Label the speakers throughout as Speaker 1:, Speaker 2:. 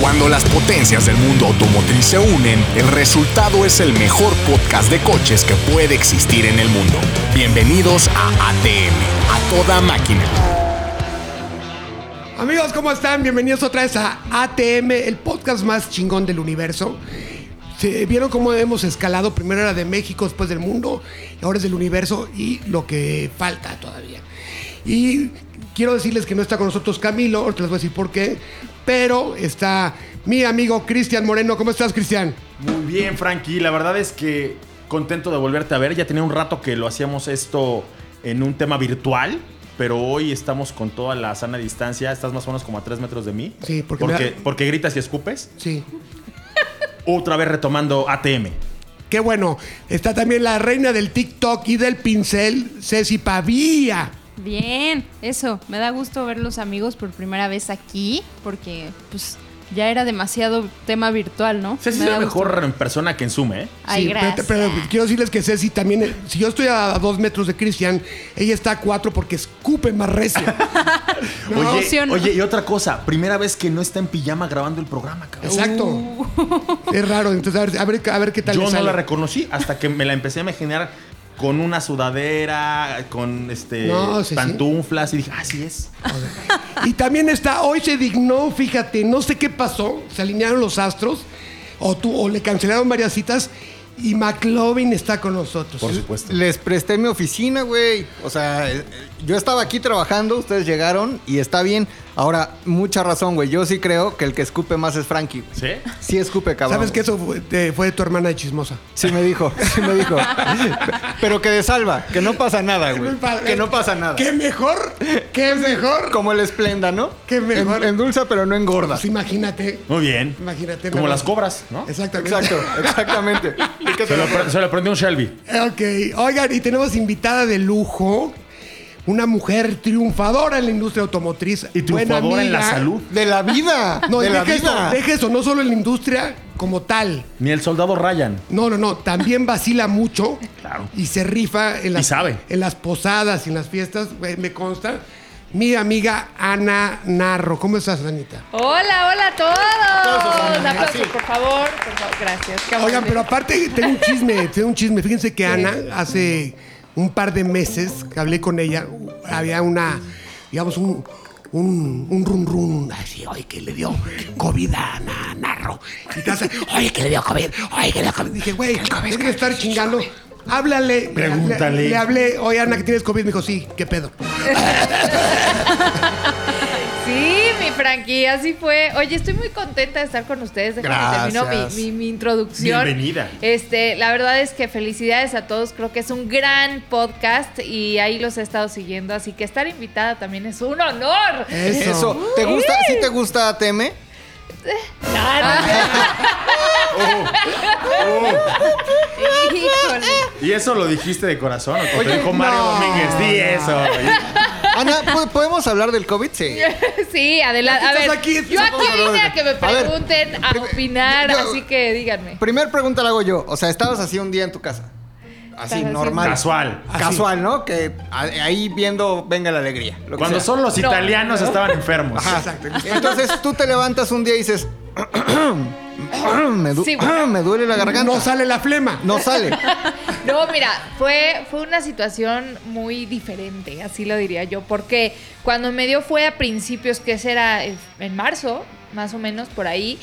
Speaker 1: Cuando las potencias del mundo automotriz se unen, el resultado es el mejor podcast de coches que puede existir en el mundo. Bienvenidos a ATM, a toda máquina.
Speaker 2: Amigos, ¿cómo están? Bienvenidos otra vez a ATM, el podcast más chingón del universo. Se- ¿Vieron cómo hemos escalado? Primero era de México, después del mundo, y ahora es del universo y lo que falta todavía. Y quiero decirles que no está con nosotros Camilo, ahorita les voy a decir por qué, pero está mi amigo Cristian Moreno. ¿Cómo estás, Cristian?
Speaker 3: Muy bien, Frankie. La verdad es que contento de volverte a ver. Ya tenía un rato que lo hacíamos esto en un tema virtual. Pero hoy estamos con toda la sana distancia. Estás más o menos como a tres metros de mí.
Speaker 2: Sí, porque me
Speaker 3: porque,
Speaker 2: da-
Speaker 3: porque gritas y escupes.
Speaker 2: Sí.
Speaker 3: Otra vez retomando ATM.
Speaker 2: Qué bueno. Está también la reina del TikTok y del pincel, Ceci Pavía.
Speaker 4: Bien, eso. Me da gusto ver los amigos por primera vez aquí, porque pues ya era demasiado tema virtual, ¿no?
Speaker 3: Ceci
Speaker 4: Me
Speaker 3: se ve
Speaker 4: da gusto.
Speaker 3: mejor en persona que en Zoom, ¿eh?
Speaker 4: Ay,
Speaker 2: Sí, pero-
Speaker 4: gracias.
Speaker 2: Pero, quiero decirles que Ceci también, eh, si yo estoy a dos metros de Cristian, ella está a cuatro porque escupe más recio.
Speaker 4: No,
Speaker 3: oye,
Speaker 4: ¿sí o no?
Speaker 3: oye, y otra cosa. Primera vez que no está en pijama grabando el programa, cabrón.
Speaker 2: Exacto.
Speaker 4: Uh.
Speaker 2: Es raro, entonces a ver, a ver, a ver qué tal le
Speaker 3: Yo no
Speaker 2: sale.
Speaker 3: la reconocí hasta que me la empecé a imaginar con una sudadera, con este
Speaker 2: No, sí, sí.
Speaker 3: pantuflas. Y dije, así es.
Speaker 2: Y también está, hoy se dignó, fíjate, no sé qué pasó, se alinearon los astros o, tú, o le cancelaron varias citas y McLovin está con nosotros.
Speaker 3: Por supuesto.
Speaker 5: Les presté mi oficina, güey. O sea, eh, eh, yo estaba aquí trabajando, ustedes llegaron y está bien. Ahora, mucha razón, güey. Yo sí creo que el que escupe más es Frankie, güey.
Speaker 3: ¿Sí?
Speaker 5: Sí escupe, cabrón.
Speaker 2: ¿Sabes que
Speaker 5: güey.
Speaker 2: eso fue, de- fue de tu hermana de chismosa?
Speaker 5: Sí me dijo, sí me dijo. Pero que de salva, que no pasa nada, güey.
Speaker 2: Muy padre.
Speaker 5: Que no pasa nada.
Speaker 2: eh, ¿Qué mejor? ¿Qué mejor?
Speaker 5: Como el esplenda, ¿no?
Speaker 2: Qué mejor.
Speaker 5: En- Endulza, pero no engorda.
Speaker 2: Pues imagínate.
Speaker 3: Muy bien.
Speaker 2: Imagínate,
Speaker 3: Como
Speaker 2: ¿no?
Speaker 3: las cobras, ¿no?
Speaker 2: Exactamente.
Speaker 5: Exacto, exactamente. ¿Y
Speaker 3: Se
Speaker 5: qué te-
Speaker 3: lo, apre- se lo aprendió un Shelby.
Speaker 2: Ok, oigan, y tenemos invitada de lujo, una mujer triunfadora en la industria automotriz.
Speaker 3: Y
Speaker 2: buena
Speaker 3: triunfadora en la
Speaker 2: amiga.
Speaker 3: salud.
Speaker 5: De la vida.
Speaker 2: No,
Speaker 5: de
Speaker 2: y
Speaker 5: la
Speaker 2: deja eso,
Speaker 5: vida.
Speaker 2: deja eso, no solo en la industria como tal.
Speaker 3: Ni el soldado Ryan.
Speaker 2: No, no, no, también vacila mucho
Speaker 3: Claro.
Speaker 2: y se rifa en las,
Speaker 3: Y sabe.
Speaker 2: en las posadas y en las fiestas, güey, me consta. Mi amiga Ana Narro, ¿cómo estás, Anita?
Speaker 4: Hola, hola a todos. Un
Speaker 5: Aplausos,
Speaker 4: aplauso, por favor. por favor. Gracias. Qué
Speaker 2: Oigan,
Speaker 4: amable.
Speaker 2: pero aparte tengo un chisme, tengo un chisme. Fíjense que Ana hace un par de meses que hablé con ella, había una, digamos, un, un, un run run, así, oye, que le dio COVID a Ana Narro. Y te hace, oye, que le dio COVID, oye, que le dio COVID. Dije, güey, dejen de estar chingando. Háblale.
Speaker 3: Pregúntale.
Speaker 2: Le, le hablé, oye, Ana, que tienes COVID. Me dijo, sí, qué pedo.
Speaker 4: Sí, mi Frankie, así fue. Oye, estoy muy contenta de estar con ustedes. Déjame
Speaker 5: Gracias.
Speaker 4: termino mi, mi- mi introducción.
Speaker 3: Bienvenida.
Speaker 4: Este, la verdad es que felicidades a todos. Creo que es un gran podcast y ahí los he estado siguiendo. Así que estar invitada también es un honor.
Speaker 2: Eso.
Speaker 5: Eso. ¿Te gusta? ¿Sí te gusta ATM?
Speaker 4: Híjole.
Speaker 3: ¿Y eso lo dijiste de corazón? ¿O te dijo Mario
Speaker 2: no,
Speaker 3: Domínguez? Di eso. güey.
Speaker 5: Ana, ¿po- ¿podemos hablar del COVID? Sí.
Speaker 4: Sí, adelante. A
Speaker 2: Estás
Speaker 4: ver,
Speaker 2: aquí,
Speaker 4: yo
Speaker 2: estás
Speaker 4: aquí vine a que me
Speaker 5: A ver,
Speaker 4: pregunten, a,
Speaker 5: prim-
Speaker 4: opinar,
Speaker 5: yo-
Speaker 4: así que díganme.
Speaker 5: Primer pregunta la hago yo. O sea, estabas así un día en tu casa. Así,
Speaker 4: Estaba así.
Speaker 5: normal.
Speaker 3: Casual.
Speaker 2: Así.
Speaker 5: Casual, ¿no? Que a- ahí viendo venga la alegría. lo que
Speaker 3: Cuando
Speaker 5: sea.
Speaker 3: son los
Speaker 4: No.
Speaker 3: italianos estaban enfermos.
Speaker 5: Ajá. Entonces tú te levantas un día y dices. me, du-
Speaker 4: Sí, bueno.
Speaker 5: me duele la garganta.
Speaker 2: No sale la flema.
Speaker 5: No sale.
Speaker 4: No, mira, fue, fue una situación muy diferente, así lo diría yo, porque cuando me dio fue a principios, que será Eh, en marzo, más o menos, por ahí,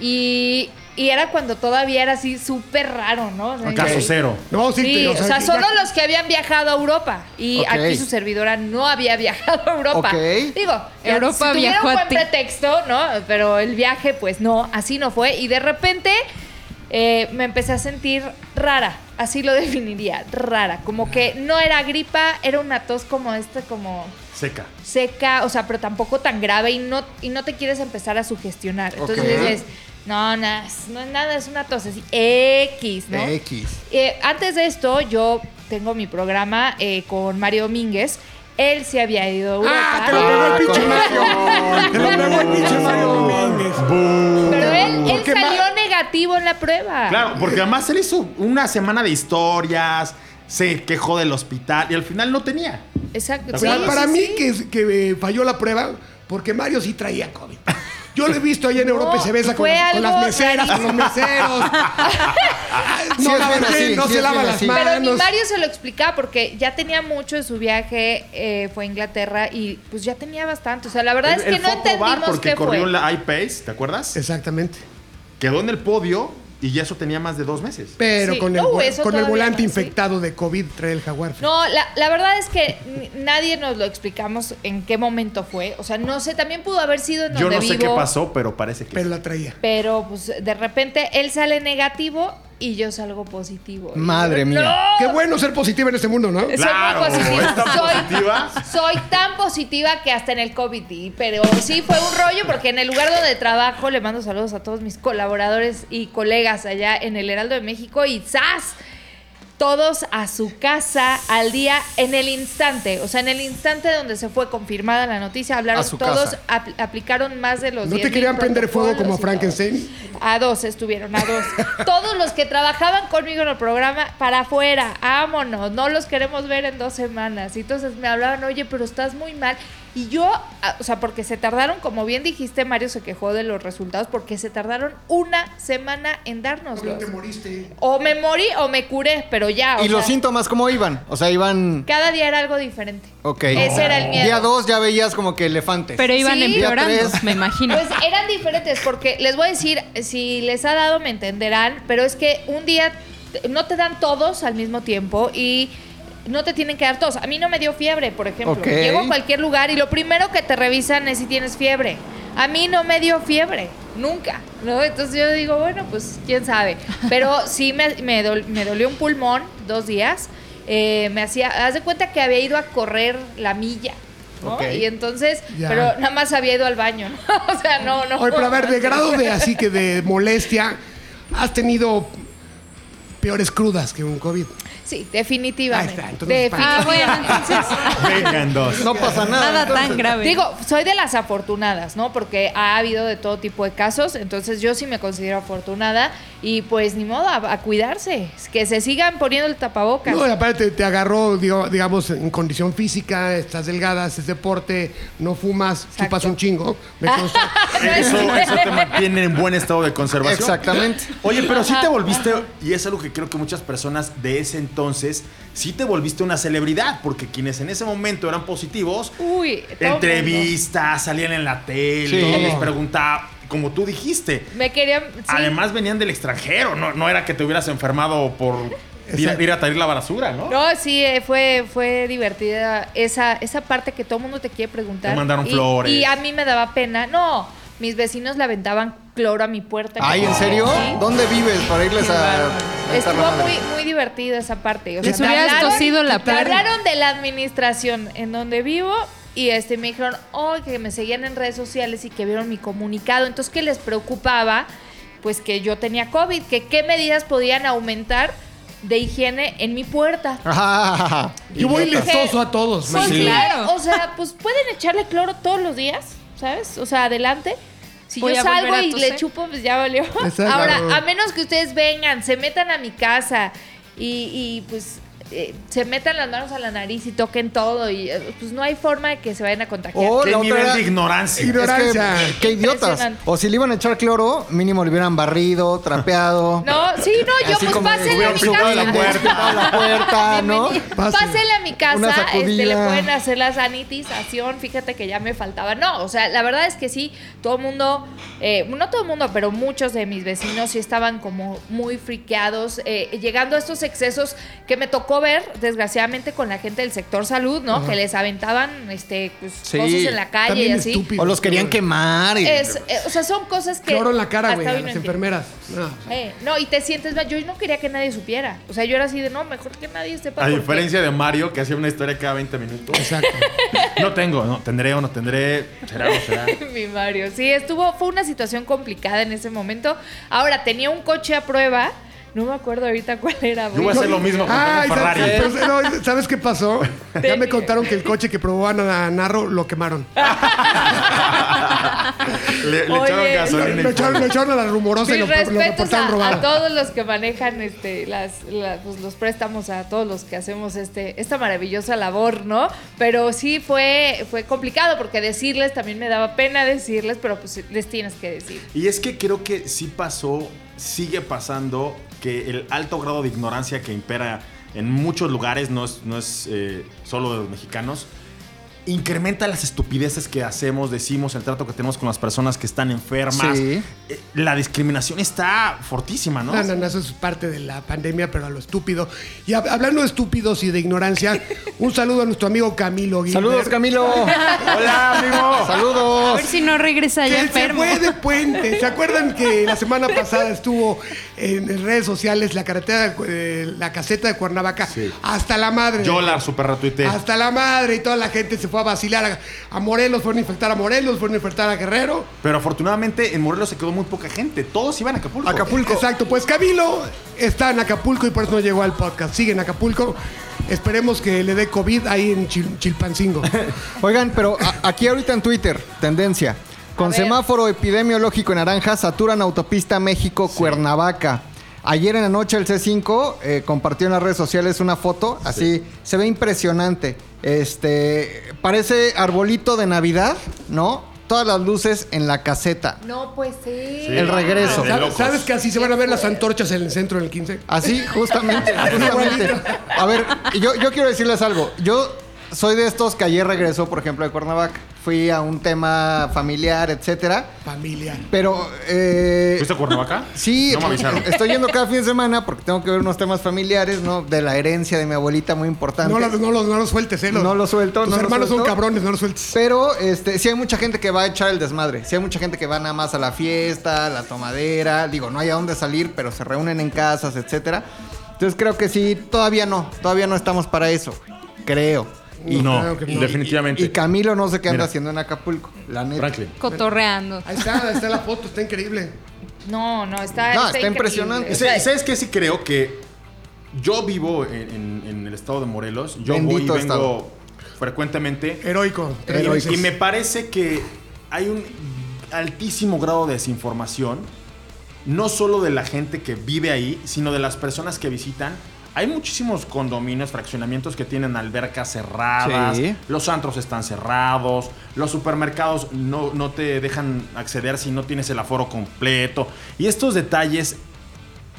Speaker 4: y, y era cuando todavía era así súper raro, ¿no? O sea,
Speaker 3: Caso cero.
Speaker 2: No, sí,
Speaker 4: Sí,
Speaker 2: te-
Speaker 4: o sea,
Speaker 2: ya-
Speaker 4: solo los que habían viajado a Europa. Y
Speaker 5: Ok.
Speaker 4: aquí su servidora no había viajado a Europa.
Speaker 5: Ok.
Speaker 4: Digo, ya,
Speaker 6: Europa
Speaker 4: si tuviera
Speaker 6: viajó
Speaker 4: un
Speaker 6: a
Speaker 4: buen
Speaker 6: ti.
Speaker 4: pretexto, ¿no? Pero el viaje, pues no, así no fue. Y de repente eh, me empecé a sentir rara. Así lo definiría, rara. Como que no era gripa, era una tos como esta, como
Speaker 3: Seca.
Speaker 4: seca, o sea, pero tampoco tan grave y no, y no te quieres empezar a sugestionar. Entonces
Speaker 5: Ok.
Speaker 4: dices, no, no, es- no es nada, es una tos así, X, ¿no?
Speaker 5: X.
Speaker 4: Eh, antes de esto, yo tengo mi programa eh, con Mario Domínguez. Él se había ido a
Speaker 2: Ah, te lo
Speaker 4: Europa.
Speaker 2: pegó el pinche
Speaker 5: con
Speaker 2: Mario. Te lo pegó el pinche Mario Domínguez.
Speaker 4: pero él, él
Speaker 2: qué
Speaker 4: salió negativo en la prueba.
Speaker 3: Claro, porque además él hizo una semana de historias, se quejó del hospital y al final no tenía.
Speaker 4: Exacto.
Speaker 3: La
Speaker 4: sí,
Speaker 2: Para-
Speaker 3: verdad,
Speaker 4: sí,
Speaker 2: para mí
Speaker 4: sí.
Speaker 2: que, que, eh, falló la prueba porque Mario sí traía COVID. Yo lo he visto allá en
Speaker 4: No,
Speaker 2: Europa y se besa con,
Speaker 4: fue
Speaker 2: las- con las
Speaker 4: algo
Speaker 2: meseras, con los meseros.
Speaker 5: Sí,
Speaker 2: no
Speaker 5: es
Speaker 2: lavan
Speaker 5: bien así,
Speaker 2: bien, no
Speaker 5: sí,
Speaker 2: se
Speaker 5: es
Speaker 2: lavan
Speaker 5: bien
Speaker 2: las
Speaker 5: así.
Speaker 2: manos.
Speaker 4: Pero ni Mario se lo explicaba porque ya tenía mucho en su viaje, eh, fue a Inglaterra y pues ya tenía bastante. O sea, la verdad
Speaker 3: El-
Speaker 4: es que
Speaker 3: el
Speaker 4: no
Speaker 3: Foco Bar,
Speaker 4: entendimos
Speaker 3: porque
Speaker 4: qué
Speaker 3: corrió
Speaker 4: fue.
Speaker 3: en la iPace, E, ¿te acuerdas?
Speaker 2: Exactamente.
Speaker 3: Quedó en el podio y ya eso tenía más de dos meses.
Speaker 2: Pero
Speaker 4: Sí.
Speaker 2: con, el,
Speaker 4: No,
Speaker 2: vo-
Speaker 4: eso
Speaker 2: con el
Speaker 4: todavía
Speaker 2: volante
Speaker 4: no, sí.
Speaker 2: infectado de COVID trae el jaguar.
Speaker 4: No, la, la verdad es que n- nadie nos lo explicamos en qué momento fue. O sea, no sé, también pudo haber sido en
Speaker 3: Yo
Speaker 4: donde
Speaker 3: no sé qué
Speaker 4: vivo,
Speaker 3: pasó, pero parece que.
Speaker 2: Pero la traía.
Speaker 4: Pero pues de repente él sale negativo y yo salgo positivo. Y
Speaker 5: Madre
Speaker 4: yo,
Speaker 5: mía.
Speaker 4: ¡No!
Speaker 2: Qué bueno ser positiva en este mundo, ¿no?
Speaker 4: Soy muy
Speaker 3: Claro,
Speaker 4: positiva.
Speaker 3: ¿es tan
Speaker 4: soy,
Speaker 3: positiva?
Speaker 4: soy tan positiva que hasta en el COVID, di, pero sí fue un rollo porque en el lugar donde trabajo le mando saludos a todos mis colaboradores y colegas allá en el Heraldo de México y ¡zas! Todos a su casa al día en el instante, o sea, en el instante donde se fue confirmada la noticia, hablaron
Speaker 5: A su
Speaker 4: todos,
Speaker 5: casa.
Speaker 4: apl- aplicaron más de los
Speaker 2: ¿No
Speaker 4: 10.000
Speaker 2: te querían prender fuego como a
Speaker 4: protocolos y todo.
Speaker 2: Frankenstein?
Speaker 4: A dos estuvieron, a dos. Todos los que trabajaban conmigo en el programa, para afuera, vámonos, no los queremos ver en dos semanas. Y entonces me hablaban, oye, pero estás muy mal. Y yo, ah, o sea, porque se tardaron, como bien dijiste, Mario se quejó de los resultados, porque se tardaron una semana en
Speaker 2: Obvio,
Speaker 4: dárnoslos.
Speaker 2: te moriste.
Speaker 4: O me morí o me curé, pero ya. o
Speaker 5: ¿Y los
Speaker 4: sea,
Speaker 5: síntomas cómo iban? O sea, iban.
Speaker 4: Cada día era algo diferente.
Speaker 5: Ok.
Speaker 4: Ese era el miedo.
Speaker 5: Día 2 ya veías como que elefantes.
Speaker 6: Pero iban
Speaker 4: Sí.
Speaker 5: Día
Speaker 6: empeorando,
Speaker 5: tres.
Speaker 6: me imagino.
Speaker 4: Pues eran diferentes, porque les voy a decir, si les ha dado me entenderán, pero es que un día te- no te dan todos al mismo tiempo y no te tienen que dar todos. A mí no me dio fiebre, por ejemplo.
Speaker 5: Ok.
Speaker 4: Llego a cualquier lugar y lo primero que te revisan es si tienes fiebre. A mí no me dio fiebre, nunca. ¿no? Entonces yo digo, bueno, pues quién sabe. Pero sí me, me dol- me dolió un pulmón dos días. Eh, me hacía, haz de cuenta que había ido a correr la milla. ¿no?
Speaker 5: Ok.
Speaker 4: Y entonces,
Speaker 2: Ya.
Speaker 4: pero nada más había ido al baño. ¿no? o sea, no, no.
Speaker 2: Oye, pero a ver, de grado de así que de molestia, has tenido peores crudas que un COVID.
Speaker 4: Sí, definitivamente.
Speaker 2: Ahí está, entonces, para-
Speaker 6: ah, bueno,
Speaker 4: Definitivamente.
Speaker 6: entonces
Speaker 3: Vengan dos.
Speaker 5: No pasa nada.
Speaker 6: nada tan
Speaker 5: entonces.
Speaker 6: grave.
Speaker 4: Digo, soy de las afortunadas, ¿no? Porque ha habido de todo tipo de casos, entonces yo sí me considero afortunada y pues ni modo, a, a cuidarse, que se sigan poniendo el tapabocas.
Speaker 2: No, y aparte te, te agarró, digo- digamos, en condición física, estás delgada, haces deporte, no fumas, chupas un chingo. Me consta.
Speaker 3: Eso, eso te mantiene en buen estado de conservación.
Speaker 5: Exactamente.
Speaker 3: Oye, pero sí te volviste, y es algo que creo que muchas personas de ese entonces, sí te volviste una celebridad, porque quienes en ese momento eran positivos,
Speaker 4: Uy, todo el
Speaker 3: entrevistas, salían en la tele,
Speaker 5: Sí.
Speaker 3: les preguntaba, como tú dijiste,
Speaker 4: mundo. Me querían... sí.
Speaker 3: además venían del extranjero, no, no era que te hubieras enfermado por ir, a-
Speaker 2: Exacto.
Speaker 3: ir a traer la basura, ¿no?
Speaker 4: No, sí, eh, fue, fue divertida esa, esa parte que todo el mundo te quiere preguntar.
Speaker 3: Te mandaron
Speaker 4: Y-
Speaker 3: flores.
Speaker 4: Y a mí me daba pena. No, mis vecinos le aventaban cloro a mi puerta.
Speaker 5: Ay, ¿en serio?
Speaker 4: Sí.
Speaker 5: ¿Dónde vives para irles
Speaker 6: Qué
Speaker 5: a.?
Speaker 6: bárbaro.
Speaker 5: mentar la
Speaker 4: Estuvo
Speaker 5: madre?
Speaker 4: muy, muy divertida esa parte. O
Speaker 6: Les
Speaker 4: sea, me
Speaker 6: hubieras
Speaker 4: hablaron-
Speaker 6: tosido la
Speaker 4: me
Speaker 6: puerta.
Speaker 4: hablaron de la administración en donde vivo y este, me dijeron oh, que me seguían en redes sociales y que vieron mi comunicado. Entonces, ¿qué les preocupaba? Pues que yo tenía COVID, que qué medidas podían aumentar de higiene en mi puerta.
Speaker 5: Ah,
Speaker 2: Yo voy
Speaker 5: idiota.
Speaker 4: les-
Speaker 2: lestoso a todos.
Speaker 4: Pues
Speaker 2: man.
Speaker 6: Sí.
Speaker 4: claro. O sea, pues pueden echarle cloro todos los días, ¿sabes? O sea, adelante. Si
Speaker 6: Voy
Speaker 4: yo
Speaker 6: a volver
Speaker 4: salgo
Speaker 6: a
Speaker 4: y
Speaker 6: toser.
Speaker 4: le chupo, pues ya valió.
Speaker 2: Exacto.
Speaker 4: Ahora, a menos que ustedes vengan, se metan a mi casa y, y, pues eh, se metan las manos a la nariz y toquen todo y eh, pues no hay forma de que se vayan a contagiar.
Speaker 5: O
Speaker 3: Qué
Speaker 5: la otra
Speaker 3: nivel
Speaker 5: era-
Speaker 3: de ignorancia.
Speaker 2: Igno- Ignorancia.
Speaker 5: Es que, qué idiotas.
Speaker 4: Impresionante.
Speaker 5: O si le iban a echar cloro, mínimo le hubieran barrido, trapeado.
Speaker 4: No, sí, no, yo
Speaker 5: Así
Speaker 4: pues
Speaker 5: como de-
Speaker 4: pásenle a
Speaker 3: Hubieran
Speaker 4: mi casa.
Speaker 3: chupado la puerta.
Speaker 5: a la
Speaker 2: Ah,
Speaker 5: puerta, ¿no?
Speaker 4: Bienvenido.
Speaker 2: Pásenle.
Speaker 4: Pásenle a mi
Speaker 5: Una
Speaker 4: casa,
Speaker 5: sacudida.
Speaker 4: este, le pueden hacer la sanitización, fíjate que ya me faltaba. No, o sea, la verdad es que sí, todo el mundo, eh, no todo el mundo, pero muchos de mis vecinos sí estaban como muy friqueados, eh, llegando a estos excesos que me tocó ver, desgraciadamente, con la gente del sector salud, ¿no? Que les aventaban este, pues,
Speaker 5: Sí,
Speaker 4: cosas en la calle
Speaker 2: también
Speaker 4: y así.
Speaker 2: estúpido.
Speaker 5: O los querían quemar. y-
Speaker 4: Es, eh, o sea, son cosas que...
Speaker 2: Cloro en la cara,
Speaker 4: hasta
Speaker 2: güey,
Speaker 4: hoy
Speaker 2: a
Speaker 4: no
Speaker 2: las
Speaker 4: entiendo.
Speaker 2: enfermeras. No.
Speaker 4: Eh, no, y te sientes mal. Yo no quería que nadie supiera. O sea, yo era así de, no, mejor que nadie sepa.
Speaker 3: A
Speaker 4: porque-
Speaker 3: diferencia de Mario, que hacía una historia cada 20 minutos.
Speaker 2: Exacto.
Speaker 3: No tengo, no, tendré o no tendré, será o no será.
Speaker 4: Mi Mario, sí, estuvo, fue una situación complicada en ese momento. Ahora, tenía un coche a prueba No me acuerdo ahorita cuál era,
Speaker 7: Yo voy a
Speaker 4: güey.
Speaker 7: hacer lo mismo con
Speaker 2: Ay,
Speaker 7: Ferrari. ¿eh?
Speaker 2: ¿sabes, pero- no, ¿sabes qué pasó? Ya me
Speaker 4: Tenía.
Speaker 2: contaron que el coche que probaban a Narro lo quemaron.
Speaker 7: Le, le
Speaker 4: Oye,
Speaker 7: echaron
Speaker 2: Lo,
Speaker 7: gasolina.
Speaker 2: lo
Speaker 7: y fuego.
Speaker 2: echaron, lo echaron a la rumorosa y lo, lo
Speaker 4: Mis respetos
Speaker 2: reportaron
Speaker 4: a, a
Speaker 2: robado.
Speaker 4: todos los que manejan este, las, la- pues, los préstamos, a todos los que hacemos este, esta maravillosa labor, ¿no? Pero sí fue, fue complicado porque decirles también me daba pena decirles, pero pues les tienes que decir.
Speaker 7: Y es que creo que sí pasó, sigue pasando, que el alto grado de ignorancia que impera en muchos lugares, no es, no es eh, solo de los mexicanos, incrementa las estupideces que hacemos, decimos, el trato que tenemos con las personas que están enfermas.
Speaker 5: Sí.
Speaker 7: Eh, La discriminación está fortísima, ¿no?
Speaker 2: No, no, no, eso es parte de la pandemia, pero a lo estúpido. Y hab- hablando de estúpidos y de ignorancia, un saludo a nuestro amigo Camilo Gilbert.
Speaker 5: Saludos, Camilo.
Speaker 7: Hola, amigo.
Speaker 6: A
Speaker 5: Saludos.
Speaker 6: ver si no regresa
Speaker 2: Que
Speaker 6: ya
Speaker 2: se
Speaker 6: enfermo.
Speaker 2: fue de puente. ¿Se acuerdan que la semana pasada estuvo en redes sociales la carretera, de Cu- eh, la caseta de Cuernavaca?
Speaker 7: Sí.
Speaker 2: Hasta la madre.
Speaker 7: Yo la super retuiteé.
Speaker 2: Hasta la madre y toda la gente se fue a vacilar a, a Morelos, fueron a infectar a Morelos, fueron a infectar a Guerrero.
Speaker 7: Pero afortunadamente en Morelos se quedó muy poca gente. Todos iban a Acapulco.
Speaker 2: Acapulco. Exacto, pues Camilo está en Acapulco y por eso no llegó al podcast. Sigue en Acapulco. Esperemos que le dé COVID ahí en Chil- Chilpancingo.
Speaker 5: Oigan, pero a- aquí ahorita en Twitter, tendencia. Con
Speaker 4: A ver.
Speaker 5: semáforo epidemiológico en naranja, saturan autopista México-Cuernavaca. Ayer en la noche el C5 eh, compartió en las redes sociales una foto, así se ve impresionante. Este parece arbolito de Navidad, ¿no? Todas las luces en la caseta.
Speaker 4: No, pues sí.
Speaker 7: Sí.
Speaker 5: El regreso.
Speaker 7: De
Speaker 2: ¿Sabes,
Speaker 7: locos.
Speaker 2: sabes que así se van a ver las antorchas en el centro del 15?
Speaker 5: Así, justamente, justamente. A ver, yo, yo quiero decirles algo. Yo soy de estos que ayer regresó, por ejemplo, de Cuernavaca. Fui a un tema familiar, etcétera.
Speaker 2: Familia.
Speaker 5: Pero eh,
Speaker 7: ¿Fuiste a Cuernavaca?
Speaker 5: sí,
Speaker 7: No me avisaron.
Speaker 5: estoy yendo cada fin de semana porque tengo que ver unos temas familiares, ¿no? De la herencia de mi abuelita muy importante.
Speaker 2: No lo, no lo- no lo sueltes, ¿eh? Los-
Speaker 5: No lo suelto,
Speaker 2: Tus
Speaker 5: no lo
Speaker 2: hermanos son
Speaker 5: suelto.
Speaker 2: cabrones, no lo sueltes.
Speaker 5: Pero este, sí hay mucha gente que va a echar el desmadre. Sí hay mucha gente que va nada más a la fiesta, a la tomadera. Digo, no hay a dónde salir, pero se reúnen en casas, etcétera. Entonces creo que sí, todavía no. Todavía no estamos para eso. Creo. Y,
Speaker 7: no,
Speaker 2: claro que no.
Speaker 7: definitivamente.
Speaker 5: y Camilo no sé qué anda
Speaker 7: Mira.
Speaker 5: haciendo en Acapulco. La neta.
Speaker 7: Franklin.
Speaker 6: Cotorreando.
Speaker 2: Ahí está, ahí está la foto, está increíble.
Speaker 4: No, no, está.
Speaker 5: No, está
Speaker 4: increíble.
Speaker 5: impresionante.
Speaker 4: O
Speaker 7: Ese-
Speaker 4: sea,
Speaker 7: ¿Sabes qué? Sí creo que yo vivo en, en- en el estado de Morelos. Yo voy y
Speaker 5: Bendito
Speaker 7: vengo
Speaker 5: estado.
Speaker 7: frecuentemente.
Speaker 2: Heroico. tres
Speaker 5: Heroico.
Speaker 2: veces.
Speaker 7: Y me parece que hay un altísimo grado de desinformación, no solo de la gente que vive ahí, sino de las personas que visitan. Hay muchísimos condominios, fraccionamientos que tienen albercas cerradas,
Speaker 5: Sí.
Speaker 7: los antros están cerrados, los supermercados no, no te dejan acceder si no tienes el aforo completo. Y estos detalles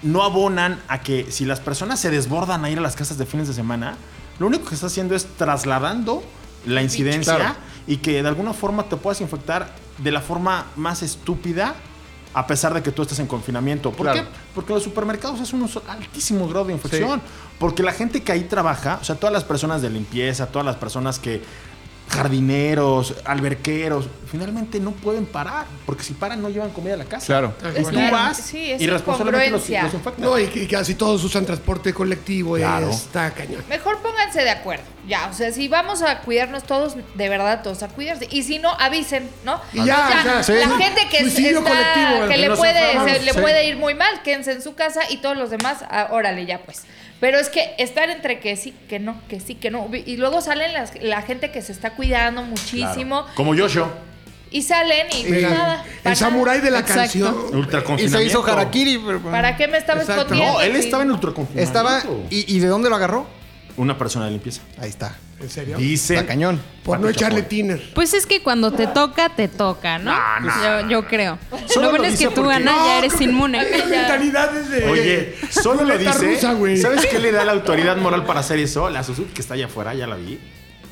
Speaker 7: no abonan a que si las personas se desbordan a ir a las casas de fines de semana, lo único que está haciendo es trasladando la incidencia
Speaker 5: Claro.
Speaker 7: y que de alguna forma te puedas infectar de la forma más estúpida a pesar de que tú estés en confinamiento. ¿Por
Speaker 5: Claro.
Speaker 7: qué? Porque los supermercados es un altísimo grado de infección. Porque la gente que ahí trabaja, o sea, todas las personas de limpieza, todas las personas que jardineros, alberqueros, finalmente no pueden parar, porque si paran no llevan comida a la casa.
Speaker 5: Claro.
Speaker 7: Entonces tú
Speaker 4: Claro.
Speaker 7: vas
Speaker 4: Sí, es
Speaker 7: y responsablemente los,
Speaker 4: incongruencia.
Speaker 7: los infectas.
Speaker 2: No, y, y casi todos usan transporte colectivo.
Speaker 7: Claro.
Speaker 2: Está cañón.
Speaker 4: Mejor pónganse de acuerdo, ya, o sea, si vamos a cuidarnos todos, de verdad todos a cuidarse, y si no, avisen, ¿no?
Speaker 2: Y ya, o sea,
Speaker 4: la
Speaker 2: sí.
Speaker 4: gente que, es-
Speaker 2: Suicidio
Speaker 4: está-
Speaker 2: colectivo,
Speaker 4: que
Speaker 2: que
Speaker 4: le,
Speaker 7: nos
Speaker 4: puede,
Speaker 7: enfermamos,
Speaker 4: se- le
Speaker 7: sí.
Speaker 4: puede ir muy mal, quédense en su casa y todos los demás, ah, órale, ya pues. Pero es que estar entre que sí, que no, que sí, que no, y luego salen las- la gente que se está cuidando muchísimo,
Speaker 7: Claro. Como Yoshio,
Speaker 4: y salen y pues
Speaker 2: Mira,
Speaker 4: nada. para
Speaker 2: el samurái de la
Speaker 6: Exacto.
Speaker 2: canción.
Speaker 7: ultra
Speaker 5: Y se hizo harakiri. pero-
Speaker 4: nada. ¿Para qué me estaba
Speaker 2: Exacto.
Speaker 4: escondiendo?
Speaker 7: No, él
Speaker 4: Sí.
Speaker 7: estaba en ultraconfinamiento.
Speaker 5: Estaba. ¿y, y de dónde lo agarró?
Speaker 7: Una persona de limpieza.
Speaker 5: Ahí está.
Speaker 2: ¿En serio?
Speaker 7: Dice.
Speaker 5: Está cañón.
Speaker 2: Por no
Speaker 7: Pati
Speaker 2: echarle
Speaker 7: Chapoy.
Speaker 2: tiner.
Speaker 6: Pues es que cuando te toca, te toca, ¿no?
Speaker 7: No, no.
Speaker 6: Yo, yo creo.
Speaker 7: Solo
Speaker 6: lo bueno
Speaker 7: lo
Speaker 6: es que
Speaker 7: dice
Speaker 6: tú,
Speaker 7: porque-
Speaker 6: Ana, ya eres inmune.
Speaker 2: Las mentalidades de.
Speaker 7: Oye, solo lo
Speaker 2: ruleta
Speaker 7: dice.
Speaker 2: rusa, güey.
Speaker 7: ¿Sabes qué le da la autoridad moral para hacer eso? La Suzuki que está allá afuera, ya la vi.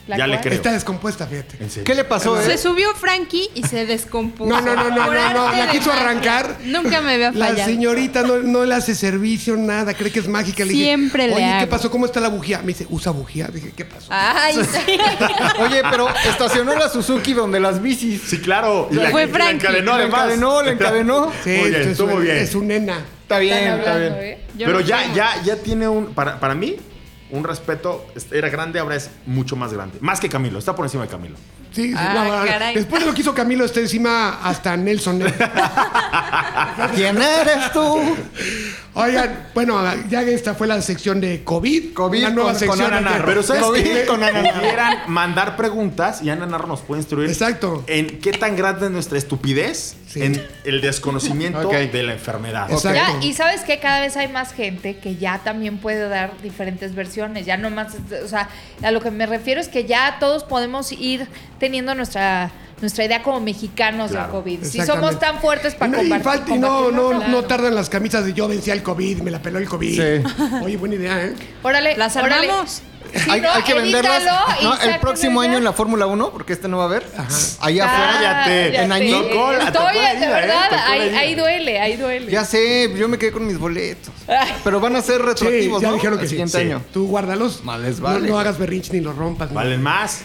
Speaker 4: ¿La
Speaker 7: ya le
Speaker 4: cual?
Speaker 7: creo.
Speaker 2: Está descompuesta, fíjate.
Speaker 7: En serio.
Speaker 5: ¿Qué le pasó,
Speaker 6: Se
Speaker 5: eh?
Speaker 6: subió Frankie y se descompuso.
Speaker 2: No, no, no, no, no,
Speaker 6: Por
Speaker 2: no,
Speaker 6: arte
Speaker 2: La
Speaker 6: de
Speaker 2: quiso
Speaker 6: magia.
Speaker 2: arrancar.
Speaker 6: Nunca me había
Speaker 2: La
Speaker 6: fallado.
Speaker 2: señorita no, no le hace servicio, nada, cree que es mágica. Le dije,
Speaker 6: Siempre le
Speaker 2: Oye, ¿qué
Speaker 6: hago".
Speaker 2: pasó? ¿Cómo está la bujía? Me dice, usa bujía. Dije, ¿qué pasó?
Speaker 4: Ah.
Speaker 6: Ay, sí.
Speaker 5: Eh, Oye, pero estacionó la Suzuki donde las bicis.
Speaker 7: Sí, claro. Y la,
Speaker 6: Fue
Speaker 7: y la
Speaker 6: Frankie.
Speaker 7: encadenó
Speaker 5: le
Speaker 7: además.
Speaker 5: encadenó, le encadenó.
Speaker 2: Sí,
Speaker 7: Muy bien,
Speaker 2: es
Speaker 7: estuvo
Speaker 2: un-
Speaker 7: bien.
Speaker 2: Es un nena.
Speaker 5: Está bien,
Speaker 4: Están
Speaker 5: está
Speaker 4: hablando,
Speaker 5: bien.
Speaker 4: ¿eh?
Speaker 6: Yo
Speaker 7: Pero
Speaker 6: no
Speaker 7: ya,
Speaker 6: creo.
Speaker 7: ya, ya tiene un. Para, para mí, un respeto, este, era grande, ahora es mucho más grande. Más que Camilo, está por encima de Camilo.
Speaker 2: Sí, sí,
Speaker 6: Ah,
Speaker 2: la verdad.
Speaker 6: caray.
Speaker 2: Después de lo que hizo Camilo, está encima hasta Nelson. ¿eh?
Speaker 5: ¿Quién eres tú?
Speaker 2: Oigan, bueno, ya esta fue la sección de COVID.
Speaker 5: COVID
Speaker 2: la nueva
Speaker 5: con- con
Speaker 2: sección.
Speaker 5: ananá.
Speaker 2: que-
Speaker 7: Pero ¿sabes
Speaker 5: Lo vi
Speaker 7: qué?
Speaker 5: con Ana Narro.
Speaker 7: Pudieran mandar preguntas y Ana Narro nos puede instruir.
Speaker 2: Exacto.
Speaker 7: En qué tan grande es nuestra estupidez
Speaker 2: Sí.
Speaker 7: en el desconocimiento
Speaker 5: Ok.
Speaker 7: de la enfermedad.
Speaker 2: Exacto.
Speaker 4: Ya, y sabes que cada vez hay más gente que ya también puede dar diferentes versiones, ya no más, o sea, a lo que me refiero es que ya todos podemos ir teniendo nuestra nuestra idea como mexicanos
Speaker 7: Claro.
Speaker 4: del COVID. Si
Speaker 2: Exactamente.
Speaker 4: somos tan fuertes para
Speaker 2: Y no- y
Speaker 4: compartir.
Speaker 2: falta- y no, no,
Speaker 4: compartirlo,
Speaker 2: no
Speaker 4: claro.
Speaker 2: tardan las camisas de yo vencí al COVID, me la peló el COVID.
Speaker 5: Sí.
Speaker 2: Oye, buena idea, ¿eh?
Speaker 4: Órale,
Speaker 6: Las
Speaker 4: órale.
Speaker 6: armamos.
Speaker 4: Sí,
Speaker 5: hay,
Speaker 4: no,
Speaker 5: hay que venderlas.
Speaker 4: edítalo y
Speaker 5: No, el
Speaker 4: sáquenlo
Speaker 5: próximo año
Speaker 4: ya.
Speaker 5: en la Fórmula 1, porque este no va a haber. Allá
Speaker 4: Ah,
Speaker 5: afuera ya.
Speaker 7: Cállate.
Speaker 4: ya
Speaker 5: En
Speaker 4: sé.
Speaker 5: Añil.
Speaker 7: Tocó la- tocó la
Speaker 4: Estoy, de
Speaker 7: herida, ¿eh?
Speaker 4: verdad,
Speaker 7: Tocó la
Speaker 4: ahí,
Speaker 7: herida.
Speaker 4: ahí duele, ahí duele.
Speaker 5: Ya sé, yo me quedé con mis boletos. Pero van a ser retroactivos,
Speaker 2: Sí, ya
Speaker 5: ¿no?
Speaker 2: dijeron
Speaker 5: El
Speaker 2: que sí.
Speaker 5: siguiente
Speaker 7: Sí.
Speaker 5: año.
Speaker 2: Tú guárdalos.
Speaker 5: Más les
Speaker 2: No-
Speaker 5: vale.
Speaker 2: No, hagas berrinche ni los rompas. ¿no?
Speaker 7: Valen más.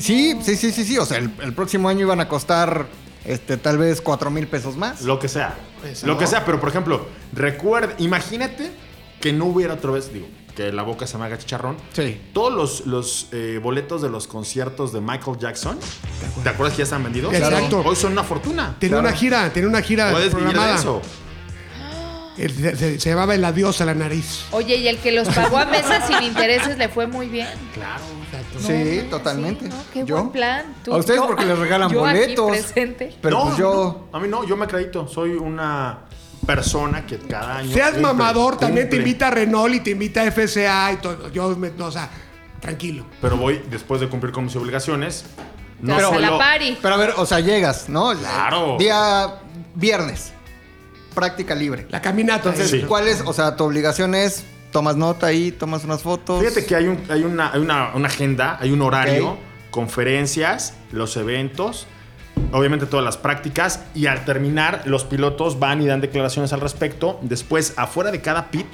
Speaker 5: Sí, sí, sí, sí, sí. O sea, el, el próximo año iban a costar este, tal vez 4 mil pesos más.
Speaker 7: Lo que sea.
Speaker 2: Pues,
Speaker 7: lo
Speaker 2: no.
Speaker 7: que sea, pero por ejemplo, recuerda, imagínate que no hubiera otra vez, digo, que la boca se me haga chicharrón.
Speaker 5: Sí.
Speaker 7: Todos los, los, eh, boletos de los conciertos de Michael Jackson, ¿te acuerdas que ya están vendidos?
Speaker 2: Exacto.
Speaker 7: Hoy son una fortuna.
Speaker 2: Tenía
Speaker 5: Claro.
Speaker 2: una gira, tenía una gira
Speaker 7: Puedes vivir de
Speaker 2: programada.
Speaker 7: eso.
Speaker 2: El- se, se- se llamaba El Adiós a la Nariz.
Speaker 4: Oye, y el que los pagó a meses sin intereses le fue muy bien.
Speaker 7: Claro.
Speaker 5: sí,
Speaker 4: No,
Speaker 5: totalmente.
Speaker 4: sí, no, qué
Speaker 5: Yo-
Speaker 4: buen plan. Tú-
Speaker 5: a ustedes
Speaker 4: yo-
Speaker 5: porque les regalan
Speaker 4: yo aquí
Speaker 5: boletos.
Speaker 4: presente.
Speaker 5: Pero
Speaker 7: No,
Speaker 5: pues yo.
Speaker 7: no, A mí no, yo me acredito. Soy una persona que cada año.
Speaker 2: Seas
Speaker 7: cumple,
Speaker 2: mamador, también te
Speaker 7: cumple.
Speaker 2: invita a Renault y te invita a FCA y todo. Yo, me- no, o sea, tranquilo.
Speaker 7: Pero voy después de cumplir con mis obligaciones. No
Speaker 4: Pero, a
Speaker 7: solo-
Speaker 4: la pari.
Speaker 5: Pero a ver, o sea, llegas, ¿no? La-
Speaker 7: Claro.
Speaker 5: Día viernes. Práctica libre.
Speaker 2: La caminata.
Speaker 5: Ah, Entonces,
Speaker 7: Sí.
Speaker 5: ¿cuál es? O sea, tu obligación es tomas nota ahí, tomas unas fotos.
Speaker 7: Fíjate que hay, un- hay una, hay una- una agenda, hay un horario,
Speaker 5: Ok.
Speaker 7: conferencias, los eventos, obviamente todas las prácticas y al terminar los pilotos van y dan declaraciones al respecto. Después, afuera de cada pit,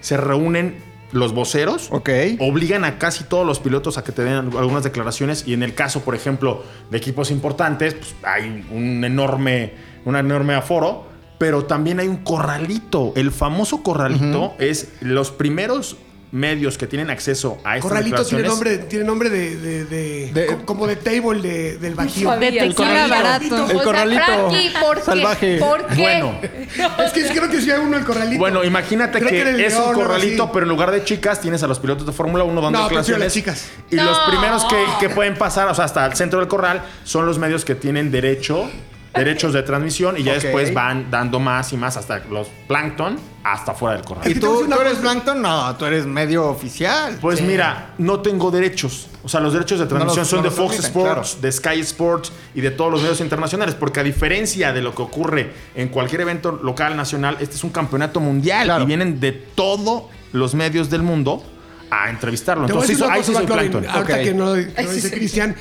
Speaker 7: se reúnen los voceros.
Speaker 5: Ok.
Speaker 7: Obligan a casi todos los pilotos a que te den algunas declaraciones y en el caso, por ejemplo, de equipos importantes, pues hay un enorme, un enorme aforo, pero también hay un corralito. El famoso corralito es los primeros medios que tienen acceso a estas
Speaker 2: Corralito tiene
Speaker 7: declaraciones.
Speaker 2: nombre, tiene nombre de, de- de-
Speaker 5: De-
Speaker 2: co- como de table de- del bajío.
Speaker 4: Sabía.
Speaker 6: De tequila barato.
Speaker 4: O
Speaker 5: El
Speaker 4: sea,
Speaker 5: corralito
Speaker 4: Frankie, ¿por qué?
Speaker 5: salvaje.
Speaker 4: ¿Por qué?
Speaker 7: Bueno.
Speaker 2: Es que creo que si hay uno el corralito.
Speaker 7: Bueno, imagínate
Speaker 2: Creo
Speaker 7: que,
Speaker 2: era el
Speaker 7: es
Speaker 2: león,
Speaker 7: un
Speaker 2: algo
Speaker 7: corralito,
Speaker 2: así.
Speaker 7: pero en lugar de chicas tienes a los pilotos de Fórmula 1 dando
Speaker 2: No, prefiero
Speaker 7: declaraciones.
Speaker 2: las chicas.
Speaker 7: Y los
Speaker 4: No.
Speaker 7: primeros que, que pueden pasar, o sea, hasta el centro del corral, son los medios que tienen derecho, derechos de transmisión y ya
Speaker 5: Ok.
Speaker 7: después van dando más y más hasta los plancton hasta fuera del corral.
Speaker 5: ¿Y
Speaker 2: Es que te voy a
Speaker 5: tú,
Speaker 2: decir una
Speaker 5: tú eres
Speaker 2: cosa.
Speaker 5: Plankton? No, tú eres medio oficial.
Speaker 7: Pues mira, no tengo derechos. O sea, los derechos de transmisión
Speaker 5: los-
Speaker 7: son
Speaker 5: no
Speaker 7: de
Speaker 5: los
Speaker 7: Fox
Speaker 5: transmiten,
Speaker 7: Sports, de Sky Sports y de todos los medios internacionales. Porque a diferencia de lo que ocurre en cualquier evento local, nacional, este es un campeonato mundial
Speaker 5: Claro.
Speaker 7: y vienen de todos los medios del mundo a entrevistarlo.
Speaker 2: Te voy a
Speaker 7: Entonces,
Speaker 2: decir
Speaker 7: hizo-
Speaker 2: una
Speaker 7: ahí sí
Speaker 2: cosa, Claudio,
Speaker 7: soy
Speaker 2: Ah,
Speaker 7: plancton.
Speaker 2: Ahorita
Speaker 5: Ok.
Speaker 2: que no, que
Speaker 4: Ay,
Speaker 2: no
Speaker 4: sí,
Speaker 2: dice
Speaker 4: sí.
Speaker 2: Cristian,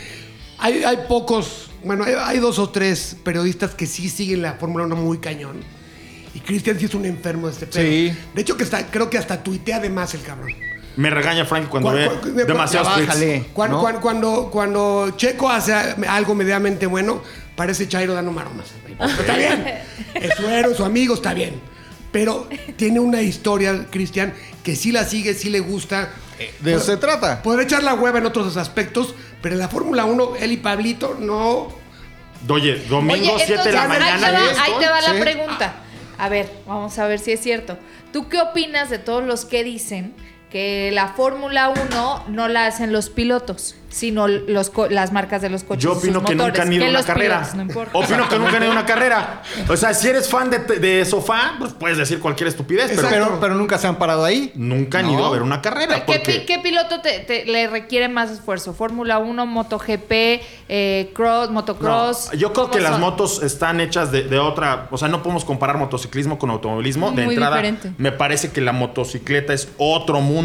Speaker 2: hay, hay pocos, bueno, hay, hay dos o tres periodistas que sí siguen la Fórmula 1 muy cañón. Y Cristian sí es un enfermo de este pedo.
Speaker 5: Sí.
Speaker 2: De hecho, que está, creo que hasta tuitea de más el cabrón.
Speaker 7: Me regaña Frank cuando
Speaker 2: Cuan-
Speaker 7: ve
Speaker 2: cuan-
Speaker 7: demasiados
Speaker 5: cuan-
Speaker 7: tweets.
Speaker 5: Bájale,
Speaker 2: Cuando,
Speaker 5: ¿no?
Speaker 2: cuando, cuando, cuando Checo hace algo medianamente bueno, parece Chairo dando maromas. Está bien. Es su héroe, su amigo, está bien. Pero tiene una historia, Cristian, que sí la sigue, sí le gusta.
Speaker 5: ¿De
Speaker 7: pues,
Speaker 5: eso se trata?
Speaker 2: Podrá echar la hueva en otros aspectos, pero en la Fórmula 1, él y Pablito no.
Speaker 7: Oye, domingo,
Speaker 4: Oye,
Speaker 7: 7 de la
Speaker 4: entonces,
Speaker 7: mañana.
Speaker 4: Ahí te
Speaker 7: esto.
Speaker 4: va, ahí te va
Speaker 5: sí.
Speaker 4: la pregunta. A ver, vamos a ver si es cierto. ¿Tú qué opinas de todos los que dicen que la Fórmula 1 no la hacen los pilotos, sino los co- las marcas de los coches?
Speaker 7: Yo
Speaker 4: y sus
Speaker 7: opino que
Speaker 4: motores?
Speaker 7: nunca han ido a
Speaker 4: Que
Speaker 7: una
Speaker 4: los
Speaker 7: carrera.
Speaker 4: pilotos, no importa.
Speaker 7: opino que nunca han ido a una carrera. O sea, si eres fan de, de sofá, pues puedes decir cualquier estupidez, pero
Speaker 5: Pero, pero nunca se han parado ahí.
Speaker 7: Nunca han
Speaker 5: No.
Speaker 7: ido a ver una carrera.
Speaker 4: ¿Qué,
Speaker 7: Porque
Speaker 4: pi- qué piloto te, te- le requiere más esfuerzo? ¿Fórmula 1, MotoGP, eh, cross,
Speaker 7: No,
Speaker 4: motocross?
Speaker 7: yo creo que
Speaker 4: ¿Cómo
Speaker 7: las
Speaker 4: son?
Speaker 7: motos están hechas de, de otra. O sea, no podemos comparar motociclismo con automovilismo. de
Speaker 6: Muy
Speaker 7: entrada,
Speaker 6: diferente.
Speaker 7: me parece que la motocicleta es otro mundo.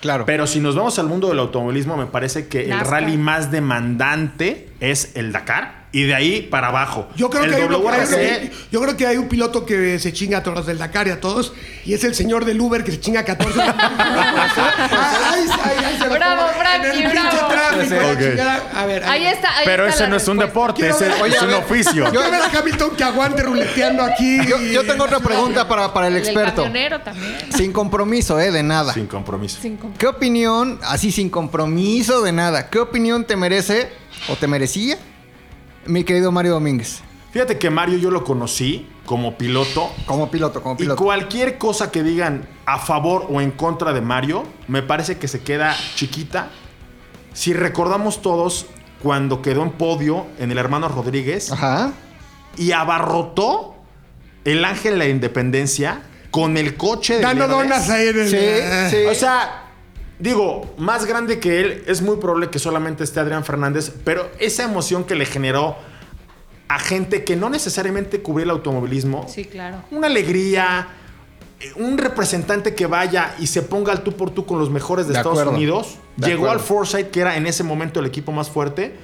Speaker 5: Claro.
Speaker 7: Pero si nos vamos al mundo del automovilismo, me parece que
Speaker 4: NASCAR.
Speaker 7: el rally más demandante es el Dakar y de ahí para abajo.
Speaker 2: Yo creo,
Speaker 7: el
Speaker 2: que hay uno-
Speaker 7: WRC,
Speaker 2: hay- yo creo que hay un piloto que se chinga a todos los del Dakar y a todos, y es el señor del Uber que se chinga a 14. Ay, ay, ay, se lo
Speaker 4: Ah, Bravo,
Speaker 2: pongo
Speaker 4: Frankie,
Speaker 2: en el pinche
Speaker 4: bravo.
Speaker 2: tráfico,
Speaker 7: Sí.
Speaker 2: la
Speaker 7: Ok.
Speaker 2: chingada. A ver, a
Speaker 4: Ahí
Speaker 2: ver.
Speaker 4: está. ahí
Speaker 7: Pero
Speaker 4: está
Speaker 7: ese
Speaker 4: la
Speaker 7: no es un
Speaker 4: respuesta.
Speaker 7: deporte,
Speaker 2: Quiero
Speaker 7: ese
Speaker 2: ver-
Speaker 7: es
Speaker 5: Oye,
Speaker 7: un
Speaker 5: a ver.
Speaker 7: oficio.
Speaker 2: Yo ver a Hamilton que aguante ruleteando aquí.
Speaker 5: Yo, yo tengo otra pregunta para, para el
Speaker 4: El
Speaker 5: experto.
Speaker 4: camionero también.
Speaker 5: Sin compromiso, ¿eh? De nada.
Speaker 7: Sin compromiso.
Speaker 4: Sin comp-
Speaker 5: ¿Qué opinión, así sin compromiso de nada, qué opinión te merece o te merecía mi querido Mario Domínguez?
Speaker 7: Fíjate que Mario yo lo conocí como piloto
Speaker 5: Como piloto, como
Speaker 7: y
Speaker 5: piloto.
Speaker 7: cualquier cosa que digan a favor o en contra de Mario, me parece que se queda chiquita. Si recordamos todos cuando quedó en podio en el hermano Rodríguez
Speaker 5: Ajá.
Speaker 7: y abarrotó el Ángel de la Independencia con el coche de
Speaker 2: Dando
Speaker 7: Leones.
Speaker 2: donas ahí en el.
Speaker 5: Sí, sí.
Speaker 7: O sea, digo, más grande que él, es muy probable que solamente esté Adrián Fernández, pero esa emoción que le generó a gente que no necesariamente cubría el automovilismo,
Speaker 4: Sí, claro.
Speaker 7: una alegría, eh, un representante que vaya y se ponga al tú por tú con los mejores de,
Speaker 5: De
Speaker 7: Estados
Speaker 5: acuerdo.
Speaker 7: Unidos,
Speaker 5: De
Speaker 7: llegó
Speaker 5: acuerdo.
Speaker 7: al Foresight, que era en ese momento el equipo más fuerte,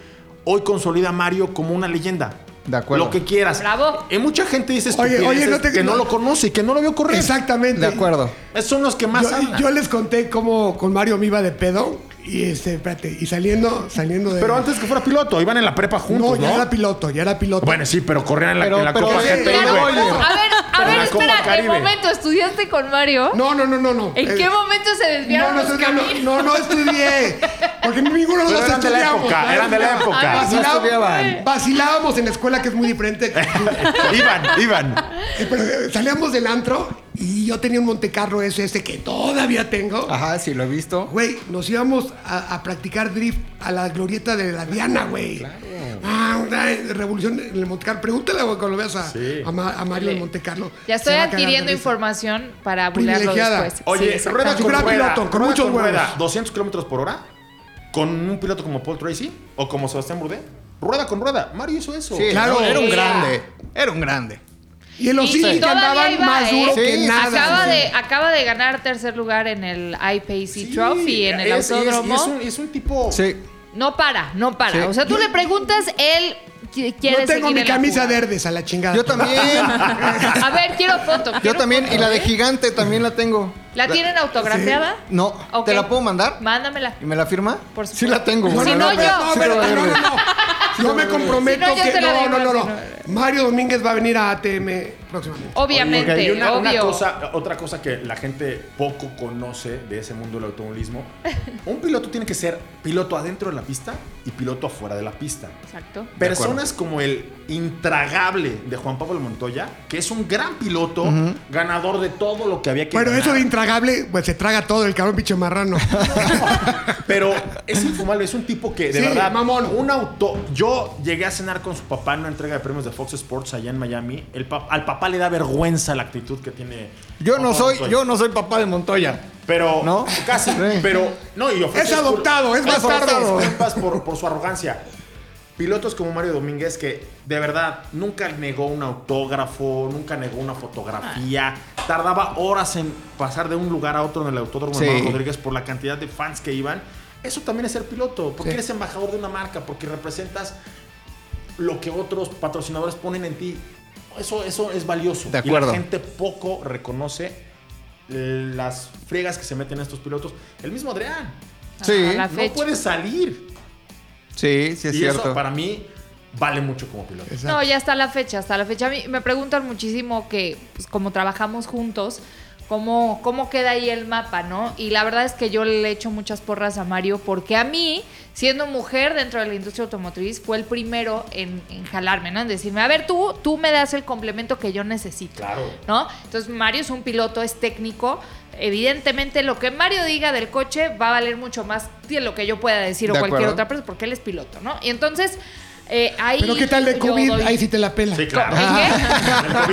Speaker 7: hoy consolida a Mario como una leyenda.
Speaker 5: De acuerdo.
Speaker 7: Lo que quieras.
Speaker 4: Bravo.
Speaker 7: Y mucha gente dice
Speaker 2: Oye, oye,
Speaker 7: estupideces
Speaker 2: no te-
Speaker 7: que no,
Speaker 2: no-
Speaker 7: lo conoce y que no lo vio correr.
Speaker 2: Exactamente.
Speaker 5: De acuerdo.
Speaker 7: Esos son los que más
Speaker 2: Yo,
Speaker 7: hablan.
Speaker 2: yo les conté cómo con Mario me iba de pedo y este, espérate, y saliendo, saliendo de.
Speaker 7: Pero antes que fuera piloto, iban en la prepa
Speaker 2: No,
Speaker 7: juntos,
Speaker 2: ya
Speaker 7: ¿no?
Speaker 2: era piloto, ya era piloto.
Speaker 7: Bueno, sí, pero corrían en la,
Speaker 5: Pero-
Speaker 7: en la
Speaker 5: pero-
Speaker 7: Copa
Speaker 5: sí,
Speaker 7: GT,
Speaker 5: pero-
Speaker 4: Claro.
Speaker 7: güey.
Speaker 5: oye.
Speaker 4: A ver, a
Speaker 7: Pero
Speaker 4: ver,
Speaker 7: la Copa
Speaker 4: espera.
Speaker 7: Caribe.
Speaker 4: En momento, ¿estudiaste con Mario?
Speaker 2: No, no, no, no, no.
Speaker 4: ¿En qué
Speaker 2: Eh,
Speaker 4: momento se
Speaker 2: No,
Speaker 4: desviaron
Speaker 2: no,
Speaker 4: los
Speaker 2: estudié, no,
Speaker 4: caminos?
Speaker 2: no, no estudié. Porque ninguno de
Speaker 7: Pero
Speaker 2: los
Speaker 7: eran de la
Speaker 2: estudiamos.
Speaker 7: época,
Speaker 2: ¿sabes?
Speaker 7: eran de la época.
Speaker 2: Ah,
Speaker 5: No
Speaker 2: vacilábamos-
Speaker 5: estudiaban.
Speaker 2: Vacilábamos en la escuela, que es muy diferente.
Speaker 7: iban, iban.
Speaker 2: Eh, Pero eh, salíamos del antro y yo tenía un Montecarlo ese que todavía tengo.
Speaker 5: Ajá, sí, lo he visto.
Speaker 2: Güey, nos íbamos a, a practicar drift a la glorieta de la Diana, güey. Ah, una revolución en el Montecarlo. Pregúntale güey, cuando lo veas a,
Speaker 7: Sí.
Speaker 2: a Ma- a Mario en Montecarlo.
Speaker 4: Ya estoy
Speaker 2: Se va a cagar de
Speaker 4: adquiriendo
Speaker 2: risa.
Speaker 4: información para burlarlo
Speaker 2: Privilegiada.
Speaker 4: después.
Speaker 7: Oye,
Speaker 4: Sí,
Speaker 7: rueda
Speaker 2: Si
Speaker 7: con
Speaker 2: fuera
Speaker 7: rueda,
Speaker 2: piloto, con
Speaker 7: rueda
Speaker 2: muchos
Speaker 7: con rueda,
Speaker 2: huevos.
Speaker 7: 200 kilómetros por hora, con un piloto como Paul Tracy o como Sebastián Bourdais, rueda con rueda. Mario hizo eso.
Speaker 5: Sí,
Speaker 2: Claro.
Speaker 5: era un
Speaker 4: Sí.
Speaker 5: grande. Era un grande.
Speaker 2: Y en los
Speaker 4: Y
Speaker 2: indies que
Speaker 4: todavía
Speaker 2: andaban
Speaker 4: iba,
Speaker 2: más
Speaker 4: ¿eh?
Speaker 2: duro que
Speaker 5: Sí,
Speaker 2: nada.
Speaker 4: Acaba,
Speaker 2: Sí.
Speaker 4: de, acaba de ganar tercer lugar en el IPC
Speaker 7: Sí,
Speaker 4: Trophy, en
Speaker 7: es-
Speaker 4: el
Speaker 7: y es- y es
Speaker 4: autódromo.
Speaker 7: un- Es un tipo...
Speaker 5: Sí.
Speaker 4: No para, no para.
Speaker 5: Sí.
Speaker 4: O sea, tú le preguntas, él qui- quiere
Speaker 2: Yo tengo
Speaker 4: seguir
Speaker 2: mi
Speaker 4: en la
Speaker 2: camisa
Speaker 4: jugada.
Speaker 2: verdes a la chingada.
Speaker 5: Yo también.
Speaker 4: A ver, quiero foto.
Speaker 5: Yo
Speaker 4: quiero
Speaker 5: también.
Speaker 4: foto,
Speaker 5: Y la de
Speaker 4: ¿eh?
Speaker 5: gigante también la tengo.
Speaker 4: ¿La tienen autografiada?
Speaker 5: No.
Speaker 4: Ok.
Speaker 5: ¿Te la puedo mandar?
Speaker 4: Mándamela.
Speaker 5: ¿Y me la firma?
Speaker 4: Por
Speaker 5: sí la tengo.
Speaker 4: supuesto. Si
Speaker 5: güey.
Speaker 4: no,
Speaker 5: pero-
Speaker 4: yo.
Speaker 5: sí,
Speaker 2: pero-
Speaker 5: pero-
Speaker 2: no, no, no. Yo me comprometo
Speaker 4: Si no, yo
Speaker 2: que
Speaker 4: te la
Speaker 2: no, no, no,
Speaker 4: digo,
Speaker 2: no.
Speaker 4: si no.
Speaker 2: Mario Domínguez va a venir a ATM próximamente.
Speaker 4: Obviamente,
Speaker 7: Porque hay una, una
Speaker 4: obvio.
Speaker 7: cosa, otra cosa que la gente poco conoce de ese mundo del automovilismo, un piloto tiene que ser piloto adentro de la pista y piloto afuera de la pista.
Speaker 4: Exacto.
Speaker 7: Personas como el intragable de Juan Pablo Montoya, que es un gran piloto, ganador de todo lo que había que
Speaker 2: Pero
Speaker 7: ganar.
Speaker 2: eso de intragable, pues se traga todo el cabrón pinche marrano.
Speaker 7: Pero es infumable, es un tipo que de
Speaker 2: Sí,
Speaker 7: verdad.
Speaker 2: mamón.
Speaker 7: Un auto. Yo llegué a cenar con su papá en una entrega de premios de Fox Sports allá en Miami. El pa- al papá le da vergüenza la actitud que tiene.
Speaker 5: Yo
Speaker 7: Juan
Speaker 5: no
Speaker 7: Pablo
Speaker 5: soy,
Speaker 7: Montoya.
Speaker 5: yo no soy papá de Montoya.
Speaker 7: Pero.
Speaker 5: ¿No?
Speaker 7: Casi.
Speaker 5: Sí.
Speaker 7: Pero. No, y ofrece
Speaker 2: Es adoptado, es
Speaker 7: ofrece
Speaker 2: bastardo.
Speaker 7: disculpas por, por su arrogancia. Pilotos como Mario Domínguez que de verdad nunca negó un autógrafo, nunca negó una fotografía. Tardaba horas en pasar de un lugar a otro en el autódromo de
Speaker 5: Sí.
Speaker 7: Manuel Rodríguez por la cantidad de fans que iban. Eso también es ser piloto, porque eres embajador de una marca, porque representas lo que otros patrocinadores ponen en ti. Eso, eso es valioso.
Speaker 5: De acuerdo.
Speaker 7: Y la gente poco reconoce las friegas que se meten estos pilotos. El mismo Adrián.
Speaker 5: Sí,
Speaker 4: Ah, la-
Speaker 7: No
Speaker 4: fecha.
Speaker 7: puede salir.
Speaker 5: sí, sí es
Speaker 7: y eso
Speaker 5: cierto.
Speaker 7: para mí vale mucho como piloto.
Speaker 4: No, ya está la fecha, hasta la fecha. A mí me preguntan muchísimo que, pues, como trabajamos juntos, cómo, cómo queda ahí el mapa, ¿no? Y la verdad es que yo le echo muchas porras a Mario porque a mí, siendo mujer dentro de la industria automotriz, fue el primero en, en jalarme, ¿no? En decirme, a ver, tú, tú me das el complemento que yo necesito.
Speaker 7: Claro.
Speaker 4: ¿no? Entonces Mario es un piloto, es técnico. Evidentemente lo que Mario diga del coche va a valer mucho más que lo que yo pueda decir o
Speaker 5: De
Speaker 4: cualquier
Speaker 5: acuerdo.
Speaker 4: otra persona, porque él es piloto, ¿no? Y entonces eh, ahí...
Speaker 2: Pero ¿qué tal de
Speaker 4: yo
Speaker 2: COVID?
Speaker 4: doy-
Speaker 2: Ahí sí te la pela.
Speaker 7: Sí, claro.
Speaker 4: ¿En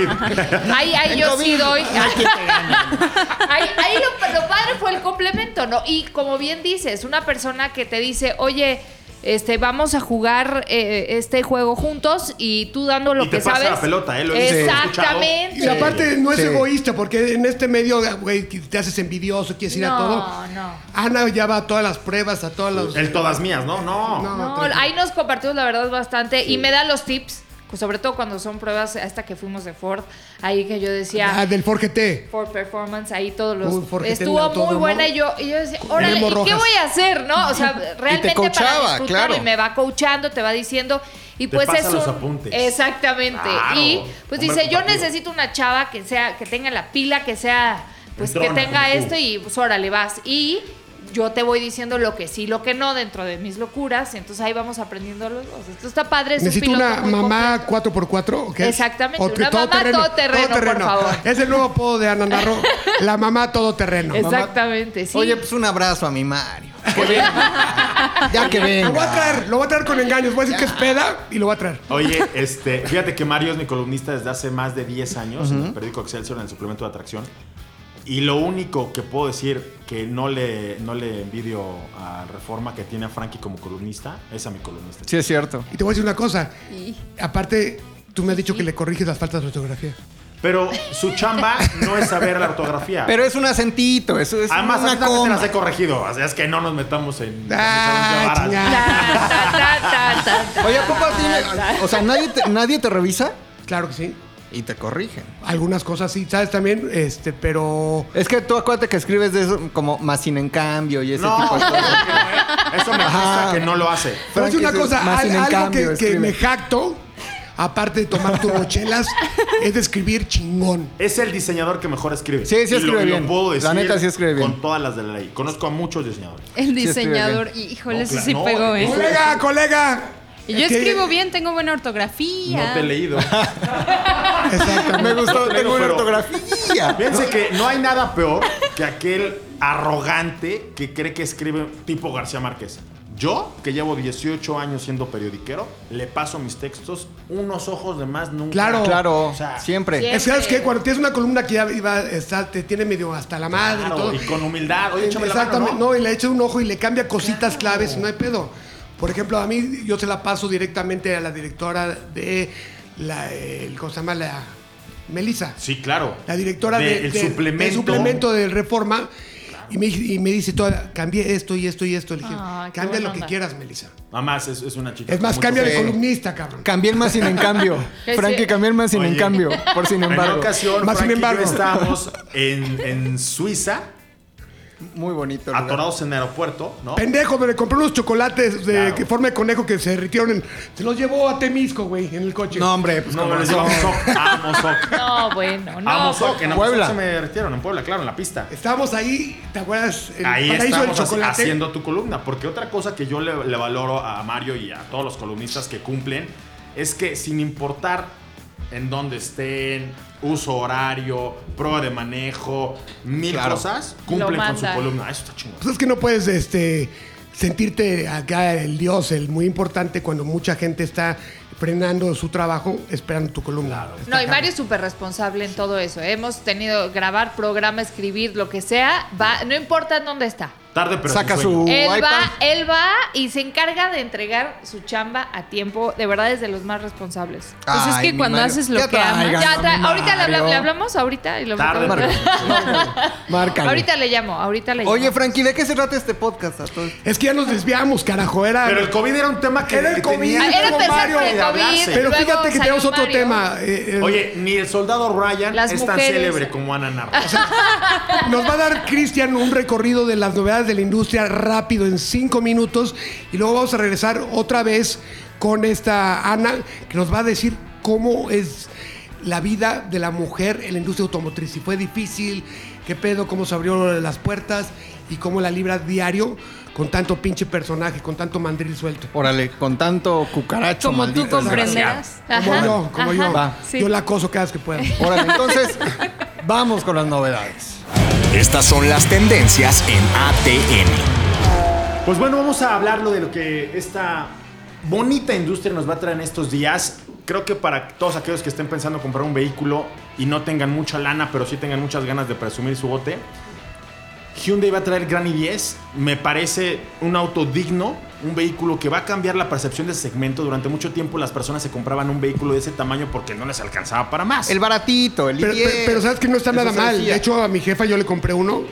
Speaker 7: El COVID.
Speaker 4: qué? Ahí, ahí yo sí doy. Ahí, ahí lo, lo padre fue el complemento, ¿no? Y como bien dices, una persona que te dice, oye, Este, vamos a jugar eh, este juego juntos y tú dando lo
Speaker 7: Y te
Speaker 4: que
Speaker 7: pasa
Speaker 4: sabes.
Speaker 7: la pelota, ¿eh? Lo hemos
Speaker 4: Exactamente.
Speaker 2: Y aparte no es
Speaker 5: Sí.
Speaker 2: egoísta, porque en este medio, güey, que te haces envidioso, quieres ir a
Speaker 4: No,
Speaker 2: todo.
Speaker 4: no.
Speaker 2: Ana ya va a todas las pruebas, a todas las...
Speaker 7: El todas mías, ¿no? No.
Speaker 2: No.
Speaker 4: No,
Speaker 2: tranquilo.
Speaker 4: ahí nos compartimos la verdad bastante y me da los tips, pues, sobre todo cuando son pruebas hasta que fuimos de Ford, ahí que yo
Speaker 2: Ah,
Speaker 4: decía
Speaker 2: del Forgete.
Speaker 4: Ford Performance, ahí todos los
Speaker 2: Uy, Ford, que tenga
Speaker 4: estuvo muy
Speaker 2: autódromo.
Speaker 4: buena y yo, y yo decía, órale,
Speaker 2: Memo
Speaker 4: ¿y qué
Speaker 2: Rojas.
Speaker 4: voy a hacer? ¿No? O sea, realmente para
Speaker 5: coachaba,
Speaker 4: disfrutarlo
Speaker 5: claro.
Speaker 4: y me va coachando, te va diciendo y
Speaker 7: Te
Speaker 4: pues
Speaker 7: pasa
Speaker 4: es
Speaker 7: los
Speaker 4: un-
Speaker 7: apuntes.
Speaker 4: exactamente.
Speaker 7: Claro,
Speaker 4: y pues
Speaker 7: hombre
Speaker 4: dice, "Yo
Speaker 7: compartido".
Speaker 4: necesito una chava que sea que tenga la pila, que sea pues que
Speaker 7: Entrona,
Speaker 4: tenga
Speaker 7: como tú.
Speaker 4: esto y pues órale, vas. Y yo te voy diciendo lo que sí, lo que no dentro de mis locuras. Entonces ahí vamos aprendiendo los dos. Esto está padre, es
Speaker 2: Necesito
Speaker 4: un piloto
Speaker 2: una
Speaker 4: muy
Speaker 2: mamá
Speaker 4: completo.
Speaker 2: 4x4. ¿o qué es?
Speaker 4: Exactamente,
Speaker 2: O tu-
Speaker 4: una mamá todoterreno, por favor.
Speaker 2: Es el nuevo apodo de Ana Narro, la mamá todoterreno.
Speaker 5: Exacto.
Speaker 4: Exactamente, sí.
Speaker 5: Oye, pues un abrazo a mi Mario. ya que venga.
Speaker 2: Lo voy a traer, lo voy a traer con engaños. Voy a decir que es peda y lo voy a traer.
Speaker 7: Oye, este, fíjate que Mario es mi columnista desde hace más de 10 años en el periódico Excelsior, en el suplemento de atracción. Y lo único que puedo decir que no le, no le envidio a Reforma que tiene a Frankie como columnista es a mi columnista.
Speaker 5: Sí, es cierto.
Speaker 2: Y te voy a decir una cosa.
Speaker 6: Y-
Speaker 2: Aparte, tú me has dicho que le corriges las faltas de ortografía.
Speaker 7: Pero su chamba no es saber la ortografía.
Speaker 5: Pero es un acentito, eso es
Speaker 7: Además,
Speaker 5: una
Speaker 7: a ti también
Speaker 5: coma.
Speaker 7: las he corregido. O sea, es que no nos metamos en. en esas
Speaker 2: Ah,
Speaker 7: varas.
Speaker 4: Ta,
Speaker 2: chingada.
Speaker 4: ta, ta, ta, ta, ta.
Speaker 5: Oye, ¿a poco a ti me- O sea, nadie te, nadie te revisa
Speaker 2: Claro que sí.
Speaker 5: y te corrigen.
Speaker 2: Algunas cosas sí, sabes también, este, pero
Speaker 5: Es que tú acuérdate que escribes de eso como más sin en cambio y ese
Speaker 7: No,
Speaker 5: tipo de cosas.
Speaker 7: eso me
Speaker 5: Ajá.
Speaker 7: gusta que no lo hace.
Speaker 2: Pero es
Speaker 5: Frankie
Speaker 2: una
Speaker 5: es
Speaker 2: cosa,
Speaker 5: más
Speaker 2: al-
Speaker 5: sin en
Speaker 2: algo
Speaker 5: cambio,
Speaker 2: que, que
Speaker 5: escribe.
Speaker 2: me jacto, aparte de tomar turbochelas, es de escribir chingón.
Speaker 7: Es el diseñador que mejor escribe.
Speaker 5: Sí, sí
Speaker 7: Y
Speaker 5: escribe
Speaker 7: lo, y lo
Speaker 5: bien.
Speaker 7: puedo
Speaker 5: La
Speaker 7: decir
Speaker 5: neta, sí escribe bien.
Speaker 7: Con todas las de la ley. Conozco a muchos diseñadores.
Speaker 6: El
Speaker 5: Sí, escribe bien.
Speaker 6: diseñador, y, híjole,
Speaker 7: No,
Speaker 6: eso
Speaker 7: claro,
Speaker 6: sí
Speaker 7: no,
Speaker 6: pegó, ¿eh?
Speaker 7: eso-
Speaker 2: Colega, colega.
Speaker 6: Y yo
Speaker 2: Es que-
Speaker 6: escribo bien, tengo buena ortografía.
Speaker 7: No te he leído.
Speaker 2: Exactamente.
Speaker 5: Me gustó, tengo una
Speaker 7: Pero-
Speaker 5: ortografía.
Speaker 7: Fíjense que no hay nada peor que aquel arrogante que cree que escribe tipo García Márquez. Yo, que llevo 18 años siendo periodiquero, le paso mis textos unos ojos de más nunca.
Speaker 2: Claro.
Speaker 5: Claro,
Speaker 7: O sea,
Speaker 5: siempre.
Speaker 4: siempre.
Speaker 2: Es que, ¿sabes qué? Cuando tienes una columna que ya iba, está- te tiene medio hasta la madre
Speaker 7: Claro,
Speaker 2: y todo.
Speaker 7: y con humildad. Oye, échame
Speaker 2: Exactamente,
Speaker 7: la mano,
Speaker 2: ¿no? y le echa un ojo y le cambia cositas claves, no hay pedo. Por ejemplo, a mí yo se la paso directamente a la directora de la, eh, el, ¿cómo se llama? La Melissa.
Speaker 7: Sí, claro.
Speaker 2: la directora de-
Speaker 7: el
Speaker 2: de-
Speaker 7: suplemento.
Speaker 2: del suplemento de Reforma y me, y me dice toda, cambié esto y esto y esto. Le dije,
Speaker 4: Ah, qué
Speaker 2: cambia
Speaker 4: buena
Speaker 2: lo que
Speaker 4: onda.
Speaker 2: quieras, Melissa.
Speaker 7: Nada más, es, es una chica.
Speaker 2: Es más,
Speaker 7: con
Speaker 2: cambia
Speaker 7: mucho
Speaker 2: de
Speaker 5: Sí.
Speaker 2: columnista, cabrón.
Speaker 5: Cambié el más sin en cambio.
Speaker 4: Que
Speaker 5: Frankie,
Speaker 4: sí.
Speaker 5: cambié el más sin en
Speaker 7: Oye,
Speaker 5: cambio. Por sin
Speaker 7: En
Speaker 5: embargo.
Speaker 7: una ocasión,
Speaker 2: Más sin
Speaker 7: Frank y yo
Speaker 2: embargo.
Speaker 7: estábamos en, en Suiza,
Speaker 5: Muy bonito. lugar.
Speaker 7: atorados en el aeropuerto, ¿no?
Speaker 2: Pendejo, me compré unos chocolates de
Speaker 7: Claro.
Speaker 2: que forma de conejo que se derritieron. en- se los llevó a Temisco, güey, en el coche.
Speaker 5: No, hombre, pues
Speaker 7: No,
Speaker 5: como
Speaker 7: me los
Speaker 5: no.
Speaker 7: llevamos a Mozoc.
Speaker 4: No, bueno,
Speaker 7: A
Speaker 4: no. pues,
Speaker 7: Mozoc, en
Speaker 5: Puebla.
Speaker 7: Puebla. pues, Se me derritieron en Puebla, claro, en la pista.
Speaker 2: Estábamos ahí, ¿te acuerdas? El
Speaker 7: Ahí
Speaker 2: paraíso del
Speaker 7: estamos ha-
Speaker 2: chocolate.
Speaker 7: haciendo tu columna. Porque otra cosa que yo le, le valoro a Mario y a todos los columnistas que cumplen es que sin importar en dónde estén, uso horario, prueba de manejo, mil
Speaker 5: Claro.
Speaker 7: cosas, cumplen
Speaker 4: Lo
Speaker 7: con su
Speaker 4: mandan.
Speaker 7: columna. Eso está chingón.
Speaker 2: Pues es que no puedes este, sentirte acá el dios, el muy importante, cuando mucha gente está frenando su trabajo esperando tu columna. Está
Speaker 4: No, y
Speaker 2: cabrón.
Speaker 4: Mario es súper responsable en todo eso. ¿eh? Hemos tenido grabar, programa, escribir, lo que sea. Va, no importa en dónde está.
Speaker 7: Tarde, pero
Speaker 5: Saca
Speaker 7: sin sueño.
Speaker 5: su
Speaker 4: Él
Speaker 5: iPad.
Speaker 4: va, él va y se encarga de entregar su chamba a tiempo. De verdad es de los más responsables.
Speaker 6: Pues es
Speaker 5: Ah, Ay,
Speaker 6: que
Speaker 5: mi
Speaker 6: cuando
Speaker 5: Mario.
Speaker 6: haces lo
Speaker 5: Ya
Speaker 6: que amas.
Speaker 5: tráiganlo,
Speaker 4: Ya, tra-
Speaker 5: mi
Speaker 4: ahorita le habla- le hablamos,
Speaker 5: Mario.
Speaker 4: ahorita y lo
Speaker 7: Tarde,
Speaker 4: metemos.
Speaker 7: pero sin sueño.
Speaker 5: Márcale.
Speaker 4: Ahorita le llamo, ahorita le llamo.
Speaker 5: Oye, Frankie, ¿de qué se trata este podcast? A todos?
Speaker 2: Es que ya nos desviamos, carajo. Era.
Speaker 7: Pero el COVID era un tema que.
Speaker 2: Era el
Speaker 7: que
Speaker 2: COVID,
Speaker 7: tenía
Speaker 4: Ah,
Speaker 2: era
Speaker 4: era
Speaker 2: con
Speaker 4: empezar
Speaker 2: Mario,
Speaker 4: con el
Speaker 7: de hablarse.
Speaker 4: COVID,
Speaker 2: Pero
Speaker 4: luego
Speaker 2: fíjate que
Speaker 4: salió
Speaker 2: tenemos otro
Speaker 4: Mario.
Speaker 2: tema. eh, eh,
Speaker 7: Oye, ni el soldado Ryan
Speaker 4: Las
Speaker 7: es tan
Speaker 4: mujeres.
Speaker 7: célebre como Ana Narro.
Speaker 2: Nos va a dar Cristian un recorrido de las novedades de la industria rápido en cinco minutos y luego vamos a regresar otra vez con esta Ana que nos va a decir cómo es la vida de la mujer en la industria automotriz. Si fue difícil, qué pedo, cómo se abrieron las puertas y cómo la libra diario con tanto pinche personaje, con tanto mandril suelto.
Speaker 5: Órale, con tanto cucaracho.
Speaker 6: Como tú
Speaker 5: maldito desgraciado.
Speaker 6: comprenderás.
Speaker 2: Como
Speaker 4: Ajá,
Speaker 2: yo, como
Speaker 4: ajá.
Speaker 2: yo.
Speaker 5: Va.
Speaker 2: Yo la acoso cada vez que pueda.
Speaker 5: Órale, entonces, vamos con las novedades.
Speaker 1: Estas son las tendencias en ATM.
Speaker 7: Pues bueno, vamos a hablarlo de lo que esta bonita industria nos va a traer en estos días. Creo que para todos aquellos que estén pensando comprar un vehículo y no tengan mucha lana, pero sí tengan muchas ganas de presumir su bote, Hyundai va a traer Gran i10. Me parece un auto digno, un vehículo que va a cambiar la percepción del segmento. Durante mucho tiempo las personas se compraban un vehículo de ese tamaño porque no les alcanzaba para más.
Speaker 5: El baratito, el
Speaker 2: Pero, pero-
Speaker 5: i10.
Speaker 2: pero sabes que no está
Speaker 7: Eso
Speaker 2: nada
Speaker 7: se
Speaker 2: mal.
Speaker 7: decía.
Speaker 2: De hecho, a mi jefa yo le compré uno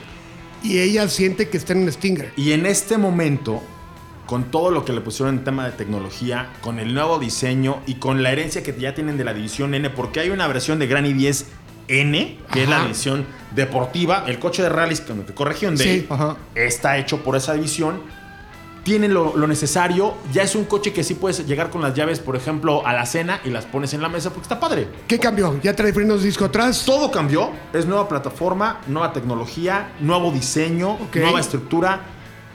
Speaker 2: y ella siente que está en un Stinger.
Speaker 7: Y en este momento, con todo lo que le pusieron en tema de tecnología, con el nuevo diseño y con la herencia que ya tienen de la división N, porque hay una versión de Gran i10 N, que es la
Speaker 2: Ajá.
Speaker 7: división deportiva, el coche de rallies que te corre Hyundai,
Speaker 2: Sí.
Speaker 5: Ajá.
Speaker 7: está hecho por esa división. Tienen lo, lo necesario, ya es un coche que sí puedes llegar con las llaves, por ejemplo, a la cena y las pones en la mesa porque está padre.
Speaker 2: ¿Qué cambió? ¿Ya trae frenos disco atrás?
Speaker 7: Todo cambió. Es nueva plataforma, nueva tecnología, nuevo diseño,
Speaker 2: Ok.
Speaker 7: nueva estructura.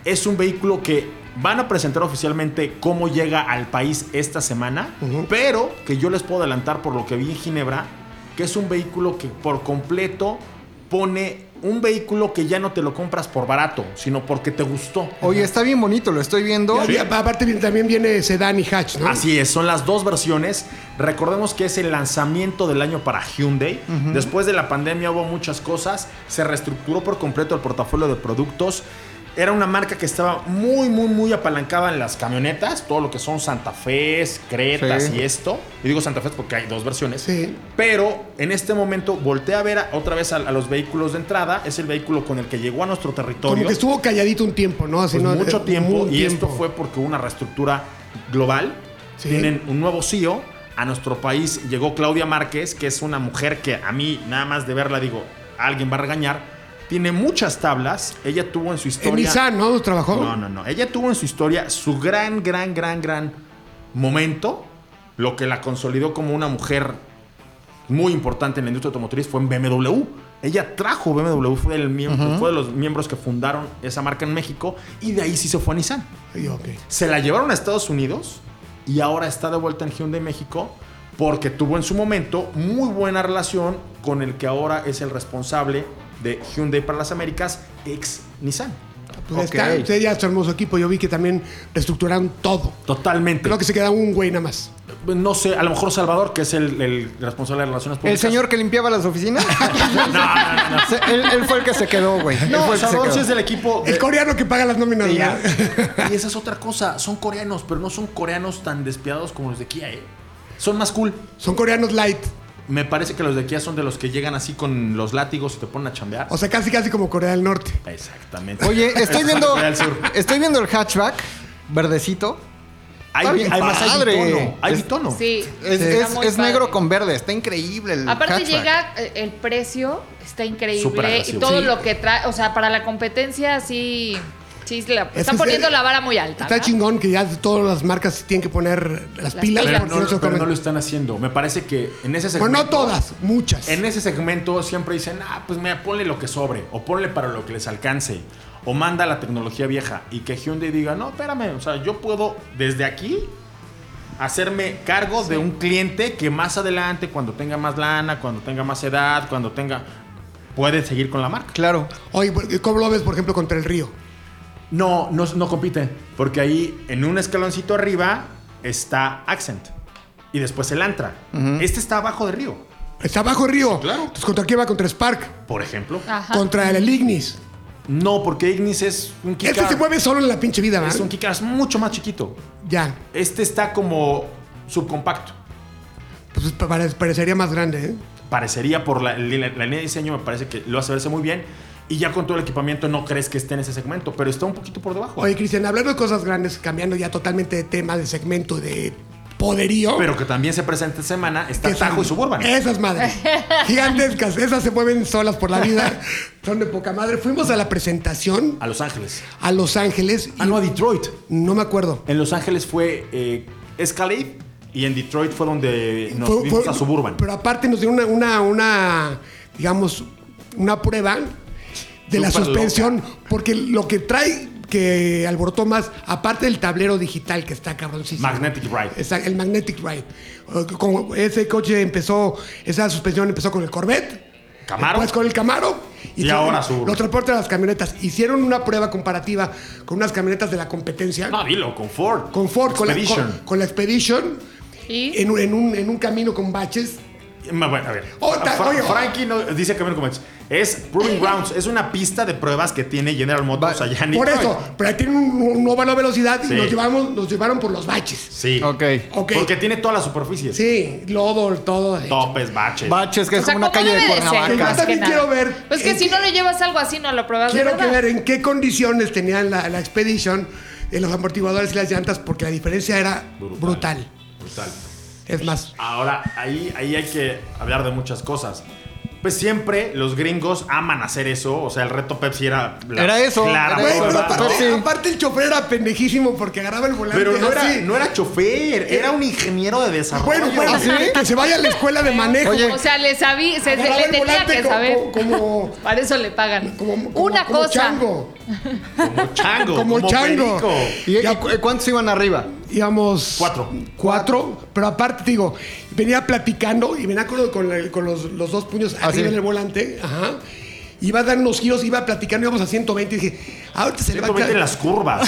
Speaker 7: Es un vehículo que van a presentar oficialmente cómo llega al país esta semana,
Speaker 2: Ujú.
Speaker 7: pero que yo les puedo adelantar por lo que vi en Ginebra, que es un vehículo que por completo pone un vehículo que ya no te lo compras por barato, sino porque te gustó.
Speaker 5: Oye, está bien bonito, lo estoy viendo.
Speaker 2: Ya- ya- aparte viene- también viene sedán y hatch, ¿no?
Speaker 7: Así es, son las dos versiones. Recordemos que es el lanzamiento del año para Hyundai. Después de la pandemia hubo muchas cosas. Se reestructuró por completo el portafolio de productos. Era una marca que estaba muy, muy, muy apalancada en las camionetas. Todo lo que son Santa Fe, Cretas
Speaker 5: Sí.
Speaker 7: y esto. Y digo Santa Fe porque hay dos versiones.
Speaker 2: Sí.
Speaker 7: Pero en este momento voltea a ver a- otra vez a, a los vehículos de entrada. Es el vehículo con el que llegó a nuestro territorio.
Speaker 2: Como que estuvo calladito un tiempo, ¿no? Así
Speaker 7: Pues
Speaker 2: no-
Speaker 7: mucho
Speaker 2: un
Speaker 7: tiempo y esto
Speaker 2: tiempo.
Speaker 7: fue porque hubo una reestructura global.
Speaker 2: Sí.
Speaker 7: Tienen un nuevo CEO. A nuestro país llegó Claudia Márquez, que es una mujer que a mí nada más de verla digo, alguien va a regañar. Tiene muchas tablas. Ella tuvo en
Speaker 2: En
Speaker 7: su historia
Speaker 2: Nissan, ¿no? Trabajó.
Speaker 7: no, no, no. Ella tuvo en su historia su gran, gran, gran, gran momento. Lo que la consolidó como una mujer muy importante en la industria automotriz fue en BMW. Ella trajo BMW, fue, el miemb- fue de los miembros que fundaron esa marca en México y de ahí sí se fue a Nissan.
Speaker 2: Y ok.
Speaker 7: Se la llevaron a Estados Unidos y ahora está de vuelta en Hyundai México porque tuvo en su momento muy buena relación con el que ahora es el responsable de Hyundai para las Américas, ex Nissan.
Speaker 2: Pues ya
Speaker 5: Ok.
Speaker 2: está, usted ya su hermoso equipo. Yo vi que también reestructuraron todo.
Speaker 7: Totalmente.
Speaker 2: Creo que se queda un güey nada más.
Speaker 7: pues, No sé, a lo mejor Salvador, que es el, el responsable de relaciones
Speaker 5: El
Speaker 7: públicas.
Speaker 5: señor que limpiaba las oficinas.
Speaker 7: No, no, no.
Speaker 5: Se- él, él fue el que se quedó, güey. Él
Speaker 7: No,
Speaker 5: fue el que se
Speaker 7: Salvador sí
Speaker 5: quedó.
Speaker 7: es del equipo.
Speaker 2: El
Speaker 7: de-
Speaker 2: coreano que paga las nóminas.
Speaker 7: de-
Speaker 2: ¿verdad?
Speaker 7: Y esa es otra cosa. Son coreanos, pero no son coreanos tan despiadados como los de Kia, ¿eh? Son más cool.
Speaker 2: Son coreanos light.
Speaker 7: Me parece que los de Kia son de los que llegan así con los látigos y te ponen a chambear.
Speaker 2: O sea, casi casi como Corea del Norte.
Speaker 7: Exactamente.
Speaker 5: Oye, estoy viendo,
Speaker 7: Corea del Sur.
Speaker 5: estoy viendo el hatchback verdecito.
Speaker 7: Hay,
Speaker 5: está bien
Speaker 7: hay más, hay
Speaker 5: padre.
Speaker 7: bitono. Hay
Speaker 5: Es-
Speaker 7: bitono.
Speaker 4: Sí.
Speaker 5: Es,
Speaker 4: está
Speaker 5: es-
Speaker 4: muy
Speaker 5: es negro
Speaker 4: padre.
Speaker 5: con verde, está increíble el
Speaker 4: Aparte
Speaker 5: hatchback.
Speaker 4: llega eh, el precio, está
Speaker 7: Súper
Speaker 4: increíble. Y
Speaker 7: agresivo.
Speaker 4: todo
Speaker 2: Sí.
Speaker 4: lo que trae, o sea, para la competencia sí, sí se la-
Speaker 2: que
Speaker 4: están
Speaker 2: es-
Speaker 4: poniendo la vara muy alta.
Speaker 2: Está
Speaker 4: ¿no?
Speaker 2: chingón que ya todas las marcas tienen que poner las,
Speaker 4: Las
Speaker 2: pilas.
Speaker 7: Pero
Speaker 4: pilas.
Speaker 2: porque
Speaker 7: no,
Speaker 2: no se
Speaker 7: pero
Speaker 2: comen.
Speaker 7: no lo están haciendo. Me parece que en ese
Speaker 2: Bueno, no
Speaker 7: segmento-
Speaker 2: todas, muchas.
Speaker 7: En ese segmento siempre dicen, ah, pues mira, ponle lo que sobre, o ponle para lo que les alcance, o manda la tecnología vieja, y que Hyundai diga, no, espérame, o sea, yo puedo desde aquí hacerme cargo de un cliente que más adelante, cuando tenga más lana, cuando tenga más edad, cuando tenga, puede seguir con la marca.
Speaker 5: Claro.
Speaker 2: Oye, pues, ¿cómo lo ves, por ejemplo, contra el río?
Speaker 7: No, no, no compite, porque ahí en un escaloncito arriba está Accent, y después el Antra. Este está abajo de Río,
Speaker 2: Está abajo el río.
Speaker 7: claro.
Speaker 2: Entonces, ¿contra quién va? Contra Spark.
Speaker 7: por ejemplo.
Speaker 2: Ah.
Speaker 4: Ajá.
Speaker 2: Contra el Ignis.
Speaker 7: No, porque Ignis es un kick
Speaker 2: Este se mueve solo en la pinche vida, ¿verdad?
Speaker 7: Es un Kikar, es mucho más chiquito.
Speaker 2: Ya.
Speaker 7: Este está como subcompacto.
Speaker 2: Pues pa- pare- parecería más grande, ¿eh?
Speaker 7: Parecería por la, la- la línea de diseño, me parece que lo hace verse muy bien. Y ya con todo el equipamiento no crees que esté en ese segmento, pero está un poquito por debajo.
Speaker 2: Oye, Cristian, hablando de cosas grandes, cambiando ya totalmente de tema, de segmento, de poderío.
Speaker 7: Pero que también se presenta esta semana, está
Speaker 2: Esas-
Speaker 7: Tajo y Suburban.
Speaker 2: Esas madres. Gigantescas. Esas se mueven solas por la vida. Son de poca madre. Fuimos a la presentación
Speaker 7: A Los Ángeles.
Speaker 2: a Los Ángeles. y
Speaker 7: Ah, no, a Detroit.
Speaker 2: no me acuerdo.
Speaker 7: En Los Ángeles fue eh, Escalade y en Detroit fue donde nos
Speaker 2: Fue-
Speaker 7: fuimos
Speaker 2: fue-
Speaker 7: a Suburban.
Speaker 2: Pero aparte nos dieron una, una, una, digamos, una prueba de la
Speaker 7: Súper
Speaker 2: suspensión. Porque lo que trae que alborotó más, aparte del tablero digital que está cabroncísimo.
Speaker 7: Magnetic Ride.
Speaker 2: Esa- el Magnetic Ride. O- con- ese coche empezó, esa suspensión empezó con el Corvette.
Speaker 7: Camaro.
Speaker 2: Después pues con el Camaro.
Speaker 7: Y
Speaker 2: tra-
Speaker 7: ahora Suburban.
Speaker 2: Lo transporte a las camionetas. Hicieron una prueba comparativa con unas camionetas de la competencia.
Speaker 7: No, dilo, con Ford.
Speaker 2: Con Ford, con la,
Speaker 7: Expedition.
Speaker 2: con, con la Expedition.
Speaker 4: ¿Y?
Speaker 2: En, un- en un, en un camino con baches.
Speaker 7: Ma- Bueno, a ver.
Speaker 2: Otra,
Speaker 7: Fra-
Speaker 2: Oh, oye.
Speaker 7: Frankie no- dice Camilo Comex. Es Proving Grounds. Es una pista de pruebas que tiene General Motors
Speaker 5: Va-
Speaker 7: allá en
Speaker 2: Por
Speaker 7: Detroit.
Speaker 2: eso, pero ahí tiene un, un óvalo de velocidad
Speaker 7: Sí.
Speaker 2: y nos, llevamos, nos llevaron por los baches.
Speaker 7: Sí.
Speaker 5: Ok.
Speaker 2: Ok.
Speaker 7: Porque tiene todas las superficies.
Speaker 2: Sí, lodo, todo. de-
Speaker 7: Topes, baches.
Speaker 5: Baches, que
Speaker 4: O
Speaker 5: es
Speaker 4: sea,
Speaker 5: como una
Speaker 4: ¿cómo
Speaker 5: calle de
Speaker 4: debe de ser?
Speaker 2: Yo
Speaker 5: Cuernavaca.
Speaker 4: Más
Speaker 2: también
Speaker 4: que
Speaker 2: quiero
Speaker 4: nada.
Speaker 2: ver
Speaker 4: Pues que
Speaker 2: en
Speaker 4: si
Speaker 2: qué-
Speaker 4: no le llevas algo así, no lo pruebas. de
Speaker 2: Quiero que
Speaker 4: verdad.
Speaker 2: ver en qué condiciones tenían la, la Expedition, eh, los amortiguadores y las llantas, porque la diferencia era brutal.
Speaker 7: Brutal.
Speaker 2: Es más,
Speaker 7: Ahora, ahí, ahí hay que hablar de muchas cosas. Pues siempre los gringos aman hacer eso. O sea, el reto Pepsi era... la
Speaker 5: Era eso,
Speaker 7: clara
Speaker 5: era
Speaker 2: Güey,
Speaker 5: eso,
Speaker 7: prueba,
Speaker 2: pero
Speaker 5: ¿verdad?
Speaker 2: aparte,
Speaker 5: Sí.
Speaker 2: aparte el chofer era pendejísimo porque agarraba el volante.
Speaker 7: Pero no era,
Speaker 2: así.
Speaker 7: no era chofer, era un ingeniero de desarrollo.
Speaker 2: Bueno, bueno, que se vaya a la escuela de manejo.
Speaker 5: Oye,
Speaker 4: O sea, le sabí, se, se-
Speaker 2: Agarraba
Speaker 4: le
Speaker 2: el
Speaker 4: tenía
Speaker 2: volante
Speaker 4: que
Speaker 2: co-
Speaker 4: saber.
Speaker 2: co- Como,
Speaker 4: Para eso le pagan.
Speaker 2: como, como-
Speaker 4: Una
Speaker 2: como
Speaker 4: cosa.
Speaker 2: chango.
Speaker 7: Como chango.
Speaker 2: Como chango.
Speaker 7: perico.
Speaker 5: ¿Y, y cu- cuántos iban arriba?
Speaker 2: Íbamos.
Speaker 7: Cuatro.
Speaker 2: Cuatro. Pero aparte, digo, venía platicando y venía acuerdo con, la- con los, los dos puños
Speaker 5: Ah,
Speaker 2: arriba
Speaker 5: sí.
Speaker 2: en el volante. Ajá. Iba a dar unos giros, iba platicando, íbamos a 120. Y dije, ahorita se le va a
Speaker 7: 120
Speaker 2: clavar.
Speaker 7: en las curvas.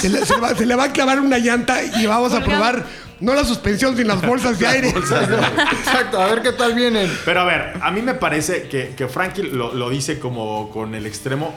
Speaker 2: Se le, se le va, se le va a clavar una llanta y vamos a
Speaker 4: Colgado.
Speaker 2: probar no la suspensión, sino las bolsas de aire.
Speaker 5: Exacto, a ver qué tal vienen.
Speaker 7: Pero a ver, a mí me parece que, que Frankie lo, lo dice como con el extremo.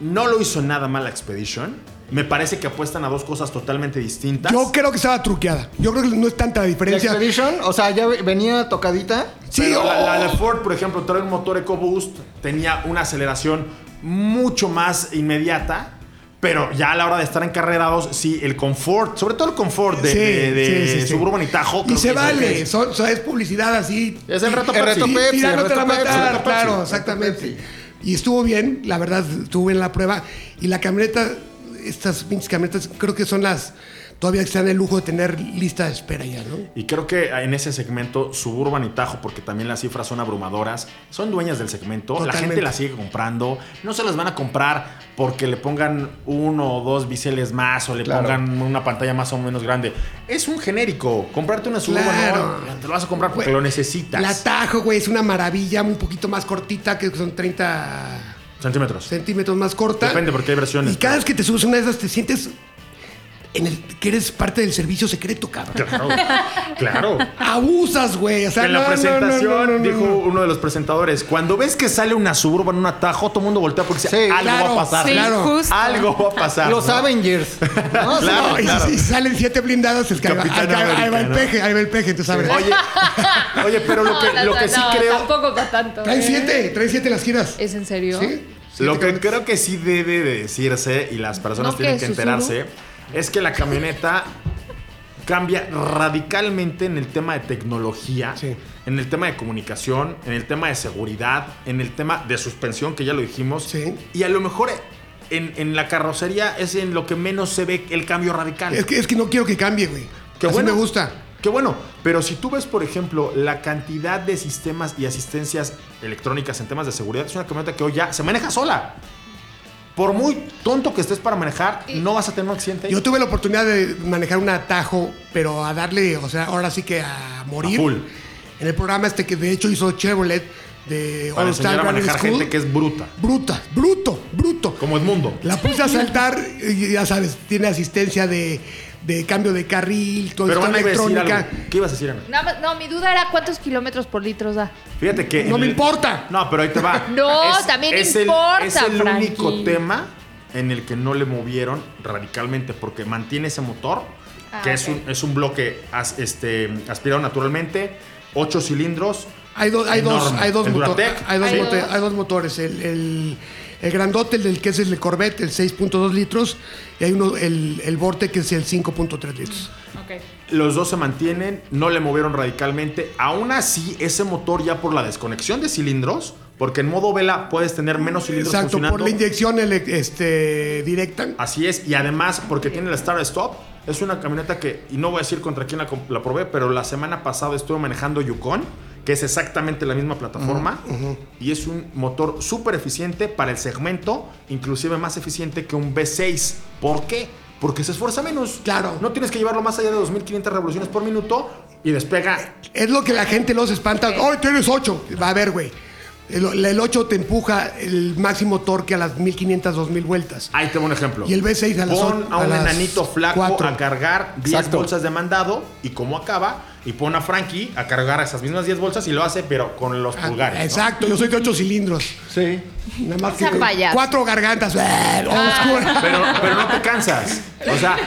Speaker 7: No lo hizo nada mal la Expedition. Me parece que apuestan a dos cosas totalmente distintas.
Speaker 2: Yo creo que estaba truqueada. Yo creo que no es tanta la
Speaker 5: ¿La
Speaker 2: diferencia.
Speaker 5: Expedition? O sea, ya ve- venía tocadita.
Speaker 2: Sí, oh.
Speaker 7: Pero la, la de
Speaker 2: o-
Speaker 7: Ford, por ejemplo, trae un motor EcoBoost, tenía una aceleración mucho más inmediata, pero ya a la hora de estar encarrerados, sí, el confort, sobre todo el confort de,
Speaker 2: Sí,
Speaker 7: de- de
Speaker 2: sí, sí, sí.
Speaker 7: Suburban y Tajo.
Speaker 2: Y
Speaker 7: creo
Speaker 2: se
Speaker 7: que es el que
Speaker 2: vale,
Speaker 7: es.
Speaker 2: son- son- es publicidad así.
Speaker 7: Es el reto
Speaker 5: El
Speaker 7: Pepsi.
Speaker 5: reto Pep- Pepsi,
Speaker 2: Tirándote la
Speaker 5: Reto Pepsi,
Speaker 2: matar,
Speaker 5: Reto
Speaker 2: claro,
Speaker 5: Pepsi,
Speaker 2: exactamente. Y estuvo bien, la verdad, estuvo bien la prueba. Y la camioneta, estas pinches camionetas, creo que son las todavía que están el lujo de tener lista de espera ya, ¿no?
Speaker 7: Y creo que en ese segmento, Suburban y Tajo, porque también las cifras son abrumadoras, son dueñas del segmento. La gente
Speaker 2: Totalmente.
Speaker 7: las sigue comprando. No se las van a comprar porque le pongan uno o dos biseles más o le
Speaker 5: Claro.
Speaker 7: pongan una pantalla más o menos grande. Es un genérico. Comprarte una Suburban
Speaker 2: Claro.
Speaker 7: no, te lo vas a comprar porque
Speaker 2: Güey,
Speaker 7: lo necesitas.
Speaker 2: La Tajo, güey, es una maravilla, un poquito más cortita, que son 30
Speaker 7: Centímetros.
Speaker 2: centímetros más corta.
Speaker 7: Depende, porque hay versiones,
Speaker 2: Y cada
Speaker 7: pero-
Speaker 2: vez que te subes una de esas te sientes en el que eres parte del servicio secreto, cabrón.
Speaker 7: Claro. claro.
Speaker 2: Abusas, güey. O sea,
Speaker 7: en
Speaker 2: no, no, no,
Speaker 7: la
Speaker 2: no,
Speaker 7: presentación
Speaker 2: no, no, no.
Speaker 7: dijo uno de los presentadores, cuando ves que sale una Suburban, un atajo, todo el mundo voltea porque dice,
Speaker 5: Sí,
Speaker 7: algo
Speaker 2: claro,
Speaker 7: va a pasar.
Speaker 2: sí, Claro.
Speaker 6: justo.
Speaker 7: Algo va a pasar.
Speaker 5: Los
Speaker 7: ¿no?
Speaker 5: Avengers. ¿no?
Speaker 7: Claro.
Speaker 2: No, y, y salen siete blindadas, es que ahí va, ahí
Speaker 7: Capitán
Speaker 2: va- ahí va el
Speaker 7: América, ¿no?
Speaker 2: peje, ahí va el peje, entonces a ver.
Speaker 7: Oye, oye, pero lo que,
Speaker 4: No,
Speaker 7: lo
Speaker 4: no,
Speaker 7: que sí
Speaker 4: no,
Speaker 7: creo.
Speaker 4: Tampoco para tanto.
Speaker 2: Traen
Speaker 4: ¿eh?
Speaker 2: siete, traen siete las giras.
Speaker 4: ¿Es en serio?
Speaker 2: ¿Sí?
Speaker 7: Lo que creo que sí debe de decirse y las personas
Speaker 4: ¿No
Speaker 7: tienen
Speaker 4: que
Speaker 7: que enterarse es que la camioneta cambia radicalmente en el tema de tecnología,
Speaker 2: Sí.
Speaker 7: en el tema de comunicación, en el tema de seguridad, en el tema de suspensión, que ya lo dijimos.
Speaker 2: Sí.
Speaker 7: Y a lo mejor en, en la carrocería es en lo que menos se ve el cambio radical.
Speaker 2: Es que, es que no quiero que cambie, güey.
Speaker 7: Qué
Speaker 2: Así
Speaker 7: bueno.
Speaker 2: me gusta.
Speaker 7: Qué bueno, pero si tú ves, por ejemplo, la cantidad de sistemas y asistencias electrónicas en temas de seguridad, es una camioneta que hoy ya se maneja sola. Por muy tonto que estés para manejar, no vas a tener un accidente.
Speaker 2: Yo tuve la oportunidad de manejar un atajo, pero a darle, o sea, ahora sí que a morir.
Speaker 7: A full.
Speaker 2: En el programa este que de hecho hizo Chevrolet de
Speaker 7: para enseñar a
Speaker 2: Driving
Speaker 7: manejar
Speaker 2: School.
Speaker 7: gente que es bruta,
Speaker 2: Bruta, bruto, bruto.
Speaker 7: como Edmundo.
Speaker 2: La puse a saltar, y ya sabes, tiene asistencia de, de cambio de carril, todo
Speaker 7: Pero
Speaker 2: esto
Speaker 7: Ana iba a decir
Speaker 2: electrónica.
Speaker 7: algo. ¿Qué ibas a decir, Ana?
Speaker 4: Nada más- no, mi duda era cuántos kilómetros por litro da.
Speaker 7: Fíjate que.
Speaker 2: No
Speaker 7: en
Speaker 2: me
Speaker 7: el-
Speaker 2: importa.
Speaker 7: No, pero ahí te va.
Speaker 4: No, también importa,
Speaker 7: El, es el
Speaker 4: Frankie.
Speaker 7: único tema en el que no le movieron radicalmente, porque mantiene ese motor,
Speaker 4: Ah,
Speaker 7: que es,
Speaker 4: ok.
Speaker 7: un, es un bloque as- este, aspirado naturalmente, ocho cilindros.
Speaker 2: Hay, dos, hay, dos,
Speaker 7: Enorme.
Speaker 2: hay dos
Speaker 7: El
Speaker 2: motores.
Speaker 7: Duratec.
Speaker 2: Hay dos,
Speaker 4: Sí.
Speaker 2: mote- hay dos motores. El, el, el grandote, el del que es el Corvette, el 6.2 litros. Y hay uno, el, el Vorte, que es el 5.3 litros.
Speaker 4: Ok.
Speaker 7: Los dos se mantienen, no le movieron radicalmente. Aún así, ese motor ya por la desconexión de cilindros, porque en modo vela puedes tener menos cilindros
Speaker 2: Exacto,
Speaker 7: funcionando.
Speaker 2: por la inyección ele- este, directa.
Speaker 7: Así es, y además porque tiene la Star Stop, es una camioneta que, y no voy a decir contra quién la, comp- la probé, pero la semana pasada estuve manejando Yukon, que es exactamente la misma plataforma, y es un motor súper eficiente para el segmento, inclusive más eficiente que un V6. ¿Por qué? Porque se esfuerza menos.
Speaker 2: Claro.
Speaker 7: No tienes que llevarlo más allá de 2.500 revoluciones por minuto y despega.
Speaker 2: Es lo que la gente los espanta. ¡Ay, tienes 8! Va a ver, güey. El, 8 te empuja el máximo torque a las 1500, 2000 vueltas.
Speaker 7: Ahí te va un ejemplo.
Speaker 2: Y el V6 a las
Speaker 7: Pon
Speaker 2: o-
Speaker 7: a
Speaker 2: a
Speaker 7: un
Speaker 2: las
Speaker 7: enanito flaco
Speaker 2: cuatro.
Speaker 7: a cargar 10
Speaker 5: Exacto.
Speaker 7: bolsas de mandado y como acaba, y pone a Frankie a cargar esas mismas 10 bolsas y lo hace, pero con los pulgares. ¿no?
Speaker 2: Ah, Exacto, yo soy de ocho cilindros.
Speaker 5: Sí.
Speaker 2: Nada más
Speaker 4: sea
Speaker 2: que
Speaker 4: payaso.
Speaker 2: cuatro gargantas. eh, oscura.
Speaker 7: Pero, pero no te cansas. O sea,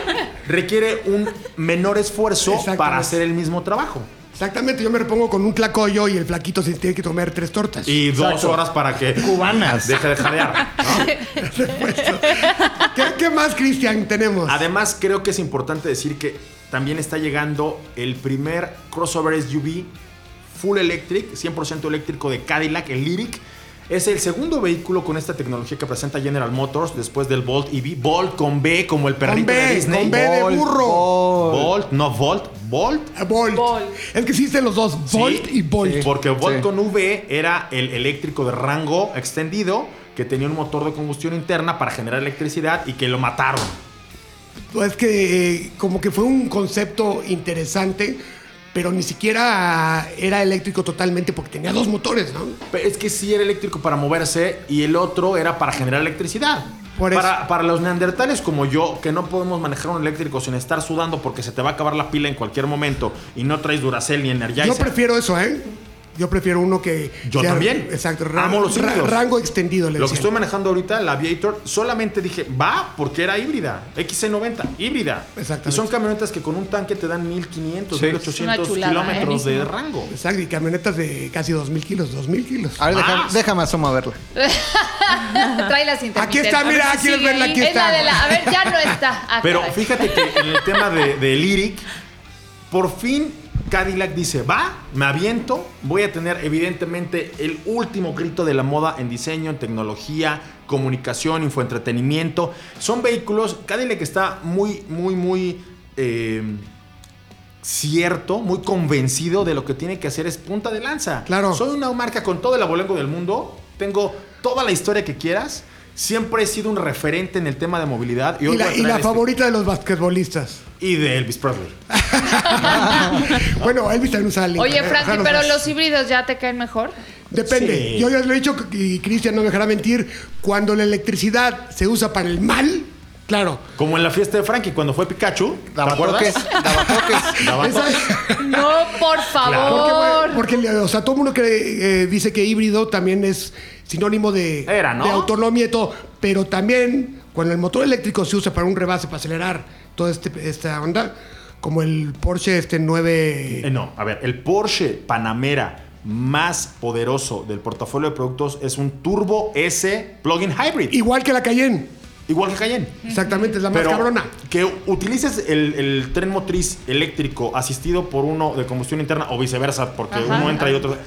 Speaker 7: requiere un menor esfuerzo
Speaker 2: Exactamente.
Speaker 7: para hacer el mismo trabajo.
Speaker 2: Exactamente, yo me repongo con un tlacoyo y el flaquito se tiene que comer tres tortas.
Speaker 7: Y dos horas para que
Speaker 5: Cubanas.
Speaker 7: deje de jadear.
Speaker 2: ¿Qué, qué más, Cristian, tenemos?
Speaker 7: Además, creo que es importante decir que también está llegando el primer crossover SUV full electric, 100% eléctrico de Cadillac, el Lyric. Es el segundo vehículo con esta tecnología que presenta General Motors después del Volt EV. Volt con B, como el
Speaker 2: Con
Speaker 7: perrito de
Speaker 2: B,
Speaker 7: Disney.
Speaker 2: con B de
Speaker 5: Vol,
Speaker 2: burro.
Speaker 5: vol.
Speaker 7: Volt, no Volt, Volt.
Speaker 2: Eh, Volt.
Speaker 4: Volt.
Speaker 2: Es que existen los dos, Volt
Speaker 7: Sí,
Speaker 2: y Volt.
Speaker 7: sí. Porque Volt
Speaker 5: Sí.
Speaker 7: con V era el eléctrico de rango extendido que tenía un motor de combustión interna para generar electricidad y que lo mataron.
Speaker 2: Pues que eh, como que fue un concepto interesante, pero ni siquiera era eléctrico totalmente porque tenía dos motores, ¿no?
Speaker 7: Pero es que sí era eléctrico para moverse y el otro era para generar electricidad.
Speaker 2: Por eso.
Speaker 7: para, para los neandertales como yo, que no podemos manejar un eléctrico sin estar sudando porque se te va a acabar la pila en cualquier momento y no traes Duracell ni Energizer.
Speaker 2: Yo prefiero eso, ¿eh? Yo prefiero uno que.
Speaker 7: Yo también.
Speaker 2: Exacto,
Speaker 7: Amo los híbridos.
Speaker 2: rango extendido. Le
Speaker 7: Lo que
Speaker 2: decían.
Speaker 7: estoy manejando ahorita, la Aviator, solamente dije, va, porque era híbrida. XC90, híbrida.
Speaker 2: Exactamente.
Speaker 7: Y son camionetas que con un tanque te dan 1500,
Speaker 5: Sí.
Speaker 7: 1800
Speaker 4: Es una chulada,
Speaker 7: kilómetros
Speaker 4: ¿eh?
Speaker 7: de rango.
Speaker 2: Exacto, y camionetas de casi 2.000 kilos, 2.000 kilos.
Speaker 5: A ver, deja-
Speaker 7: Más.
Speaker 5: déjame asoma a verla.
Speaker 4: Trae las
Speaker 2: Aquí está,
Speaker 4: intermitentes.
Speaker 2: mira,
Speaker 4: A ver
Speaker 2: ¿quieres
Speaker 4: si sigue
Speaker 2: verla?
Speaker 4: ahí.
Speaker 2: Aquí
Speaker 4: Es
Speaker 2: está.
Speaker 4: la de la- a ver, ya no está. Ah,
Speaker 7: Pero
Speaker 4: caray.
Speaker 7: fíjate que en el tema de, de Lyric, por fin Cadillac dice, va, me aviento, voy a tener evidentemente el último grito de la moda en diseño, en tecnología, comunicación, infoentretenimiento. Son vehículos, Cadillac está muy, muy, muy... eh, cierto, muy convencido de lo que tiene que hacer es punta de lanza.
Speaker 2: Claro.
Speaker 7: Soy una marca con todo el abolengo del mundo, tengo toda la historia que quieras, siempre he sido un referente en el tema de movilidad.
Speaker 2: Y
Speaker 7: hoy voy
Speaker 2: la,
Speaker 7: a
Speaker 2: y
Speaker 7: traer
Speaker 2: la
Speaker 7: este-
Speaker 2: favorita de los basquetbolistas.
Speaker 7: Y de Elvis Presley. Ah.
Speaker 2: Bueno, Elvis también usaba Lincoln.
Speaker 4: Oye,
Speaker 2: ¿eh?
Speaker 4: Frankie,
Speaker 2: Ojalá
Speaker 4: pero
Speaker 2: no-
Speaker 4: los híbridos ya te caen mejor.
Speaker 2: Depende.
Speaker 7: Sí.
Speaker 2: Yo ya lo he dicho y Cristian no me dejará mentir. Cuando la electricidad se usa para el mal, claro.
Speaker 7: Como en la fiesta de Frankie cuando fue Pikachu. ¿Te
Speaker 5: Dabatoques,
Speaker 7: acuerdas?
Speaker 5: dabatoques.
Speaker 7: Daba
Speaker 2: Esa-
Speaker 7: toques.
Speaker 4: No, por
Speaker 2: porque,
Speaker 4: favor.
Speaker 2: porque, o sea, todo el mundo que eh, dice que híbrido también es sinónimo de,
Speaker 7: Era, ¿no?
Speaker 2: de autonomía y todo. Pero también cuando el motor eléctrico se usa para un rebase, para acelerar toda este, esta onda, como el Porsche este 9...
Speaker 7: Eh, no, a ver, el Porsche Panamera más poderoso del portafolio de productos es un Turbo S Plug-in Hybrid.
Speaker 2: Igual que la Cayenne.
Speaker 7: Igual que Cayenne.
Speaker 2: Exactamente, es la más cabrona.
Speaker 7: Que utilices el, el tren motriz eléctrico asistido por uno de combustión interna o viceversa, porque
Speaker 4: Ajá.
Speaker 7: uno entra y otro.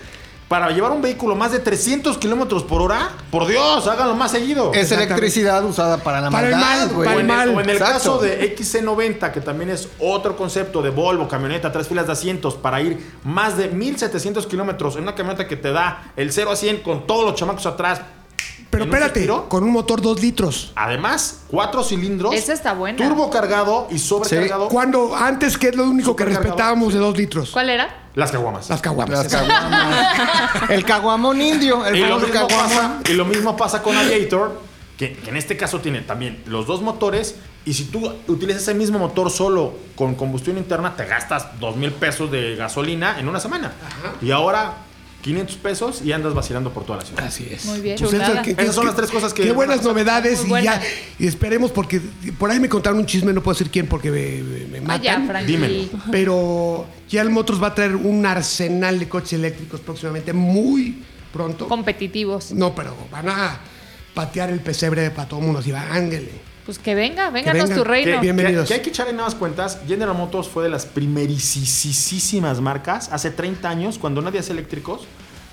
Speaker 7: Para llevar un vehículo más de 300 kilómetros por hora, por Dios, háganlo más seguido.
Speaker 5: Es
Speaker 2: Exactamente.
Speaker 5: electricidad usada para la
Speaker 2: Para el
Speaker 5: maldad,
Speaker 2: mal,
Speaker 5: güey.
Speaker 7: O
Speaker 2: para
Speaker 7: en,
Speaker 2: mal.
Speaker 7: el, o en el
Speaker 5: Exacto.
Speaker 7: caso de XC90, que también es otro concepto de Volvo, camioneta, tres filas de asientos, para ir más de 1700 kilómetros en una camioneta que te da el 0 a 100 con todos los chamacos atrás.
Speaker 2: Pero
Speaker 7: ¿En un
Speaker 2: espérate,
Speaker 7: suspiro?
Speaker 2: con un motor 2 litros.
Speaker 7: Además, cuatro cilindros.
Speaker 4: Esa está buena.
Speaker 7: Turbo cargado y sobrecargado.
Speaker 2: Cuando antes, que es lo único que
Speaker 7: Supercargado.
Speaker 2: respetábamos de 2 litros?
Speaker 4: ¿Cuál era?
Speaker 7: Las caguamas.
Speaker 2: Las caguamas.
Speaker 5: Las caguamas. El caguamón indio, el
Speaker 7: y, lo
Speaker 5: famoso
Speaker 7: mismo
Speaker 5: caguamón.
Speaker 7: pasa, y lo mismo pasa con Aviator, que, que en este caso tiene también los dos motores. Y si tú utilizas ese mismo motor solo con combustión interna, te gastas dos mil pesos de gasolina en una semana. Y ahora 500 pesos y andas vacilando por toda la ciudad.
Speaker 2: Así es.
Speaker 4: Muy bien.
Speaker 6: Chulada.
Speaker 7: Esas son las tres cosas que-
Speaker 2: Pues, Qué buenas novedades
Speaker 4: Muy
Speaker 2: y
Speaker 4: buena.
Speaker 2: ya. Y esperemos porque por ahí me contaron un chisme, no puedo decir quién porque me, me- me
Speaker 4: Ah, ya,
Speaker 2: matan.
Speaker 4: Frankie.
Speaker 7: dímelo.
Speaker 2: pero ya el Motors va a traer un arsenal de coches eléctricos próximamente, muy pronto.
Speaker 4: Competitivos.
Speaker 2: No, pero van a patear el pesebre para todo el mundo. Así va, ángele.
Speaker 4: Pues que venga,
Speaker 2: Que
Speaker 4: vénganos
Speaker 2: vengan.
Speaker 4: tu reino.
Speaker 2: Que-
Speaker 7: ¿eh?
Speaker 2: Bienvenidos.
Speaker 7: Que, que hay que echar en nuevas cuentas. General Motors fue de las primerísimas marcas hace 30 años, cuando nadie hacía eléctricos.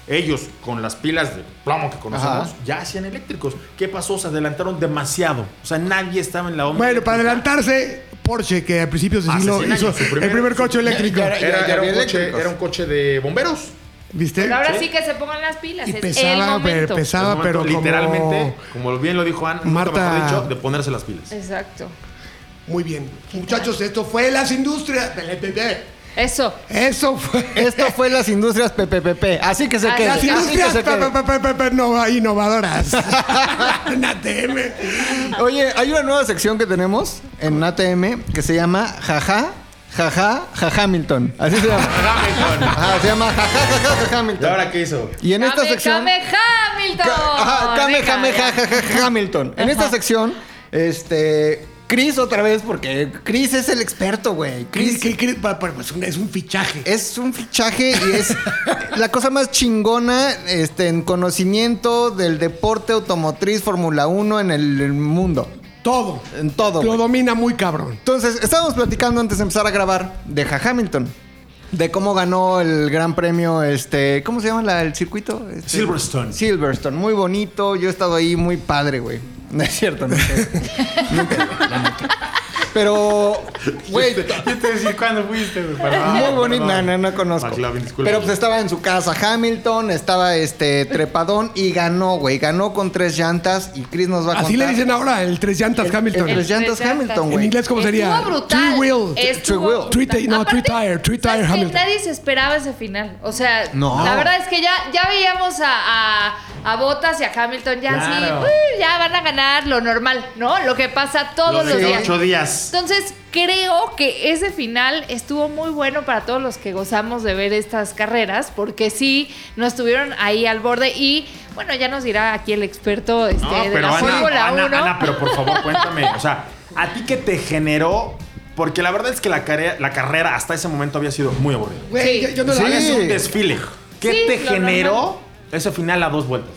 Speaker 7: Ellos, con las pilas de plomo que conocemos,
Speaker 5: Ajá.
Speaker 7: ya hacían eléctricos. ¿Qué pasó? Se adelantaron demasiado. O sea, nadie estaba en la onda.
Speaker 2: Bueno, para
Speaker 7: eléctrica.
Speaker 2: adelantarse, Porsche, que a principios de
Speaker 7: Hace
Speaker 2: siglo
Speaker 7: 100
Speaker 2: hizo
Speaker 7: años, su primer-
Speaker 2: el primer coche eléctrico.
Speaker 5: Ya-
Speaker 7: Era,
Speaker 5: ya
Speaker 7: era un
Speaker 5: había
Speaker 7: coche,
Speaker 5: eléctricos.
Speaker 7: era un coche de bomberos.
Speaker 2: ¿Viste?
Speaker 4: Pero Pues ahora sí que se pongan las pilas.
Speaker 2: Y
Speaker 4: es el
Speaker 2: pesaba, pero
Speaker 4: momento.
Speaker 2: pesaba,
Speaker 7: En ese
Speaker 2: pero
Speaker 7: momento,
Speaker 2: como-
Speaker 7: Pues, literalmente, como... bien lo dijo Ana,
Speaker 2: Marta-
Speaker 7: dicho, de ponerse las pilas.
Speaker 4: Exacto.
Speaker 2: Muy bien. Muchachos, esto fue las industrias.
Speaker 4: Eso.
Speaker 2: Eso fue.
Speaker 5: Esto fue las industrias PPPP. Así que se
Speaker 4: Ah,
Speaker 5: quede.
Speaker 4: las
Speaker 2: Las
Speaker 5: así que
Speaker 2: industrias
Speaker 5: se quede.
Speaker 2: pa- pa- pa- pa- pa- innova- innovadoras. En ATM.
Speaker 5: Oye, hay una nueva sección que tenemos en ATM que se llama Jaja, Jaja, jaja Hamilton. Así se llama. Ajá, se llama jaja, jaja, jaja
Speaker 7: ¿Y
Speaker 5: Hamilton.
Speaker 7: ahora qué hizo?
Speaker 5: Y en esta
Speaker 4: Kame,
Speaker 5: sección.
Speaker 4: Kame Hamilton.
Speaker 5: Ajá, Kame,
Speaker 4: Venga,
Speaker 5: Kame,
Speaker 4: ya.
Speaker 5: ja, ja, ja, ja, Hamilton. En esta sección, este. Chris otra vez, porque Chris es el experto, güey.
Speaker 2: Cri-
Speaker 5: Chris
Speaker 2: cri- cri- pa- pa- pues, un- es un fichaje.
Speaker 5: es un fichaje y es la cosa más chingona este, en conocimiento del deporte automotriz Fórmula 1 en el, el mundo.
Speaker 2: todo.
Speaker 5: En todo.
Speaker 2: Lo
Speaker 5: güey.
Speaker 2: domina muy cabrón.
Speaker 5: Entonces, estábamos platicando antes de empezar a grabar de Ja Hamilton. De cómo ganó el gran premio, este, ¿cómo se llama la- el circuito? Este,
Speaker 7: Silverstone.
Speaker 5: Silverstone, muy bonito. Yo he estado ahí muy padre, güey. No es cierto, no sé. Nunca, güey, la neta. Pero, güey,
Speaker 7: Este,
Speaker 2: Este,
Speaker 7: Yo te decía cuándo fuiste, güey. Perdón,
Speaker 2: ah,
Speaker 5: muy bonito. No,
Speaker 7: perdón.
Speaker 5: no, no conozco.
Speaker 7: McLovin, disculpa.
Speaker 5: Pero pues estaba en su casa Hamilton, estaba este trepadón y ganó, güey. Ganó con tres llantas y Chris nos va a contar.
Speaker 2: Así le dicen ahora el tres llantas Hamilton.
Speaker 7: Pues
Speaker 5: el tres llantas
Speaker 4: llantas.
Speaker 5: Hamilton,
Speaker 2: en
Speaker 5: güey.
Speaker 2: inglés, ¿cómo sería?
Speaker 4: Estuvo brutal.
Speaker 2: Three wheel.
Speaker 4: Estuvo
Speaker 5: Three wheel.
Speaker 4: brutal.
Speaker 2: Three ti- no, three tire, three tire
Speaker 4: ¿sabes qué?
Speaker 2: Hamilton.
Speaker 4: Nadie se esperaba ese final. O sea,
Speaker 5: No.
Speaker 4: la verdad es que ya, ya veíamos a, a, a Bottas y a Hamilton ya
Speaker 7: Claro.
Speaker 4: así, "Uy, ya van a ganar lo normal, ¿no? Lo que pasa todos
Speaker 7: Lo
Speaker 4: los
Speaker 7: de
Speaker 4: días.
Speaker 7: ocho días.
Speaker 4: Entonces, creo que ese final estuvo muy bueno para todos los que gozamos de ver estas carreras, porque sí, nos estuvieron ahí al borde y, bueno, ya nos dirá aquí el experto este,
Speaker 7: No,
Speaker 4: de
Speaker 7: pero
Speaker 4: la
Speaker 7: Ana,
Speaker 4: Fórmula
Speaker 7: Ana,
Speaker 4: 1.
Speaker 7: Ana, pero por favor, cuéntame. O sea, ¿a ti qué te generó? Porque la verdad es que la, care- la carrera hasta ese momento había sido muy aburrida.
Speaker 2: Güey,
Speaker 4: Sí.
Speaker 2: yo, yo no
Speaker 5: Sí.
Speaker 2: la
Speaker 7: Es
Speaker 2: hagas.
Speaker 7: un desfile. ¿Qué
Speaker 4: Sí,
Speaker 7: te
Speaker 4: lo
Speaker 7: generó
Speaker 4: normal.
Speaker 7: ese final a dos vueltas?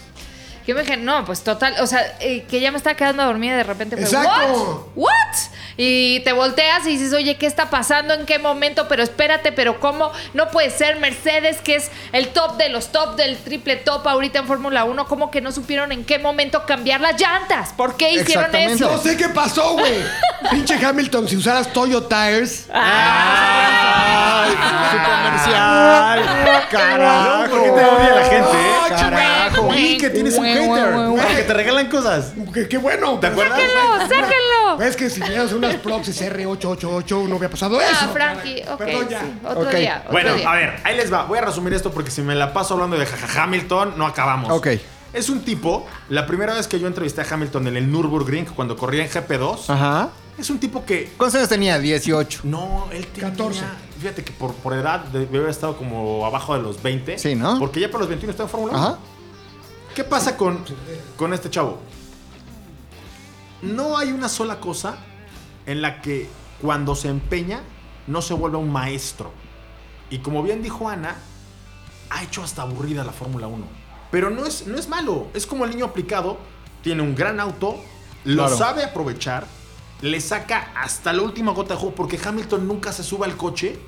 Speaker 4: Que me dije, no, pues total, o sea, eh, que ya me estaba quedando dormida y de repente fue,
Speaker 2: Exacto.
Speaker 4: ¿what? ¿What? Y te volteas y dices, oye, ¿qué está pasando? ¿En qué momento? Pero espérate, pero ¿cómo? No puede ser Mercedes, que es el top de los top del triple top ahorita en Fórmula 1, ¿cómo que no supieron en qué momento cambiar las llantas? ¿Por qué hicieron
Speaker 5: Exactamente.
Speaker 4: eso?
Speaker 2: No sé qué pasó, güey. Pinche Hamilton, si usaras Toyo Tires.
Speaker 5: Ay, su comercial. Carajo.
Speaker 7: ¿Por qué te odia la gente? eh?
Speaker 2: Ah,
Speaker 5: Carajo.
Speaker 7: Oye, que tienes un hater. Para que te regalan cosas.
Speaker 2: Qué, qué bueno.
Speaker 4: Pues
Speaker 7: ¿Te acuerdas?
Speaker 4: ¡Sáquenlo, sáquenlo!
Speaker 2: Es que si tuvieras unas proxies R888 no hubiera pasado eso.
Speaker 4: Ah, Frankie, ok,
Speaker 2: Perdón, ya.
Speaker 4: sí, otro
Speaker 5: Ok.
Speaker 4: día, otro
Speaker 7: Bueno,
Speaker 4: día.
Speaker 7: a ver, ahí les va. Voy a resumir esto porque si me la paso hablando de jaja Hamilton, no acabamos.
Speaker 5: Ok.
Speaker 7: Es un tipo, la primera vez que yo entrevisté a Hamilton en el Nürburgring cuando corría en GP2,
Speaker 5: Ajá.
Speaker 7: es un tipo que
Speaker 5: ¿Cuántos años tenía? 18.
Speaker 7: No, él tenía...
Speaker 2: 14.
Speaker 7: Fíjate que por, por edad de- debe haber estado como abajo de los 20.
Speaker 5: Sí, ¿no?
Speaker 7: Porque ya por los 21 está en Fórmula 1.
Speaker 5: Ajá.
Speaker 7: ¿Qué pasa con, con este chavo? No hay una sola cosa en la que cuando se empeña no se vuelva un maestro. Y como bien dijo Ana, ha hecho hasta aburrida la Fórmula 1. Pero no es, no es malo, es como el niño aplicado, tiene un gran auto, lo
Speaker 5: Claro.
Speaker 7: sabe aprovechar, le saca hasta la última gota de jugo, porque Hamilton nunca se sube al coche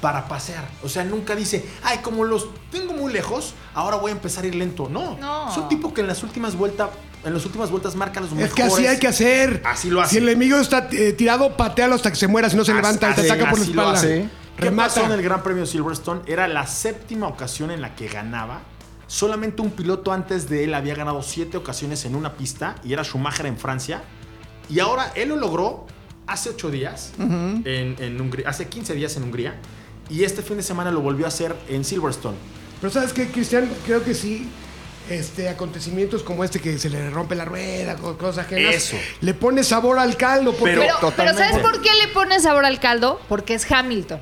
Speaker 7: para pasear. O sea, nunca dice, ay, como los tengo muy lejos, ahora voy a empezar a ir lento. No,
Speaker 4: No.
Speaker 7: es un tipo que en las últimas vueltas, en las últimas vueltas marca los mejores.
Speaker 2: Es que así hay que hacer.
Speaker 7: Así lo hace.
Speaker 2: Si el enemigo está eh, tirado, patealo hasta que se muera. Si no se
Speaker 7: Así-
Speaker 2: levanta, te
Speaker 7: así-
Speaker 2: ataca por la
Speaker 7: así lo
Speaker 2: espalda.
Speaker 7: hace.
Speaker 5: Sí.
Speaker 7: ¿Qué pasó en
Speaker 2: Remata.
Speaker 7: el Gran Premio de Silverstone? Era la séptima ocasión en la que ganaba. Solamente un piloto antes de él había ganado siete ocasiones en una pista y era Schumacher en Francia. Y ahora él lo logró hace ocho días, en, en Hungría, hace 15 días en Hungría. Y este fin de semana lo volvió a hacer en Silverstone.
Speaker 2: Pero ¿sabes qué, Cristian? Creo que sí. Este, acontecimientos como este que se le rompe la rueda, co- cosas ajenas.
Speaker 7: Eso.
Speaker 2: Le pone sabor al caldo. Porque
Speaker 7: Pero-
Speaker 4: Pero, pero
Speaker 5: Totalmente.
Speaker 4: ¿sabes por qué le pones sabor al caldo? Porque es Hamilton.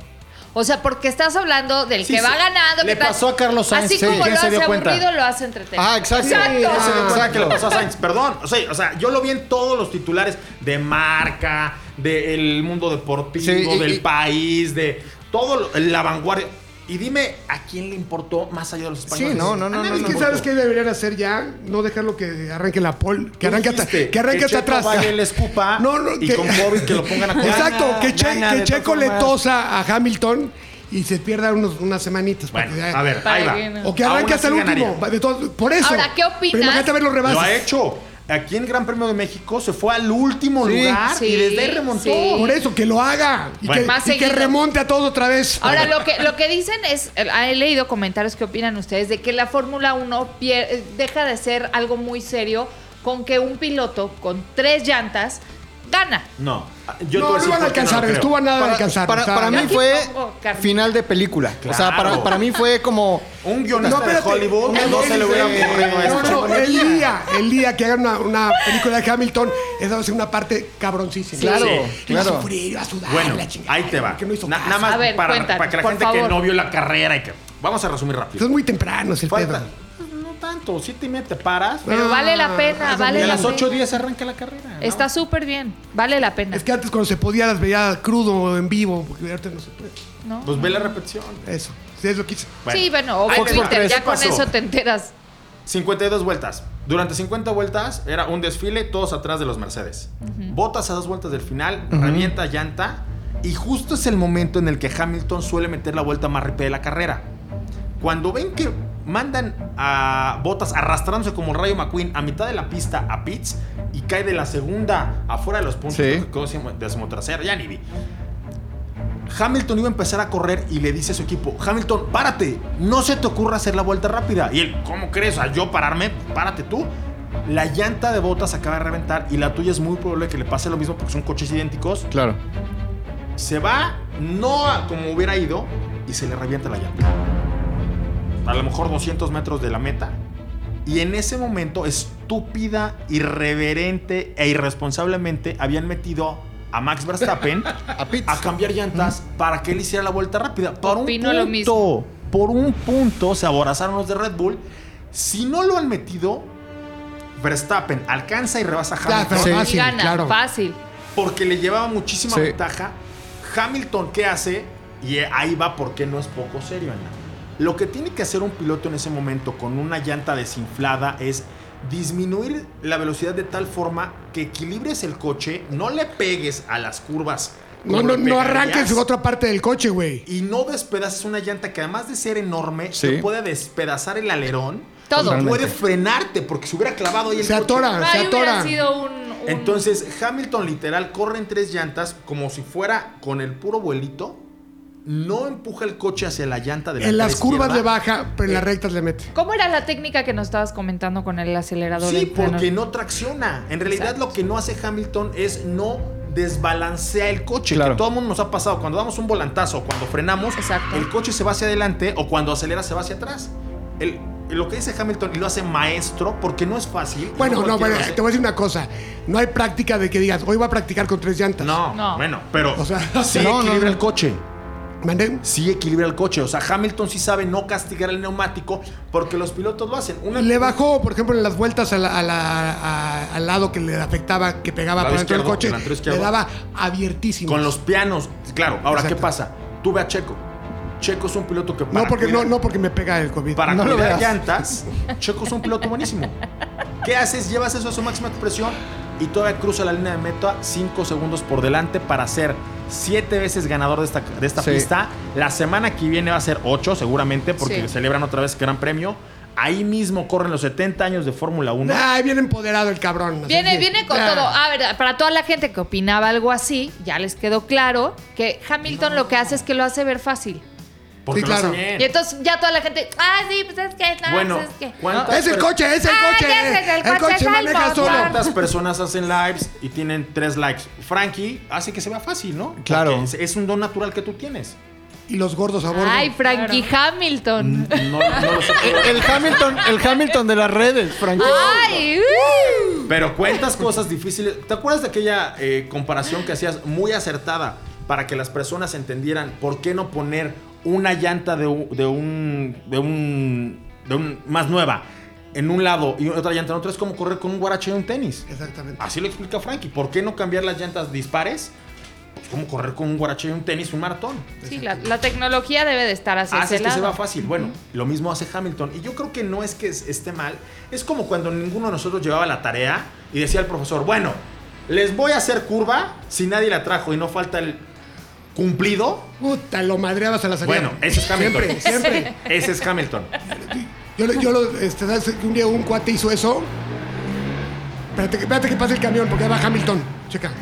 Speaker 4: O sea, porque estás hablando del
Speaker 7: Sí,
Speaker 4: que
Speaker 7: sí.
Speaker 4: va ganando.
Speaker 7: Le
Speaker 4: que tal.
Speaker 7: pasó a Carlos Sainz,
Speaker 4: Así
Speaker 5: sí,
Speaker 4: como
Speaker 5: ¿quién
Speaker 4: lo
Speaker 5: se
Speaker 4: hace
Speaker 5: dio
Speaker 4: aburrido,
Speaker 5: cuenta?
Speaker 4: lo hace entretenido.
Speaker 5: Ah, exacto.
Speaker 4: Exacto.
Speaker 7: Ya se dio cuenta
Speaker 5: Exacto.
Speaker 7: que le pasó a Sainz, perdón. O sea, o sea, yo lo vi en todos los titulares de marca, del mundo deportivo,
Speaker 5: Sí, y-
Speaker 7: del
Speaker 5: y-
Speaker 7: país, de todo lo- la vanguardia. Y dime a quién le importó más allá de los españoles.
Speaker 5: Sí, no, no,
Speaker 7: A
Speaker 5: no, no,
Speaker 7: nadie
Speaker 2: ¿Sabes
Speaker 5: no,
Speaker 7: le
Speaker 2: qué
Speaker 5: no.
Speaker 2: sabes
Speaker 7: importó.
Speaker 2: qué deberían hacer ya? No dejarlo que arranque la pol, que
Speaker 7: Tú
Speaker 2: arranque hasta,
Speaker 7: dijiste
Speaker 2: que arranque hasta
Speaker 7: Checo
Speaker 2: atrás.
Speaker 7: vaya y le escupa
Speaker 2: No, no,
Speaker 7: y
Speaker 2: que-
Speaker 7: con COVID que lo pongan a correr.
Speaker 2: Exacto, que, Che-
Speaker 7: Gana,
Speaker 2: que
Speaker 7: de todas
Speaker 2: Checo le
Speaker 7: formas.
Speaker 2: tosa a Hamilton y se pierda unos, unas semanitas. para
Speaker 7: Bueno,
Speaker 2: que ya-
Speaker 7: a ver, ahí
Speaker 4: Para
Speaker 7: va.
Speaker 4: que no.
Speaker 2: O que
Speaker 7: Aún
Speaker 2: arranque
Speaker 7: así
Speaker 2: hasta el último.
Speaker 7: ganaría.
Speaker 2: de todos- por eso.
Speaker 4: Ahora, ¿qué opinas?
Speaker 2: Pero imagínate ver los rebases.
Speaker 7: Lo ha hecho. Aquí en Gran Premio de México se fue al último
Speaker 5: Sí.
Speaker 7: lugar y
Speaker 4: Sí,
Speaker 7: desde ahí remontó.
Speaker 4: sí.
Speaker 2: Por eso, que lo haga. Y,
Speaker 7: Bueno.
Speaker 2: que,
Speaker 4: Más
Speaker 2: y que
Speaker 4: seguido.
Speaker 2: remonte a todos otra vez.
Speaker 4: Ahora, lo que, lo que dicen es, eh, he leído comentarios que opinan ustedes de que la Fórmula 1 pier- eh, deja de ser algo muy serio con que un piloto con tres llantas gana.
Speaker 7: No. Yo
Speaker 2: no,
Speaker 7: te voy a
Speaker 2: no
Speaker 7: decir
Speaker 2: iban a
Speaker 7: por qué
Speaker 2: alcanzar,
Speaker 7: lo creo.
Speaker 2: estuvo a nada de
Speaker 5: Para,
Speaker 2: alcanzar.
Speaker 5: para-
Speaker 2: o sea, oh,
Speaker 5: para mí
Speaker 4: Aquí
Speaker 5: fue
Speaker 4: pongo Carmen.
Speaker 5: final de película. O sea, para,
Speaker 7: Claro.
Speaker 5: para mí fue como...
Speaker 7: Un guionista
Speaker 2: No,
Speaker 7: de
Speaker 2: espérate.
Speaker 7: Hollywood no se le hubiera ocurrido este
Speaker 2: No,
Speaker 7: esto.
Speaker 2: no, el día, el día que hagan una, una película de Hamilton, esa va a ser una parte cabroncísima.
Speaker 5: Claro,
Speaker 2: Y va a
Speaker 5: claro.
Speaker 2: sufrir, va a sudar,
Speaker 7: Bueno,
Speaker 2: Ah, la chingada.
Speaker 7: ahí te va.
Speaker 2: porque no hizo
Speaker 7: Na-
Speaker 2: caso.
Speaker 7: nada más
Speaker 4: A ver,
Speaker 7: para,
Speaker 4: cuéntanos,
Speaker 7: para que la
Speaker 4: por
Speaker 7: gente que
Speaker 4: favor.
Speaker 7: no vio la carrera y que... Vamos a resumir rápido.
Speaker 2: Es muy temprano, es el
Speaker 7: Falta- pues,
Speaker 2: pedo.
Speaker 7: No tanto, siete y media te paras.
Speaker 4: Pero vale la pena,
Speaker 2: es
Speaker 4: vale
Speaker 7: Y a
Speaker 4: la
Speaker 7: las
Speaker 4: pena.
Speaker 7: 8.10 arranca la carrera. ¿no?
Speaker 4: Está súper bien, vale la pena.
Speaker 2: Es que antes cuando se podía las veía crudo, en vivo, porque ahorita no se puede.
Speaker 4: ¿no?
Speaker 7: Pues ve la repetición.
Speaker 2: Eso, sí, es lo que hice.
Speaker 4: sí, bueno, o ve
Speaker 7: Ahí te va.
Speaker 4: Twitter, ya
Speaker 7: ¿Qué
Speaker 4: con
Speaker 7: pasó?
Speaker 4: eso te enteras.
Speaker 7: 52 vueltas. Durante 50 vueltas era un desfile, todos atrás de los Mercedes. Botas a dos vueltas del final, revienta llanta. Y justo es el momento en el que Hamilton suele meter la vuelta más rápida de la carrera. Cuando ven que mandan a Botas arrastrándose como el Rayo McQueen a mitad de la pista a Pitts y cae de la segunda afuera de los puntos
Speaker 5: Sí.
Speaker 7: de decimotercera, ya ni vi. Hamilton iba a empezar a correr y le dice a su equipo, Hamilton, párate, no se te ocurra hacer la vuelta rápida. Y él, ¿cómo crees? ¿A yo pararme? Párate tú. La llanta de botas acaba de reventar y la tuya es muy probable que le pase lo mismo porque son coches idénticos.
Speaker 5: Claro.
Speaker 7: Se va, no a como hubiera ido, y se le revienta la llanta. A lo mejor 200 metros de la meta. Y en ese momento, estúpida, irreverente e irresponsablemente, habían metido a Max Verstappen
Speaker 5: A Pitts.
Speaker 7: a cambiar llantas para que él hiciera la vuelta rápida. Por un
Speaker 4: Opino
Speaker 7: punto,
Speaker 4: lo mismo.
Speaker 7: por un punto se aborazaron los de Red Bull. Si no lo han metido, Verstappen alcanza y rebasa a
Speaker 2: Ya,
Speaker 7: Hamilton
Speaker 2: pero
Speaker 5: Sí.
Speaker 2: fácil,
Speaker 4: y gana,
Speaker 2: claro.
Speaker 4: fácil.
Speaker 7: porque le llevaba muchísima
Speaker 5: Sí.
Speaker 7: ventaja. Hamilton, ¿qué hace? Y eh, ahí va porque no es poco serio, Ana. Lo que tiene que hacer un piloto en ese momento con una llanta desinflada es disminuir la velocidad de tal forma que equilibres el coche, no le pegues a las curvas.
Speaker 2: No,
Speaker 7: como
Speaker 2: no,
Speaker 7: le
Speaker 2: no
Speaker 7: pegarías,
Speaker 2: arranques en otra parte del coche, güey.
Speaker 7: Y no despedaces una llanta que además de ser enorme,
Speaker 5: Sí.
Speaker 7: te puede despedazar el alerón.
Speaker 4: Todo.
Speaker 7: y Puede
Speaker 5: Totalmente.
Speaker 7: frenarte porque se hubiera clavado ahí el
Speaker 2: Se
Speaker 7: coche.
Speaker 2: atora, se
Speaker 4: Ahí hubiera
Speaker 2: atora.
Speaker 4: sido un, un-
Speaker 7: Entonces, Hamilton literal corre en tres llantas como si fuera con el puro vuelito. No empuja el coche hacia la llanta de la
Speaker 2: En las curvas le baja, pero en las rectas le mete.
Speaker 4: ¿Cómo era la técnica que nos estabas comentando con el acelerador?
Speaker 7: Sí,
Speaker 4: en plano?
Speaker 7: porque no tracciona. En realidad,
Speaker 4: Exacto.
Speaker 7: lo que no hace Hamilton es no desbalancea el coche.
Speaker 5: Claro.
Speaker 7: Que todo el mundo nos ha pasado. Cuando damos un volantazo, cuando frenamos,
Speaker 4: Exacto.
Speaker 7: el coche se va hacia adelante o cuando acelera se va hacia atrás. El- lo que dice Hamilton y lo hace maestro porque no es fácil.
Speaker 2: Bueno, no,
Speaker 7: cualquiera
Speaker 2: bueno,
Speaker 7: lo hace.
Speaker 2: te voy a decir una cosa. No hay práctica de que digas, hoy voy a practicar con tres llantas.
Speaker 7: No,
Speaker 4: No.
Speaker 7: bueno, pero
Speaker 2: O sea,
Speaker 7: sí
Speaker 5: no, no,
Speaker 7: equilibra
Speaker 5: no.
Speaker 7: el coche.
Speaker 2: ¿Mandé?
Speaker 7: sí equilibra el coche. O sea, Hamilton sí sabe no castigar el neumático porque los pilotos lo hacen. Una-
Speaker 2: Le bajó, por ejemplo, en las vueltas a la- a la- a- al lado que le afectaba, que pegaba
Speaker 7: Lado
Speaker 2: por dentro del
Speaker 7: izquierdo,
Speaker 2: coche,
Speaker 7: delantero izquierdo.
Speaker 2: le daba abiertísimo.
Speaker 7: con los pianos. Claro, ahora,
Speaker 2: Exacto.
Speaker 7: ¿qué pasa? Tú ve a Checo. Checo es un piloto que para
Speaker 2: No porque, no,
Speaker 7: cuidar-
Speaker 2: no porque me pega el COVID.
Speaker 7: para
Speaker 5: No lo
Speaker 7: cuidar
Speaker 5: veas.
Speaker 7: llantas, Checo es un piloto buenísimo. ¿Qué haces? Llevas eso a su máxima expresión y todavía cruza la línea de meta 5 segundos por delante para ser siete veces ganador de esta, de esta
Speaker 5: Sí.
Speaker 7: pista. La semana que viene va a ser 8 seguramente porque
Speaker 4: Sí.
Speaker 7: celebran otra vez el Gran Premio. Ahí mismo corren los 70 años de Fórmula 1.
Speaker 2: Ay, viene empoderado el cabrón. así
Speaker 4: Viene,
Speaker 2: que-
Speaker 4: viene con
Speaker 2: Ah.
Speaker 4: todo. A ver, para toda la gente que opinaba algo así, ya les quedó claro que Hamilton lo que hace es que lo hace ver fácil.
Speaker 7: Porque
Speaker 2: Sí,
Speaker 7: lo hace
Speaker 2: claro.
Speaker 7: bien.
Speaker 4: Y entonces ya toda la gente, ah, sí, pues es que, no,
Speaker 7: Bueno,
Speaker 4: pues es que.
Speaker 7: ¿cuántas-
Speaker 2: Es el coche, es el
Speaker 4: Ah,
Speaker 2: coche.
Speaker 4: ya sé que el coche es
Speaker 2: maneja
Speaker 4: algo,
Speaker 2: solo.
Speaker 4: claro.
Speaker 7: ¿Cuántas personas hacen lives y tienen tres likes? Frankie hace que se vea fácil, ¿no?
Speaker 5: Claro.
Speaker 7: Porque Es, es un don natural que tú tienes.
Speaker 2: Y los gordos a bordo.
Speaker 4: Ay, Frankie Hamilton.
Speaker 7: No, no lo sé.
Speaker 5: El, el Hamilton, el Hamilton de las redes, Frankie.
Speaker 4: Ay, uh.
Speaker 7: Pero cuentas cosas difíciles. ¿Te acuerdas de aquella eh, comparación que hacías muy acertada para que las personas entendieran por qué no poner una llanta de, u- de un. de un. de un. más nueva en un lado y otra llanta en otro? Es como correr con un guarache y un tenis.
Speaker 2: Exactamente.
Speaker 7: Así lo explica Frankie. ¿Por qué no cambiar las llantas dispares? Pues como correr con un guarache y un tenis, un maratón.
Speaker 4: Sí, la, la tecnología debe de estar hacia
Speaker 7: Haces
Speaker 4: ese
Speaker 7: Ah, que se va
Speaker 4: lado.
Speaker 7: fácil. Bueno, lo mismo hace Hamilton. Y yo creo que no es que es- esté mal. Es como cuando ninguno de nosotros llevaba la tarea y decía al profesor, bueno, les voy a hacer curva si nadie la trajo y no falta el cumplido.
Speaker 2: Puta, lo madreabas a la salida.
Speaker 7: Bueno, ese es Hamilton.
Speaker 2: Siempre, siempre.
Speaker 7: Ese es Hamilton.
Speaker 2: Yo, lo- yo lo, este, ¿sabes que un día un cuate hizo eso. Espérate, que- espérate que pase el camión, porque ahí va Hamilton. Checa.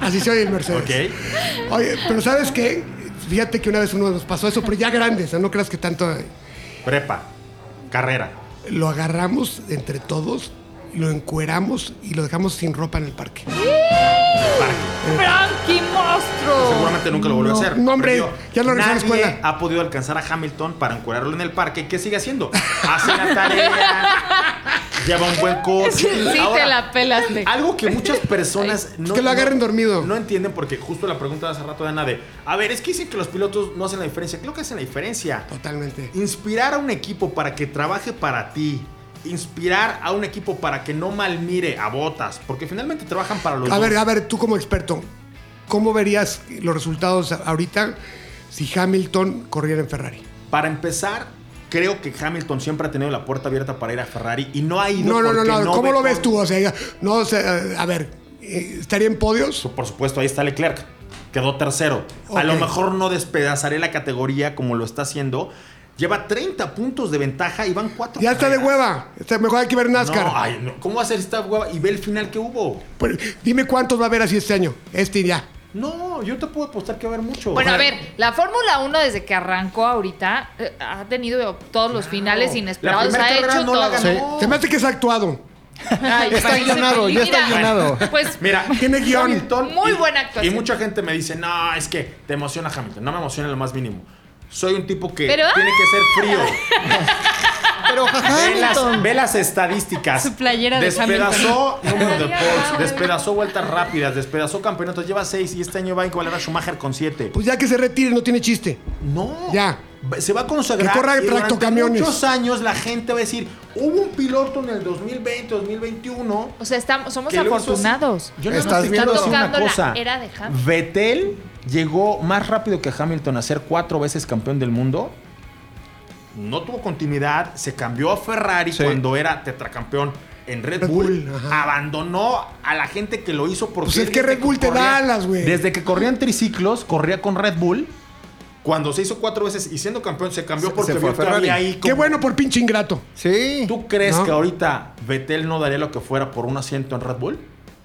Speaker 2: Así se oye el Mercedes.
Speaker 7: ¿Ok?
Speaker 2: Oye, pero ¿sabes qué? Fíjate que una vez uno nos pasó eso, pero ya grandes, no creas que tanto. eh,
Speaker 7: Prepa. Carrera.
Speaker 2: Lo agarramos entre todos. lo encueramos y lo dejamos sin ropa en el parque.
Speaker 4: ¡Frankie monstruo!
Speaker 7: Seguramente nunca lo volvió
Speaker 2: No,
Speaker 7: a hacer.
Speaker 2: no, hombre,
Speaker 7: Perdió.
Speaker 2: ya lo regresó a la
Speaker 7: Nadie
Speaker 2: escuela.
Speaker 7: ha podido alcanzar a Hamilton para encuadrarlo en el parque. ¿Qué sigue haciendo? Hace la tarea. lleva un buen coche.
Speaker 4: Sí, te
Speaker 7: Ahora,
Speaker 4: la pelaste.
Speaker 7: Algo que muchas personas no,
Speaker 2: que lo agarren
Speaker 7: no-
Speaker 2: dormido.
Speaker 7: No entienden porque justo la pregunta de hace rato de Ana de, a ver, es que dicen que los pilotos no hacen la diferencia. Creo que hacen la diferencia.
Speaker 2: Totalmente.
Speaker 7: Inspirar a un equipo para que trabaje para ti. Inspirar a un equipo para que no malmire a botas. Porque finalmente trabajan para los
Speaker 2: A ver,
Speaker 7: dos.
Speaker 2: a ver, tú como experto, ¿cómo verías los resultados ahorita si Hamilton corriera en Ferrari?
Speaker 7: Para empezar, creo que Hamilton siempre ha tenido la puerta abierta para ir a Ferrari y no ha ido
Speaker 2: No, no, no,
Speaker 7: porque
Speaker 2: no. ¿Cómo
Speaker 7: ve
Speaker 2: lo ves
Speaker 7: con-
Speaker 2: tú? O sea, no, o sea, a ver, eh, ¿estaría en podios?
Speaker 7: Por supuesto, ahí está Leclerc. Quedó tercero. A lo
Speaker 2: Ok.
Speaker 7: mejor no despedazaré la categoría como lo está haciendo. Lleva 30 puntos de ventaja y van 4.
Speaker 2: Ya está de hueva. Está mejor hay que ver NASCAR.
Speaker 7: ¿Cómo va a ser esta hueva? Y ve el final que hubo.
Speaker 2: Pues, dime cuántos va a haber así este año. Este y ya.
Speaker 7: No, yo te puedo apostar que va a haber mucho.
Speaker 4: Bueno,
Speaker 7: O
Speaker 4: a
Speaker 7: sea,
Speaker 4: ver, la Fórmula 1 desde que arrancó ahorita eh, ha tenido todos los finales inesperados.
Speaker 7: primera
Speaker 4: Ha
Speaker 7: carrera
Speaker 4: hecho
Speaker 7: no la
Speaker 4: todo.
Speaker 7: ganó. No.
Speaker 2: Se me hace que es actuado.
Speaker 4: Ay,
Speaker 5: Está
Speaker 4: parece
Speaker 5: guionado,
Speaker 4: peli-
Speaker 5: ya está
Speaker 4: Mira,
Speaker 5: guionado.
Speaker 4: Pues
Speaker 7: Mira,
Speaker 2: Tiene guión.
Speaker 7: Hamilton
Speaker 4: Muy
Speaker 7: y-
Speaker 4: buena actuación.
Speaker 7: Y mucha gente me dice, no, es que te emociona Hamilton. No me emociona en lo más mínimo. Soy un tipo que
Speaker 4: Pero, ah.
Speaker 7: tiene que ser frío.
Speaker 2: Ah,
Speaker 5: Pero
Speaker 7: Ve las,
Speaker 5: Hamilton.
Speaker 7: ve las estadísticas.
Speaker 6: Su playera de
Speaker 7: Despedazó número de
Speaker 4: Ay,
Speaker 7: Porsche,
Speaker 4: ay.
Speaker 7: despedazó vueltas rápidas, despedazó campeonatos. Lleva seis y este año va a igualar a Schumacher con siete.
Speaker 2: Pues ya que se retire, no tiene chiste.
Speaker 7: No.
Speaker 2: Ya.
Speaker 7: Se va a consagrar.
Speaker 2: Que corra
Speaker 7: y durante
Speaker 2: tractocamiones.
Speaker 7: muchos años la gente va a decir, hubo un piloto en el 2020, 2021.
Speaker 4: O sea, estamos, somos
Speaker 7: que lo hizo así".
Speaker 4: afortunados.
Speaker 7: Yo nada más
Speaker 5: Estás
Speaker 7: te quiero
Speaker 5: viendo-
Speaker 7: decir una
Speaker 4: Tocando la
Speaker 7: cosa.
Speaker 4: era de Hamilton.
Speaker 7: Vettel llegó más rápido que Hamilton a ser cuatro veces campeón del mundo. No tuvo continuidad, se cambió a Ferrari
Speaker 5: Sí.
Speaker 7: cuando era tetracampeón en Red,
Speaker 2: Red
Speaker 7: Bull.
Speaker 2: Bull, ajá.
Speaker 7: Abandonó a la gente que lo hizo por
Speaker 2: Pues
Speaker 7: ser
Speaker 2: es que
Speaker 7: desde
Speaker 2: Red Bull te da alas, güey.
Speaker 7: Desde que corría en triciclos, corría con Red Bull. Cuando se hizo cuatro veces y siendo campeón se cambió
Speaker 5: Se-
Speaker 7: porque
Speaker 5: se fue
Speaker 7: vio
Speaker 5: a
Speaker 7: que
Speaker 5: Ferrari.
Speaker 7: había ahí
Speaker 2: Qué
Speaker 7: como-
Speaker 2: bueno por pinche ingrato.
Speaker 5: Sí.
Speaker 7: ¿Tú crees
Speaker 2: ¿No?
Speaker 7: que ahorita Vettel no daría lo que fuera por un asiento en Red Bull?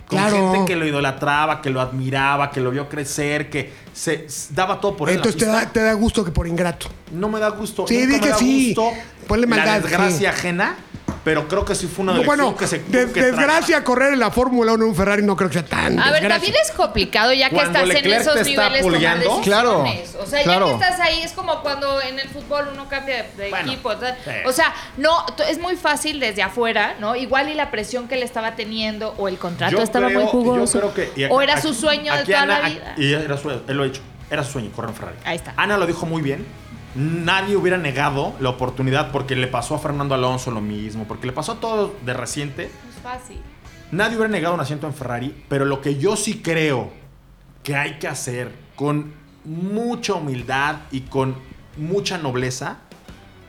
Speaker 7: Con
Speaker 2: Claro.
Speaker 7: gente que lo idolatraba, que lo admiraba, que lo vio crecer, que se s- daba todo por él. en la
Speaker 2: Entonces te
Speaker 7: pista.
Speaker 2: da, te da gusto que por ingrato.
Speaker 7: No me da gusto.
Speaker 2: Sí,
Speaker 7: nunca
Speaker 2: di
Speaker 7: me
Speaker 2: que
Speaker 7: da
Speaker 2: sí.
Speaker 7: gusto
Speaker 2: Ponle
Speaker 7: la
Speaker 2: maldad, sí.
Speaker 7: desgracia ajena, pero creo que sí fue una de
Speaker 2: bueno,
Speaker 7: que se
Speaker 2: des-
Speaker 7: que
Speaker 2: desgracia correr en la Fórmula 1 en un Ferrari no creo que sea tan
Speaker 4: A ver,
Speaker 2: desgracia.
Speaker 4: también es complicado ya que
Speaker 7: Cuando
Speaker 4: estás en
Speaker 7: Leclerc te
Speaker 4: esos
Speaker 7: está
Speaker 4: niveles tomar
Speaker 7: apoyando.
Speaker 4: decisiones.
Speaker 5: Claro,
Speaker 4: O sea,
Speaker 5: claro.
Speaker 4: ya que estás ahí es como cuando en el fútbol uno cambia de, de
Speaker 7: Bueno,
Speaker 4: equipo. tal.
Speaker 7: sí.
Speaker 4: O sea, no, t- es muy fácil desde afuera, ¿no? Igual y la presión que le estaba teniendo o el contrato
Speaker 7: Yo
Speaker 4: estaba
Speaker 7: creo-
Speaker 4: muy
Speaker 7: yo
Speaker 4: jugoso.
Speaker 7: creo que- y
Speaker 4: o
Speaker 7: aquí-
Speaker 4: era su
Speaker 7: aquí-
Speaker 4: sueño de
Speaker 7: aquí
Speaker 4: toda la
Speaker 7: Ana-
Speaker 4: vida.
Speaker 7: Y era su, él lo ha dicho. Era su sueño, correr en Ferrari.
Speaker 4: Ahí está.
Speaker 7: Ana lo dijo muy bien. Nadie hubiera negado la oportunidad porque le pasó a Fernando Alonso lo mismo, porque le pasó a todos de reciente.
Speaker 4: Es fácil.
Speaker 7: Nadie hubiera negado un asiento en Ferrari, pero lo que yo sí creo que hay que hacer con mucha humildad y con mucha nobleza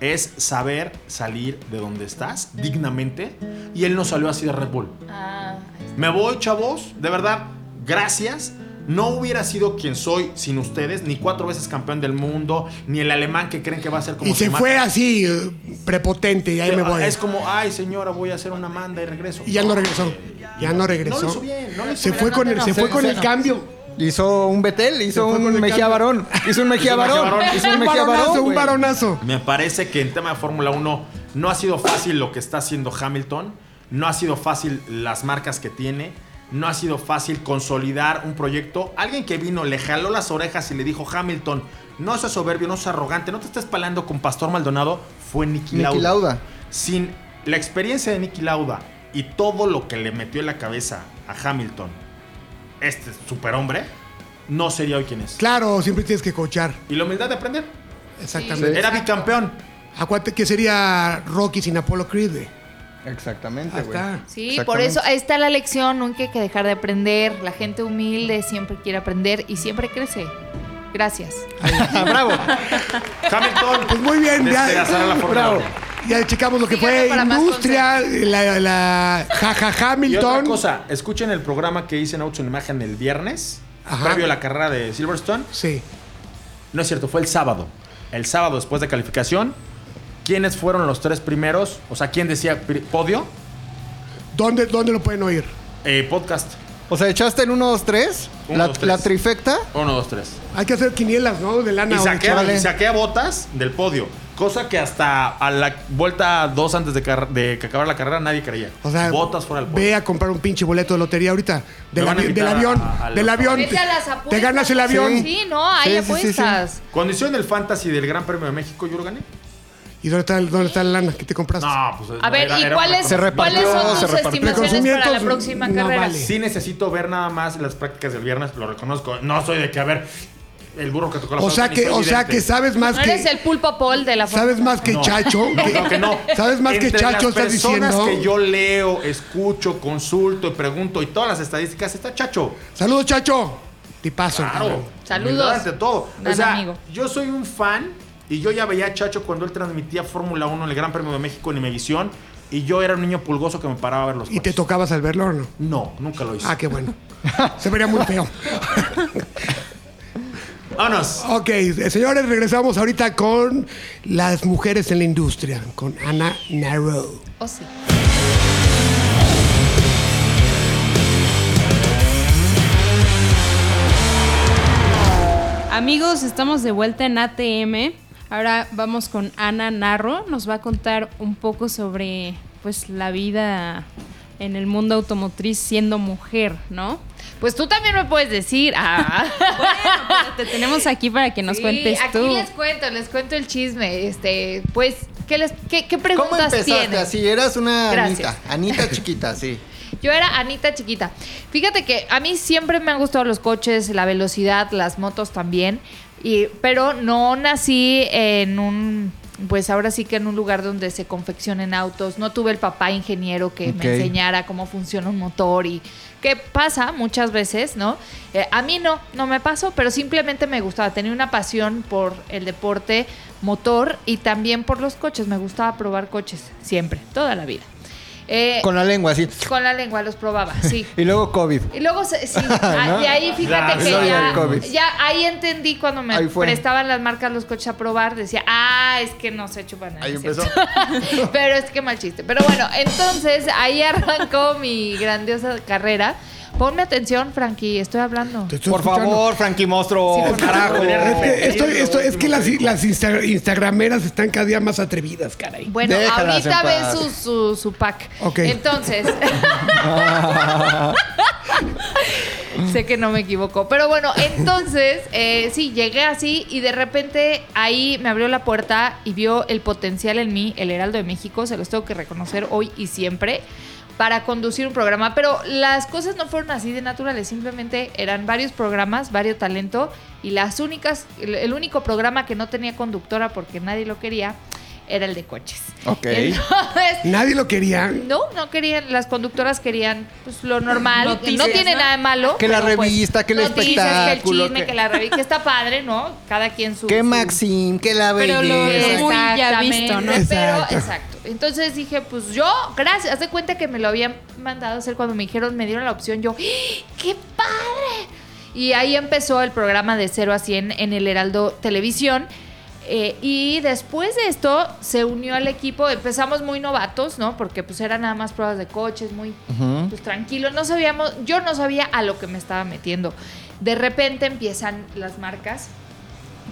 Speaker 7: es saber salir de donde estás dignamente. Y él no salió así de Red Bull.
Speaker 4: Ah, ahí está.
Speaker 7: Me voy, chavos, de verdad, gracias. No hubiera sido quien soy sin ustedes, ni cuatro veces campeón del mundo, ni el alemán que creen que va a ser como
Speaker 2: Y se
Speaker 7: Schumacher.
Speaker 2: fue así, eh, prepotente, y ahí me voy.
Speaker 7: Es como, ay señora, voy a hacer una manda y regreso.
Speaker 2: Y ya no regresó. Ya no regresó.
Speaker 7: No lo hizo bien, no lo hizo
Speaker 2: se
Speaker 7: bien.
Speaker 2: fue con el, se
Speaker 5: no,
Speaker 2: fue
Speaker 5: sí,
Speaker 2: con
Speaker 5: sí,
Speaker 2: el
Speaker 5: no.
Speaker 2: cambio.
Speaker 5: Hizo un Betel, hizo
Speaker 2: fue con
Speaker 5: un
Speaker 2: el
Speaker 5: Mejía
Speaker 2: cambio.
Speaker 5: Barón. Hizo un Mejía Barón. Hizo un
Speaker 2: Un
Speaker 5: Mejía Barón.
Speaker 2: varonazo, un
Speaker 5: güey.
Speaker 2: varonazo.
Speaker 7: Me parece que en tema de Fórmula 1 no ha sido fácil lo que está haciendo Hamilton, no ha sido fácil las marcas que tiene, no ha sido fácil consolidar un proyecto. Alguien que vino, le jaló las orejas y le dijo, Hamilton, no seas soberbio, no seas arrogante, no te estés palando con Pastor Maldonado, fue Nicky Lauda.
Speaker 5: Niki Lauda.
Speaker 7: Sin la experiencia de Nicky Lauda y todo lo que le metió en la cabeza a Hamilton, este superhombre, no sería hoy quien es.
Speaker 2: Claro, siempre tienes que cochar.
Speaker 7: Y la humildad de aprender.
Speaker 2: Exactamente.
Speaker 7: Era bicampeón.
Speaker 2: Acuérdate que sería Rocky sin Apollo Creed. güey.
Speaker 5: Exactamente,
Speaker 2: Ahí
Speaker 5: güey.
Speaker 2: está.
Speaker 4: Sí, por eso ahí está la lección, nunca hay que dejar de aprender. La gente humilde siempre quiere aprender y siempre crece. Gracias.
Speaker 5: Bravo.
Speaker 7: Hamilton.
Speaker 2: Pues muy bien, ya.
Speaker 7: despedazar a la Fórmula
Speaker 5: Bravo.
Speaker 7: uno.
Speaker 2: Ya checamos lo que
Speaker 4: Síganos
Speaker 2: fue
Speaker 4: para más
Speaker 2: Industria, la, la jaja
Speaker 7: Y otra
Speaker 2: Hamilton.
Speaker 7: cosa, escuchen el programa que hice en Autos en Imagen el viernes,
Speaker 2: Ajá.
Speaker 7: previo a la carrera de Silverstone.
Speaker 2: Sí.
Speaker 7: No es cierto, fue el sábado. El sábado después de calificación. ¿Quiénes fueron los tres primeros? O sea, ¿quién decía pri- podio?
Speaker 2: ¿Dónde, ¿Dónde lo pueden oír?
Speaker 7: Eh, podcast.
Speaker 5: O sea, echaste el 1-2-3.
Speaker 7: Uno,
Speaker 5: La,
Speaker 7: dos, tres.
Speaker 5: la trifecta.
Speaker 7: Uno, dos, tres.
Speaker 2: Hay que hacer quinielas, ¿no? De lana
Speaker 7: Y
Speaker 2: o de
Speaker 7: saqué,
Speaker 2: chavales.
Speaker 7: y saqué a botas del podio. Cosa que hasta a la vuelta dos antes de, car- de que acabara la carrera nadie creía.
Speaker 2: O sea,
Speaker 7: botas fuera del
Speaker 2: ve a comprar un pinche boleto de lotería ahorita. Del,
Speaker 7: Me van a
Speaker 2: avi- del
Speaker 7: invitar a-
Speaker 2: avión.
Speaker 7: a- a
Speaker 2: del
Speaker 7: los-
Speaker 2: avión.
Speaker 4: Vete a las
Speaker 2: te-
Speaker 4: apuestas.
Speaker 2: Te ganas el avión.
Speaker 4: Sí, no, hay
Speaker 5: Sí, sí, sí, sí.
Speaker 4: apuestas.
Speaker 7: Cuando hicieron el fantasy del Gran Premio de México, yo lo gané.
Speaker 2: ¿Y dónde está, el- dónde está la lana que te compraste?
Speaker 7: No, pues.
Speaker 4: A
Speaker 7: no,
Speaker 4: ver,
Speaker 7: era-
Speaker 4: ¿y
Speaker 7: era
Speaker 4: cuáles
Speaker 5: se repartió,
Speaker 4: cuáles son
Speaker 5: se
Speaker 4: tus
Speaker 5: repartió.
Speaker 4: estimaciones para la
Speaker 2: Reconocimientos,
Speaker 4: próxima
Speaker 2: no
Speaker 4: carrera?
Speaker 2: vale.
Speaker 7: Sí necesito ver nada más las prácticas del viernes, lo reconozco. No soy de que, a ver, el burro que tocó la
Speaker 2: o sea
Speaker 7: flauta, ni
Speaker 2: que,
Speaker 7: soy
Speaker 2: o sea
Speaker 7: vidente.
Speaker 2: que sabes más
Speaker 4: No
Speaker 2: que.
Speaker 4: eres el pulpo Paul de la
Speaker 2: Sabes más que
Speaker 7: No.
Speaker 2: Chacho.
Speaker 7: No,
Speaker 2: que-
Speaker 7: no, que no.
Speaker 2: Sabes más que
Speaker 7: Entre
Speaker 2: Chacho
Speaker 7: las
Speaker 2: estás diciendo.
Speaker 7: personas que yo leo, escucho, consulto y pregunto y todas las estadísticas está Chacho.
Speaker 2: Saludos, Chacho. Tipazo.
Speaker 7: Claro.
Speaker 4: Saludos.
Speaker 7: humildad ante todo.
Speaker 4: Gran
Speaker 7: o sea,
Speaker 4: amigo.
Speaker 7: yo soy un fan y yo ya veía a Chacho cuando él transmitía Fórmula 1 en el Gran Premio de México en Imevisión y yo era un niño pulgoso que me paraba a ver los
Speaker 2: ¿Y te
Speaker 7: coches.
Speaker 2: tocabas al verlo o no?
Speaker 7: No, nunca lo hice.
Speaker 2: Ah, qué bueno. Se vería muy feo.
Speaker 7: Vámonos.
Speaker 2: Ok, eh, señores, regresamos ahorita con las mujeres en la industria, con Ana Narrow.
Speaker 4: Oh, sí.
Speaker 6: Amigos, estamos de vuelta en ATM. Ahora vamos con Ana Narro. Nos va a contar un poco sobre pues la vida en el mundo automotriz siendo mujer, ¿no?
Speaker 4: Pues tú también me puedes decir. Ah.
Speaker 6: Pero te tenemos aquí para que nos
Speaker 4: Sí,
Speaker 6: cuentes
Speaker 4: aquí
Speaker 6: tú.
Speaker 4: les cuento, les cuento el chisme. Este, pues, ¿qué, les, qué, qué
Speaker 5: ¿Cómo
Speaker 4: preguntas
Speaker 5: empezaste
Speaker 4: tienen?
Speaker 5: así? Eras una
Speaker 4: Gracias.
Speaker 5: Anita. Anita chiquita, sí.
Speaker 4: Yo era Anita chiquita. Fíjate que a mí siempre me han gustado los coches, la velocidad, las motos también. Y, pero no nací en un. Pues ahora sí que en un lugar donde se confeccionen autos. No tuve el papá ingeniero que
Speaker 5: Ok.
Speaker 4: me enseñara cómo funciona un motor y qué pasa muchas veces, ¿no? Eh, a mí no, no me pasó, pero simplemente me gustaba. Tenía una pasión por el deporte motor y también por los coches. Me gustaba probar coches siempre, toda la vida. Eh,
Speaker 5: Con la lengua, así.
Speaker 4: con la lengua los probaba, sí.
Speaker 5: Y luego COVID.
Speaker 4: Y luego, se- sí, ah,
Speaker 5: ¿No?
Speaker 4: y ahí fíjate
Speaker 5: La
Speaker 4: que
Speaker 5: gloria del
Speaker 4: ya,
Speaker 5: COVID.
Speaker 4: ya ahí entendí cuando me
Speaker 5: Ahí fue.
Speaker 4: prestaban las marcas los coches a probar, decía, ah, es que no se chupan nada.
Speaker 5: Ahí
Speaker 4: es cierto".
Speaker 5: empezó.
Speaker 4: Pero es que mal chiste. Pero bueno, entonces ahí arrancó mi grandiosa carrera. Ponme atención, Frankie, estoy hablando.
Speaker 2: Te estoy
Speaker 5: Por
Speaker 2: escuchando.
Speaker 5: favor, Frankie Monstruo.
Speaker 4: Sí, por favor.
Speaker 5: carajo. Este,
Speaker 2: Es que, estoy- estoy- es que las, las insta- instagrameras están cada día más atrevidas, caray.
Speaker 4: Bueno,
Speaker 5: Déjalas en
Speaker 4: ahorita ven
Speaker 5: paz.
Speaker 4: su, su, su pack.
Speaker 2: Ok.
Speaker 4: Entonces. sé que no me equivoco. Pero bueno, entonces, eh, sí, llegué así y de repente ahí me abrió la puerta y vio el potencial en mí, el Heraldo de México. Se los tengo que reconocer hoy y siempre para conducir un programa. Pero las cosas no fueron así de naturales, simplemente eran varios programas, varios talento y las únicas, el- el único programa que no tenía conductora porque nadie lo quería era el de coches.
Speaker 5: Ok.
Speaker 4: Entonces,
Speaker 2: Nadie lo quería.
Speaker 4: no, no querían, las conductoras querían pues, lo normal,
Speaker 6: Noticias,
Speaker 4: no tiene
Speaker 6: ¿no?
Speaker 4: nada de malo.
Speaker 5: Que la
Speaker 4: pero, pues,
Speaker 5: revista, que el
Speaker 4: noticias,
Speaker 5: espectáculo,
Speaker 4: Que el chisme,
Speaker 5: que-
Speaker 4: que, la revista, que está padre, ¿no? Cada quien su...
Speaker 5: Que
Speaker 4: su-
Speaker 5: Maxim, que la
Speaker 6: Pero lo-
Speaker 5: belleza.
Speaker 6: muy ya
Speaker 4: Exactamente,
Speaker 6: visto, ¿no?
Speaker 2: Exacto.
Speaker 4: Pero, exacto. Entonces dije, pues yo, gracias. Haz de cuenta que me lo habían mandado a hacer cuando me dijeron, me dieron la opción. Yo, ¡Ah! ¡qué padre! Y ahí empezó el programa de 0 a 100 en el Heraldo Televisión. Eh, y después de esto se unió al equipo, empezamos muy novatos, ¿no? Porque pues eran nada más pruebas de coches, muy
Speaker 5: Ujú.
Speaker 4: pues, tranquilo, no sabíamos, yo no sabía a lo que me estaba metiendo. De repente empiezan las marcas,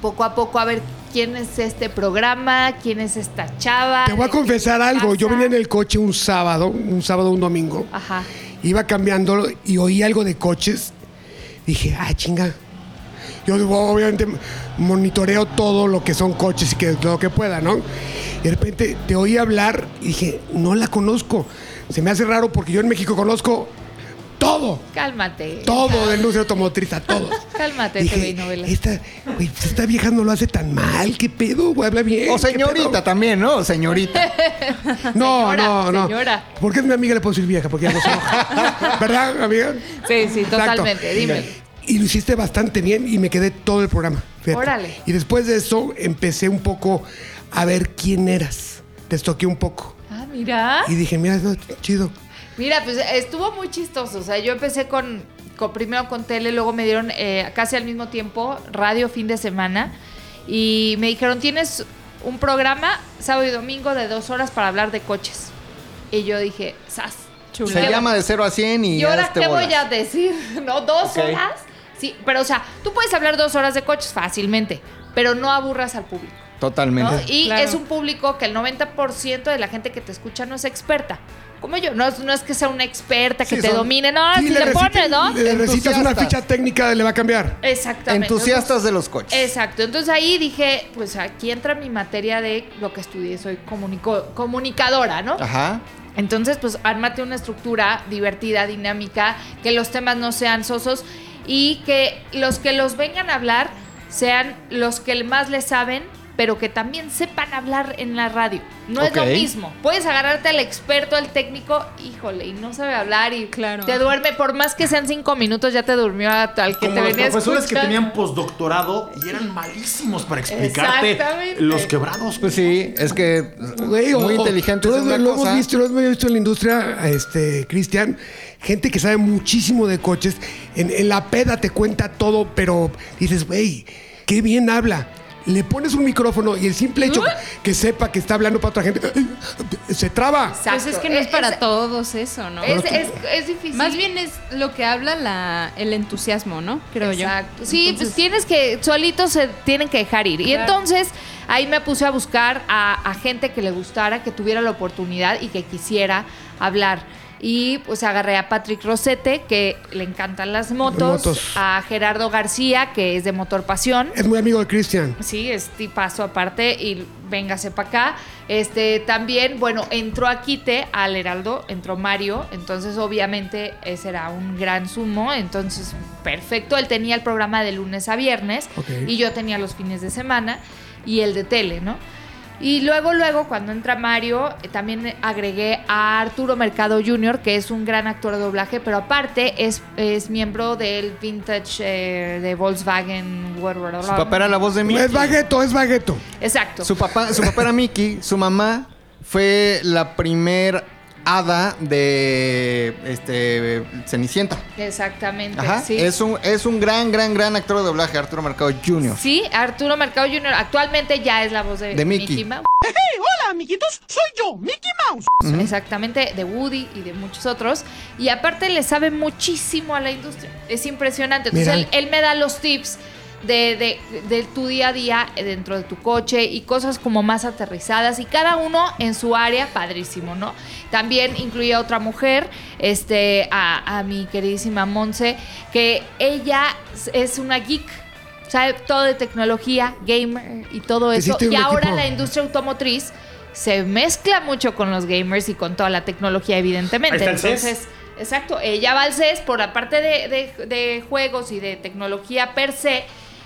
Speaker 4: poco a poco a ver quién es este programa, quién es esta chava.
Speaker 2: Te voy a
Speaker 4: de qué
Speaker 2: confesar
Speaker 4: se
Speaker 2: algo. Yo
Speaker 4: trata.
Speaker 2: venía en el coche un sábado, un sábado, un domingo.
Speaker 4: Ajá.
Speaker 2: Iba cambiando y oí algo de coches. Dije, ah, chinga. Yo digo, obviamente monitoreo todo lo que son coches y que todo lo que pueda, ¿no? Y de repente te oí hablar y dije, no la conozco. Se me hace raro porque yo en México conozco todo,
Speaker 4: Cálmate.
Speaker 2: todo del industria automotriz, a todos.
Speaker 4: Cálmate,
Speaker 2: Dije,
Speaker 4: TV y novelas.
Speaker 2: Esta, güey, pues, esta vieja no lo hace tan mal, qué pedo, güey, habla bien.
Speaker 5: O
Speaker 2: ¿qué pedo?"
Speaker 5: señorita también, ¿no? Señorita.
Speaker 2: No,
Speaker 4: Señora,
Speaker 2: no, no.
Speaker 4: señora.
Speaker 2: Porque es mi amiga, le puedo decir vieja, porque ya no se enoja. ¿Verdad, amiga?
Speaker 4: Sí, sí,
Speaker 2: Exacto.
Speaker 4: totalmente. Dime.
Speaker 2: Y lo hiciste bastante bien y me quedé todo el programa. fíjate.
Speaker 4: Órale.
Speaker 2: Y después de eso empecé un poco a ver quién eras. Te estoqué un poco.
Speaker 4: Ah, mira.
Speaker 2: Y dije, mira, no, chido.
Speaker 4: Mira, pues estuvo muy chistoso. O sea, yo empecé con, con- primero con tele, luego me dieron eh, casi al mismo tiempo radio fin de semana y me dijeron tienes un programa sábado y domingo de dos horas para hablar de coches. Y yo dije, ¡sas!
Speaker 6: Chulo.
Speaker 5: Se
Speaker 4: ¿Qué-
Speaker 5: llama de 0 a 100 y
Speaker 4: ¿Y ahora
Speaker 5: hazte
Speaker 4: qué
Speaker 5: bolas.
Speaker 4: voy a decir? ¿No? ¿Dos
Speaker 5: Ok.
Speaker 4: horas? Sí, pero o sea, tú puedes hablar dos horas de coches fácilmente, pero no aburras al público.
Speaker 5: Totalmente.
Speaker 4: ¿no? Y
Speaker 6: Claro.
Speaker 4: es un público que el 90% de la gente que te escucha no es experta. Como yo, no, es- no es que sea una experta que
Speaker 2: Sí,
Speaker 4: te
Speaker 2: son-
Speaker 4: domine, no,
Speaker 2: sí,
Speaker 4: si le,
Speaker 2: recita-
Speaker 4: pones, ¿no?
Speaker 2: Le recitas una
Speaker 5: Entusiastas.
Speaker 2: ficha técnica, le va a cambiar.
Speaker 4: Exactamente.
Speaker 5: Entusiastas de los coches.
Speaker 4: Exacto, entonces ahí dije, pues aquí entra mi materia de lo que estudié, soy comunico- comunicadora, ¿no?
Speaker 5: Ajá.
Speaker 4: Entonces, pues ármate una estructura divertida, dinámica, que los temas no sean sosos y que los que los vengan a hablar sean los que más les saben, pero que también sepan hablar en la radio. No es lo
Speaker 5: Ok.
Speaker 4: mismo. Puedes agarrarte al experto, al técnico, híjole, y no sabe hablar y
Speaker 6: Claro.
Speaker 4: te duerme. Por más que sean cinco minutos, ya te durmió a- al que
Speaker 7: Como
Speaker 4: te
Speaker 7: los
Speaker 4: venía
Speaker 7: profesores que
Speaker 4: escuchando.
Speaker 7: tenían postdoctorado y eran malísimos para explicarte
Speaker 4: Exactamente.
Speaker 7: los quebrados.
Speaker 5: Pues sí, es que
Speaker 2: Güey, o-
Speaker 5: muy
Speaker 2: o-
Speaker 5: inteligente
Speaker 2: tú
Speaker 5: es
Speaker 2: lo-
Speaker 5: una
Speaker 2: lo
Speaker 5: cosa.
Speaker 2: hemos visto, lo hemos visto en la industria, este, Cristian, gente que sabe muchísimo de coches. En, en la peda te cuenta todo, pero dices, güey, qué bien habla. Le pones un micrófono y el simple hecho
Speaker 5: ¿Mm?
Speaker 2: que sepa que está hablando para otra gente se traba.
Speaker 4: Exacto.
Speaker 6: Pues es que no es para
Speaker 4: Es-
Speaker 6: todos eso, ¿no?
Speaker 4: Es, es- es difícil.
Speaker 6: Más bien es lo que habla la, el entusiasmo, ¿no? Creo
Speaker 4: Exacto.
Speaker 6: yo.
Speaker 4: Sí, pues tienes que, solitos se tienen que dejar ir. Y
Speaker 6: Claro.
Speaker 4: entonces ahí me puse a buscar a, a gente que le gustara, que tuviera la oportunidad y que quisiera hablar. Y pues agarré a Patrick Rosete, que le encantan las motos,
Speaker 2: motos.
Speaker 4: a Gerardo García, que es de Motor Pasión.
Speaker 2: Es muy amigo de Cristian.
Speaker 4: Sí, es paso aparte y véngase para acá. Este también, bueno, entró a Quite al Heraldo, entró Mario, entonces obviamente ese era un gran sumo, entonces perfecto. Él tenía el programa de lunes a viernes
Speaker 2: Ok.
Speaker 4: y yo tenía los fines de semana y el de tele, ¿no? Y luego, luego, cuando entra Mario, eh, también agregué a Arturo Mercado Jr., que es un gran actor de doblaje, pero aparte es, es miembro del vintage eh, de Volkswagen.
Speaker 5: Su papá era la voz de Mickey.
Speaker 2: Es bagueto, es bagueto.
Speaker 4: Exacto.
Speaker 5: Su papá, su papá era Mickey. Su mamá fue la primer hada de este Cenicienta.
Speaker 4: Exactamente.
Speaker 5: Ajá.
Speaker 4: sí.
Speaker 5: Es un es un gran gran gran actor de doblaje Arturo Mercado Jr.
Speaker 4: Sí, Arturo Mercado Jr. actualmente ya es la voz de,
Speaker 5: De Mickey.
Speaker 4: Mouse. hola, amiguitos, soy yo, Mickey Mouse. Exactamente, de Woody y de muchos otros. Y aparte le sabe muchísimo a la industria. Es impresionante. Entonces él,
Speaker 2: Mira.
Speaker 4: él me da los tips de, de- de tu día a día eh, dentro de tu coche y cosas como más aterrizadas y cada uno en su área, padrísimo, ¿no? También incluía a otra mujer, este, a, a mi queridísima Monse, que ella es- es una geek. Sabe todo de tecnología, gamer y todo eso.
Speaker 2: Hiciste un
Speaker 4: Y ahora
Speaker 2: equipo.
Speaker 4: la industria automotriz se mezcla mucho con los gamers y con toda la tecnología, evidentemente.
Speaker 7: Ahí está el E CES.
Speaker 4: Entonces, Exacto, ella va al CES por la parte de, de- de juegos y de tecnología per se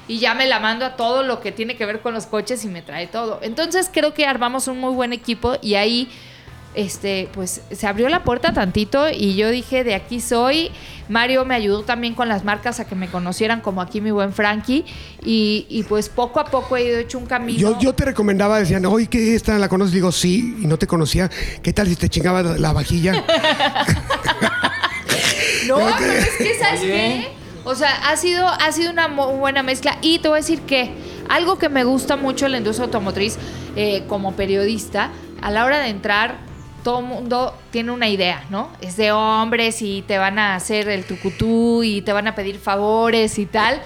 Speaker 4: y ya me la mando a todo lo que tiene que ver con los coches y me trae todo. Entonces creo que armamos un muy buen equipo y ahí este pues se abrió la puerta tantito y yo dije de aquí soy. Mario me ayudó también con las marcas a que me conocieran como aquí mi buen Frankie y, y, pues poco a poco he ido hecho un camino.
Speaker 2: Yo, yo te recomendaba, decían, oye, que esta la conoces. Digo, sí, y no te conocía. ¿Qué tal si te chingaba la vajilla?
Speaker 4: No, pero es que ¿sabes qué? O sea, ha sido, ha sido una mo- buena mezcla. Y te voy a decir que algo que me gusta mucho en la industria automotriz eh, como periodista, a la hora de entrar, todo mundo tiene una idea, ¿no? Es de hombres y te van a hacer el tucutú y te van a pedir favores y tal.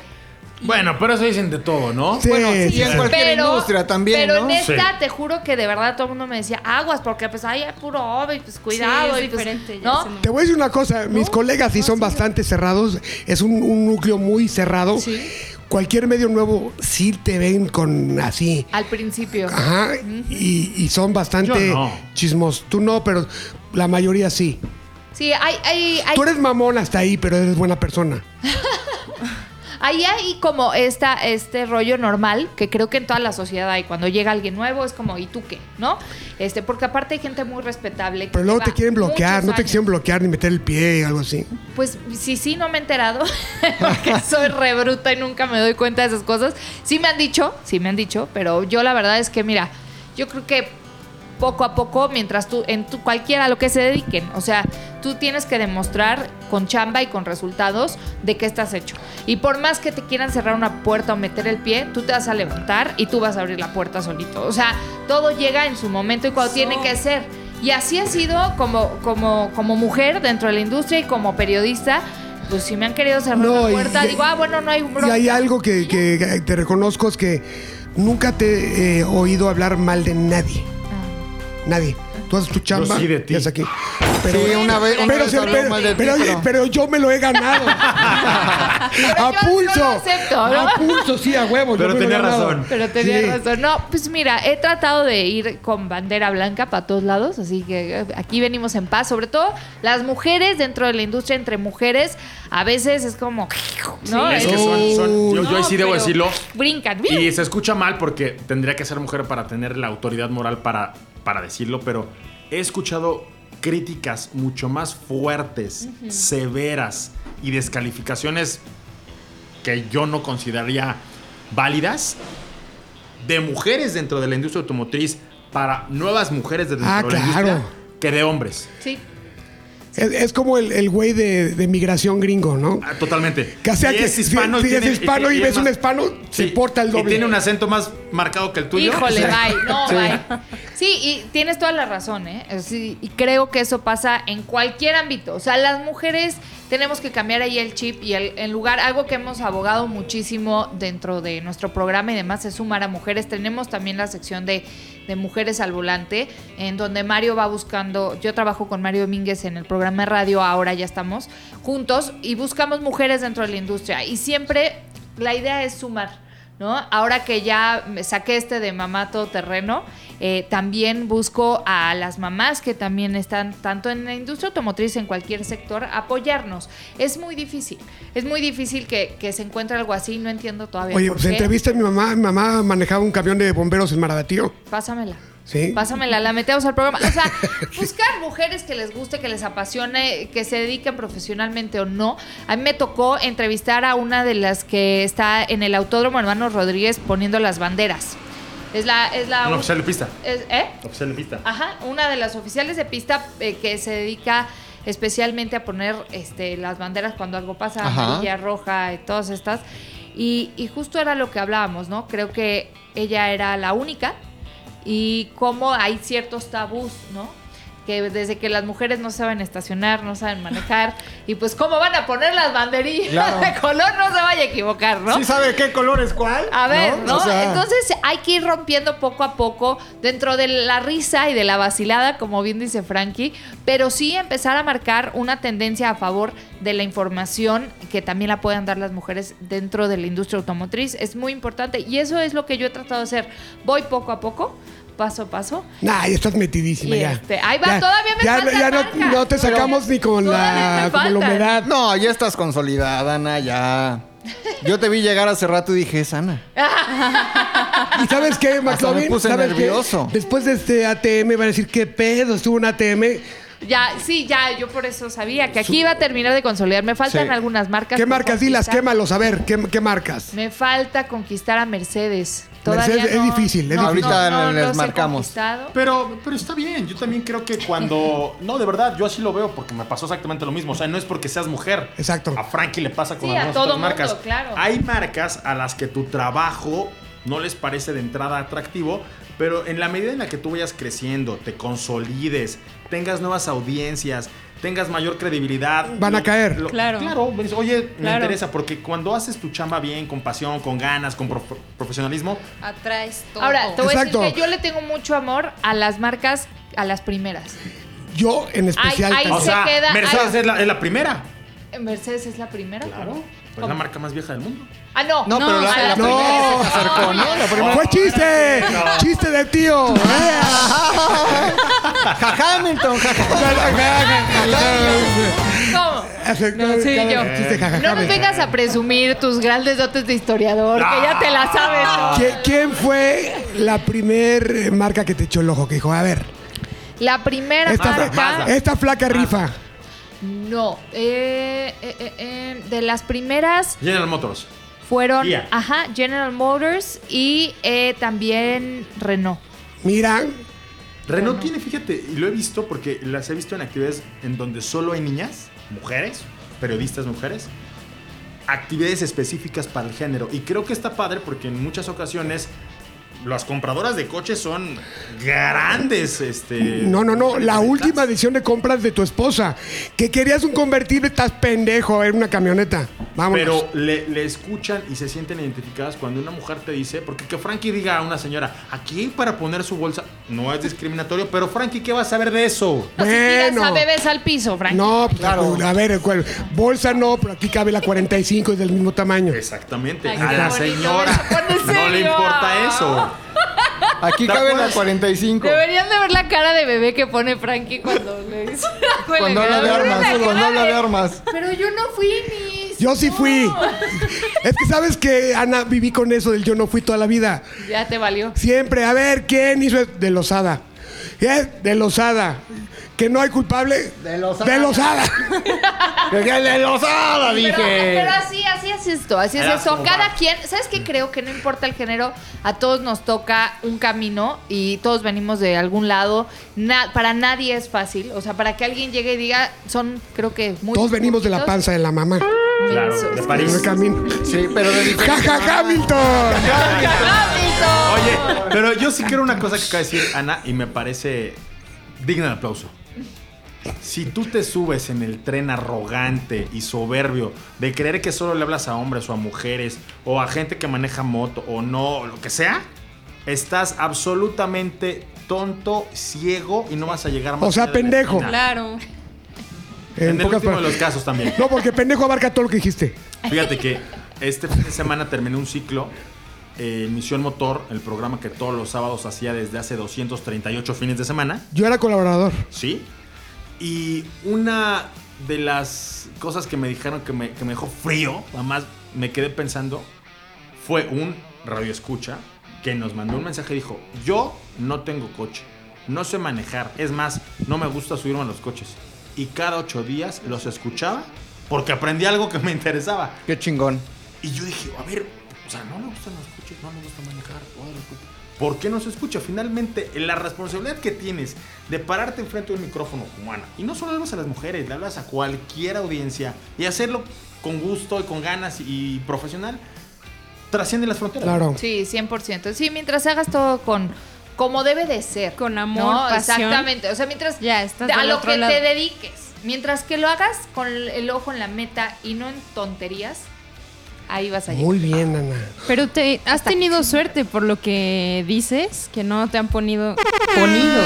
Speaker 7: Bueno, pero eso dicen de todo, ¿no?
Speaker 2: Sí,
Speaker 5: Bueno,
Speaker 2: sí,
Speaker 5: y en
Speaker 2: sí.
Speaker 5: cualquier industria también,
Speaker 4: pero
Speaker 5: ¿no?
Speaker 4: en esta
Speaker 7: Sí.
Speaker 4: te juro que de verdad todo el mundo me decía aguas porque pues ay, es puro hombre, pues cuidado
Speaker 6: es
Speaker 4: y pues,
Speaker 6: diferente, ya
Speaker 4: ¿no?
Speaker 6: se me-
Speaker 2: Te voy a decir una cosa, mis colegas
Speaker 4: Ah,
Speaker 2: sí son bastante cerrados, es un, un núcleo muy cerrado. Cualquier medio nuevo sí te ven con así.
Speaker 4: Al principio.
Speaker 2: Ajá, y, y son bastante
Speaker 7: Yo no.
Speaker 2: chismos. Tú no, pero la mayoría sí.
Speaker 4: Sí, hay, hay, hay
Speaker 2: Tú eres mamón hasta ahí, pero eres buena persona.
Speaker 4: Ahí hay como esta, este rollo normal que creo que en toda la sociedad hay. Cuando llega alguien nuevo es como, ¿y tú qué? ¿No? Este, porque aparte hay gente muy respetable. que
Speaker 2: Pero luego
Speaker 4: lleva
Speaker 2: te quieren bloquear,
Speaker 4: muchos
Speaker 2: no te
Speaker 4: años.
Speaker 2: quisieron bloquear ni meter el pie o algo así.
Speaker 4: Pues sí, sí, no me he enterado. porque soy re bruta y nunca me doy cuenta de esas cosas. Sí me han dicho, sí me han dicho, pero yo la verdad es que, mira, yo creo que poco a poco, mientras tú, en tu, cualquiera a lo que se dediquen, o sea, tú tienes que demostrar con chamba y con resultados de qué estás hecho. Y por más que te quieran cerrar una puerta o meter el pie, tú te vas a levantar y tú vas a abrir la puerta solito. O sea, todo llega en su momento y cuando tiene que ser. Y así ha sido como, como, como mujer dentro de la industria y como periodista. Pues si me han querido cerrar
Speaker 2: No,
Speaker 4: la
Speaker 2: y-
Speaker 4: puerta,
Speaker 2: y-
Speaker 4: digo, ah, bueno, no hay
Speaker 2: Y hay
Speaker 4: bronca".
Speaker 2: algo que, que te reconozco es que Nunca te he eh, oído hablar mal de nadie. Nadie. Tú haces tu chamba.
Speaker 7: sí de ti.
Speaker 2: y es aquí. Pero,
Speaker 5: Sí, una vez- una
Speaker 2: pero,
Speaker 5: vez
Speaker 2: se-
Speaker 5: habló
Speaker 2: pero-
Speaker 5: mal de ti,
Speaker 2: pero-
Speaker 5: pero-
Speaker 2: pero yo me lo he ganado. a
Speaker 4: yo- yo lo
Speaker 2: pulso.
Speaker 4: acepto, ¿no?
Speaker 2: A pulso, sí, a huevo. yo
Speaker 7: Pero
Speaker 2: me lo he
Speaker 7: tenía
Speaker 2: ganado.
Speaker 7: razón.
Speaker 4: Pero tenía
Speaker 2: Sí.
Speaker 4: razón. No, pues mira, he tratado de ir con bandera blanca para todos lados, así que eh, aquí venimos en paz. Sobre todo las mujeres dentro de la industria, entre mujeres, a veces es como. ¿no?
Speaker 7: Es que
Speaker 4: Es-
Speaker 7: son,
Speaker 2: Uh,
Speaker 7: son- yo, yo ahí sí
Speaker 4: No,
Speaker 7: debo
Speaker 4: pero
Speaker 7: decirlo.
Speaker 4: Brincan.
Speaker 7: Y se escucha mal porque tendría que ser mujer para tener la autoridad moral para, para decirlo, pero he escuchado críticas mucho más fuertes, severas y descalificaciones que yo no consideraría válidas de mujeres dentro de la industria automotriz para nuevas mujeres dentro
Speaker 2: Ah,
Speaker 7: de la
Speaker 2: claro.
Speaker 7: industria que de hombres.
Speaker 4: Sí.
Speaker 2: Es, es como el, el güey de, de migración gringo, ¿no?
Speaker 7: Ah, Totalmente.
Speaker 2: Que sea
Speaker 7: Y
Speaker 2: que
Speaker 7: es hispano,
Speaker 2: si- si
Speaker 7: tiene-
Speaker 2: es hispano y,
Speaker 7: es
Speaker 2: ves un
Speaker 7: más-
Speaker 2: hispano, se
Speaker 7: Sí,
Speaker 2: porta el
Speaker 7: y
Speaker 2: doble.
Speaker 7: tiene un acento más marcado que el tuyo.
Speaker 4: Híjole, bye. No,
Speaker 5: Sí.
Speaker 4: bye. Sí, y tienes toda la razón, ¿eh? Sí, y creo que eso pasa en cualquier ámbito. O sea, las mujeres tenemos que cambiar ahí el chip y el, en lugar, algo que hemos abogado muchísimo dentro de nuestro programa y demás es sumar a mujeres. Tenemos también la sección de, de mujeres al volante, en donde Mario va buscando, yo trabajo con Mario Domínguez en el programa de radio, ahora ya estamos juntos, y buscamos mujeres dentro de la industria. Y siempre la idea es sumar. ¿no? Ahora que ya me saqué este de mamá todoterreno, eh, también busco a las mamás que también están tanto en la industria automotriz, en cualquier sector, apoyarnos. Es muy difícil, es muy difícil que, que se encuentre algo así, no entiendo todavía.
Speaker 2: Oye,
Speaker 4: por
Speaker 2: pues
Speaker 4: qué.
Speaker 2: entrevista a mi mamá. Mi mamá manejaba un camión de bomberos en Maradatío.
Speaker 4: Pásamela.
Speaker 2: Sí.
Speaker 4: Pásamela, la metemos al programa. O sea, buscar mujeres que les guste, que les apasione, que se dediquen profesionalmente o no. A mí me tocó entrevistar a una de las que está en el Autódromo Hermano Rodríguez poniendo las banderas. Es la... Es la
Speaker 7: Un oficial de pista.
Speaker 4: es- ¿Eh?
Speaker 7: Oficial de pista.
Speaker 4: Ajá, una de las oficiales de pista eh, que se dedica especialmente a poner este, las banderas cuando algo pasa,
Speaker 5: Ajá.
Speaker 4: amarilla, roja y todas estas. Y, y justo era lo que hablábamos, ¿no? Creo que ella era la única y cómo hay ciertos tabús, ¿no? Que desde que las mujeres no saben estacionar, no saben manejar, y pues cómo van a poner las banderillas
Speaker 5: Claro.
Speaker 4: de color, no se vaya a equivocar, ¿no?
Speaker 5: ¿Sí sabe qué color es cuál?
Speaker 4: A ver, ¿no?
Speaker 5: O sea,
Speaker 4: Entonces hay que ir rompiendo poco a poco dentro de la risa y de la vacilada, como bien dice Frankie, pero sí empezar a marcar una tendencia a favor de la información que también la puedan dar las mujeres dentro de la industria automotriz. Es muy importante y eso es lo que yo he tratado de hacer. Voy poco a poco, paso a paso.
Speaker 2: Nah, ya estás metidísima
Speaker 4: Y
Speaker 2: ya.
Speaker 4: este, ahí va, todavía me
Speaker 2: ya,
Speaker 4: faltan
Speaker 2: ya no,
Speaker 4: marcas.
Speaker 2: no te sacamos ni con
Speaker 4: Todavía
Speaker 2: la,
Speaker 4: me
Speaker 2: con la
Speaker 4: faltan.
Speaker 2: humedad.
Speaker 5: No, ya estás consolidada, Ana, ya. Yo te vi llegar hace rato y dije, es Ana.
Speaker 2: ¿Y sabes qué, McLovin?
Speaker 5: me puse
Speaker 2: ¿Sabes qué?
Speaker 5: nervioso.
Speaker 2: Después de este ATM van a decir, ¿qué pedo? Estuvo un ATM.
Speaker 4: Ya, sí, ya, yo por eso sabía que aquí iba a terminar de consolidar. Me faltan
Speaker 5: Sí.
Speaker 4: algunas marcas.
Speaker 2: ¿Qué
Speaker 4: por
Speaker 2: marcas? Dilas,
Speaker 4: conquistar.
Speaker 2: quémalos. A ver, ¿qué, qué marcas?
Speaker 4: Me falta conquistar a Mercedes. Todavía
Speaker 2: Mercedes es
Speaker 4: no-
Speaker 2: difícil, es
Speaker 4: no,
Speaker 5: difícil.
Speaker 4: no,
Speaker 5: Ahorita
Speaker 4: no
Speaker 5: les
Speaker 4: los he
Speaker 5: marcamos.
Speaker 4: conquistado.
Speaker 7: Pero, pero está bien, yo también creo que cuando... No, de verdad, yo así lo veo porque me pasó exactamente lo mismo. O sea, no es porque seas mujer.
Speaker 2: Exacto.
Speaker 7: A Frankie le pasa con
Speaker 4: Sí, a
Speaker 7: algunas
Speaker 4: todo
Speaker 7: otras
Speaker 4: mundo,
Speaker 7: marcas.
Speaker 4: claro.
Speaker 7: Hay marcas a las que tu trabajo no les parece de entrada atractivo, pero en la medida en la que tú vayas creciendo, te consolides, tengas nuevas audiencias, tengas mayor credibilidad.
Speaker 2: Van a caer.
Speaker 6: Claro.
Speaker 7: Claro, me dice, oye, me
Speaker 6: Claro.
Speaker 7: interesa porque cuando haces tu chamba bien, con pasión, con ganas, con prof- profesionalismo,
Speaker 8: Atraes todo.
Speaker 4: Ahora, te voy
Speaker 2: Exacto.
Speaker 4: a decir que yo le tengo mucho amor a las marcas, a las primeras.
Speaker 2: Yo en especial.
Speaker 4: ay,
Speaker 2: te-
Speaker 7: o
Speaker 4: se
Speaker 7: sea,
Speaker 4: queda-
Speaker 7: Mercedes
Speaker 4: ay.
Speaker 7: es la, es la primera.
Speaker 4: Mercedes es la primera.
Speaker 7: Claro.
Speaker 4: ¿cómo?
Speaker 7: Pero es la marca más vieja del mundo.
Speaker 4: Ah, no.
Speaker 5: No, pero la-
Speaker 4: a
Speaker 5: la
Speaker 2: primera
Speaker 4: primera.
Speaker 2: se
Speaker 5: acercó, ¿no? La primera-
Speaker 2: ¡Fue chiste! ¡Chiste de tío!
Speaker 5: Ja, Hamilton, ja, ja.
Speaker 4: ¿Cómo?
Speaker 2: Hace-
Speaker 4: No, sí,
Speaker 2: cada
Speaker 4: yo.
Speaker 2: chiste, jajaja,
Speaker 4: No pues nos
Speaker 2: me-
Speaker 4: vengas a presumir tus grandes dotes de historiador, que ya te
Speaker 5: Ah.
Speaker 4: la sabes. ¿no?
Speaker 2: ¿Qui- ¿Quién fue la primer eh, marca que te echó el ojo? Que dijo, a ver,
Speaker 4: La primera
Speaker 2: esta,
Speaker 4: marca.
Speaker 2: fla- esta flaca rifa.
Speaker 4: No. eh, eh, eh, eh, de las primeras
Speaker 7: General Motors.
Speaker 4: fueron
Speaker 7: Kia.
Speaker 4: ajá, General Motors y eh, también Renault.
Speaker 2: Mira,
Speaker 7: Renault tiene, fíjate, y lo he visto porque las he visto en actividades en donde solo hay niñas, mujeres, periodistas mujeres, actividades específicas para el género. Y creo que está padre porque en muchas ocasiones las compradoras de coches son grandes, este.
Speaker 2: No, no, no. La última edición de compras de tu esposa. Que querías un convertible, estás pendejo. Era una camioneta. Vámonos.
Speaker 7: Pero le, le escuchan y se sienten identificadas cuando una mujer te dice, porque que Frankie diga a una señora, aquí hay para poner su bolsa, no es discriminatorio, pero Frankie, ¿qué va a saber de eso?
Speaker 4: No, Pues si tiras
Speaker 2: Bueno.
Speaker 4: a bebés al piso, Frank.
Speaker 2: No, pues, A ver, ¿cuál? bolsa no, pero aquí cabe la 45 y del mismo tamaño.
Speaker 7: Exactamente,
Speaker 4: Ay,
Speaker 7: a
Speaker 4: qué
Speaker 7: la
Speaker 4: bonito,
Speaker 7: señora
Speaker 4: me lo pones
Speaker 7: no le
Speaker 4: serio.
Speaker 7: importa eso.
Speaker 5: Aquí
Speaker 7: ¿Te
Speaker 5: cabe la
Speaker 7: acuerdas?
Speaker 5: 45.
Speaker 4: Deberían de ver la cara de bebé que pone Frankie cuando le dice.
Speaker 5: Cuando habla de armas, cuando habla de armas.
Speaker 4: Pero yo no fui ni.
Speaker 2: Yo sí fui. Es que sabes que Ana viví con eso del yo no fui toda la vida.
Speaker 4: Ya te valió.
Speaker 2: Siempre, a ver, ¿quién hizo esto? De Lozada. ¿Eh? De Lozada. ¿Que no hay culpable?
Speaker 5: De Lozada.
Speaker 2: De Lozada.
Speaker 5: ¡De losada,
Speaker 4: Pero, pero así, así es esto, así es
Speaker 7: Era
Speaker 4: eso.
Speaker 7: como
Speaker 4: Cada
Speaker 7: va.
Speaker 4: quien, ¿sabes qué creo? Que no importa el género, a todos nos toca un camino y todos venimos de algún lado. Na- para nadie es fácil. O sea, para que alguien llegue y diga, son, creo que muy.
Speaker 2: Todos venimos de la
Speaker 4: poquitos.
Speaker 2: panza de la mamá.
Speaker 7: Claro, de
Speaker 2: En el
Speaker 7: París.
Speaker 2: camino.
Speaker 5: Sí, pero de
Speaker 2: ¡Ja,
Speaker 5: diferente
Speaker 2: ja,
Speaker 5: manera.
Speaker 2: Hamilton!
Speaker 7: Oye, pero yo sí quiero una cosa que acaba de decir Ana y me parece digna de aplauso. Si tú te subes en el tren arrogante y soberbio de creer que solo le hablas a hombres o a mujeres o a gente que maneja moto o no, o lo que sea, estás absolutamente tonto, ciego y no vas a llegar más
Speaker 2: O sea,
Speaker 7: allá de la
Speaker 2: pendejo.
Speaker 7: esquina.
Speaker 6: Claro.
Speaker 7: En, el último de
Speaker 2: palabras.
Speaker 7: los casos también.
Speaker 2: No, porque pendejo abarca todo lo que dijiste.
Speaker 7: Fíjate que este fin de semana terminé un ciclo eh, en Misión Motor, el programa que todos los sábados hacía desde hace 238 fines de semana,
Speaker 2: Yo era colaborador.
Speaker 7: ¿sí? Y una de las cosas que me dijeron que me, que me dejó frío, además me quedé pensando, fue un radio escucha que nos mandó un mensaje y dijo, yo no tengo coche, no sé manejar, es más, no me gusta subirme a los coches. Y cada ocho días los escuchaba porque aprendí algo que me interesaba.
Speaker 5: Qué chingón.
Speaker 7: Y yo dije, a ver, o sea, no me gustan los coches, no me gusta manejar, joder, los coches. ¿Por qué no se escucha? Finalmente, la responsabilidad que tienes de pararte enfrente de un micrófono como Ana, y no solo hablas a las mujeres, le hablas a cualquier audiencia y hacerlo con gusto y con ganas y profesional, trasciende las fronteras.
Speaker 2: Claro.
Speaker 4: Sí, 100%. Sí, mientras hagas todo con como debe de ser.
Speaker 6: Con amor, pasión.
Speaker 4: Exactamente. O sea, mientras
Speaker 6: Ya, estás
Speaker 4: a
Speaker 6: del
Speaker 4: lo
Speaker 6: otro
Speaker 4: que
Speaker 6: lado.
Speaker 4: te dediques. Mientras que lo hagas con el ojo en la meta y no en tonterías, ahí vas a llegar.
Speaker 2: Muy bien, Ana.
Speaker 6: Pero te has tenido suerte por lo que dices, que no te han ponido. Ponido.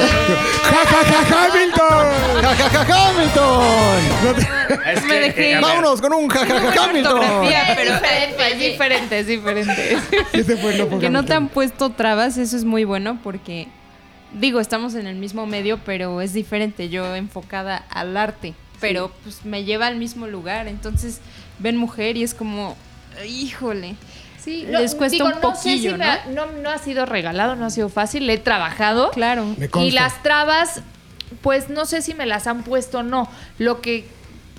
Speaker 2: ¡Ja, ja, ja, Hamilton!
Speaker 5: ¡Ja, ja, ja, Hamilton!
Speaker 7: Es eh,
Speaker 6: Me dejé.
Speaker 7: a ver,
Speaker 5: ¡Vámonos con un ja, ja, ja, Hamilton!
Speaker 4: Bien,
Speaker 6: pero-
Speaker 4: diferente,
Speaker 6: Es
Speaker 4: sí.
Speaker 6: diferente, es diferente.
Speaker 2: Ese fue no por
Speaker 6: que no te han
Speaker 2: Hamilton.
Speaker 6: puesto trabas, eso es muy bueno porque, digo, estamos en el mismo medio, pero es diferente. Yo enfocada al arte, pero pues me lleva al mismo lugar. Entonces ven mujer y es como, híjole.
Speaker 4: Sí,
Speaker 6: Les cuesta un
Speaker 4: no sé si
Speaker 6: poquillo,
Speaker 4: me ha- ¿no? no ha sido regalado, no ha sido fácil, le he trabajado.
Speaker 6: Claro.
Speaker 2: Me consta.
Speaker 4: Y las trabas, pues no sé si me las han puesto o no. Lo que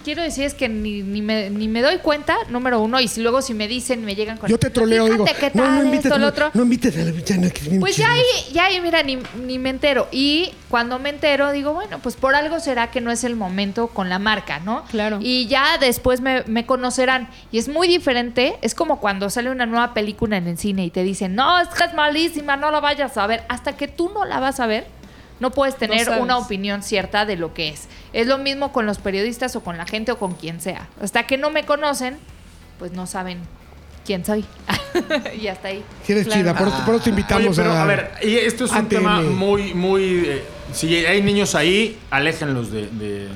Speaker 4: quiero decir es que ni, ni me, ni me doy cuenta, número uno, y si luego si me dicen, me llegan con...
Speaker 2: Yo te troleo,
Speaker 4: Pues,
Speaker 2: digo.
Speaker 4: Fíjate qué
Speaker 2: No,
Speaker 4: tal
Speaker 2: no invites,
Speaker 4: esto, lo
Speaker 2: no,
Speaker 4: otro.
Speaker 2: no invites a la bichana que es bien
Speaker 4: Pues ya
Speaker 2: chismosa.
Speaker 4: ahí, ya ahí, mira, ni, ni me entero. Y cuando me entero, digo, bueno, pues por algo será que no es el momento con la marca, ¿no?
Speaker 6: Claro.
Speaker 4: Y ya después me, me conocerán. Y es muy diferente. Es como cuando sale una nueva película en el cine y te dicen, no, es que es malísima, no la vayas a ver. Hasta que tú no la vas a ver, no puedes tener
Speaker 6: sabes.
Speaker 4: una opinión cierta de lo que es. Es lo mismo con los periodistas o con la gente o con quien sea. Hasta que no me conocen, pues no saben quién soy. y hasta ahí.
Speaker 2: Sí eres chida, por, eso, por eso te
Speaker 7: Oye,
Speaker 2: invitamos
Speaker 7: pero,
Speaker 2: a...
Speaker 7: a ver, y esto es un
Speaker 2: ATM.
Speaker 7: tema muy, muy... eh, si hay niños ahí, aléjenlos de- de-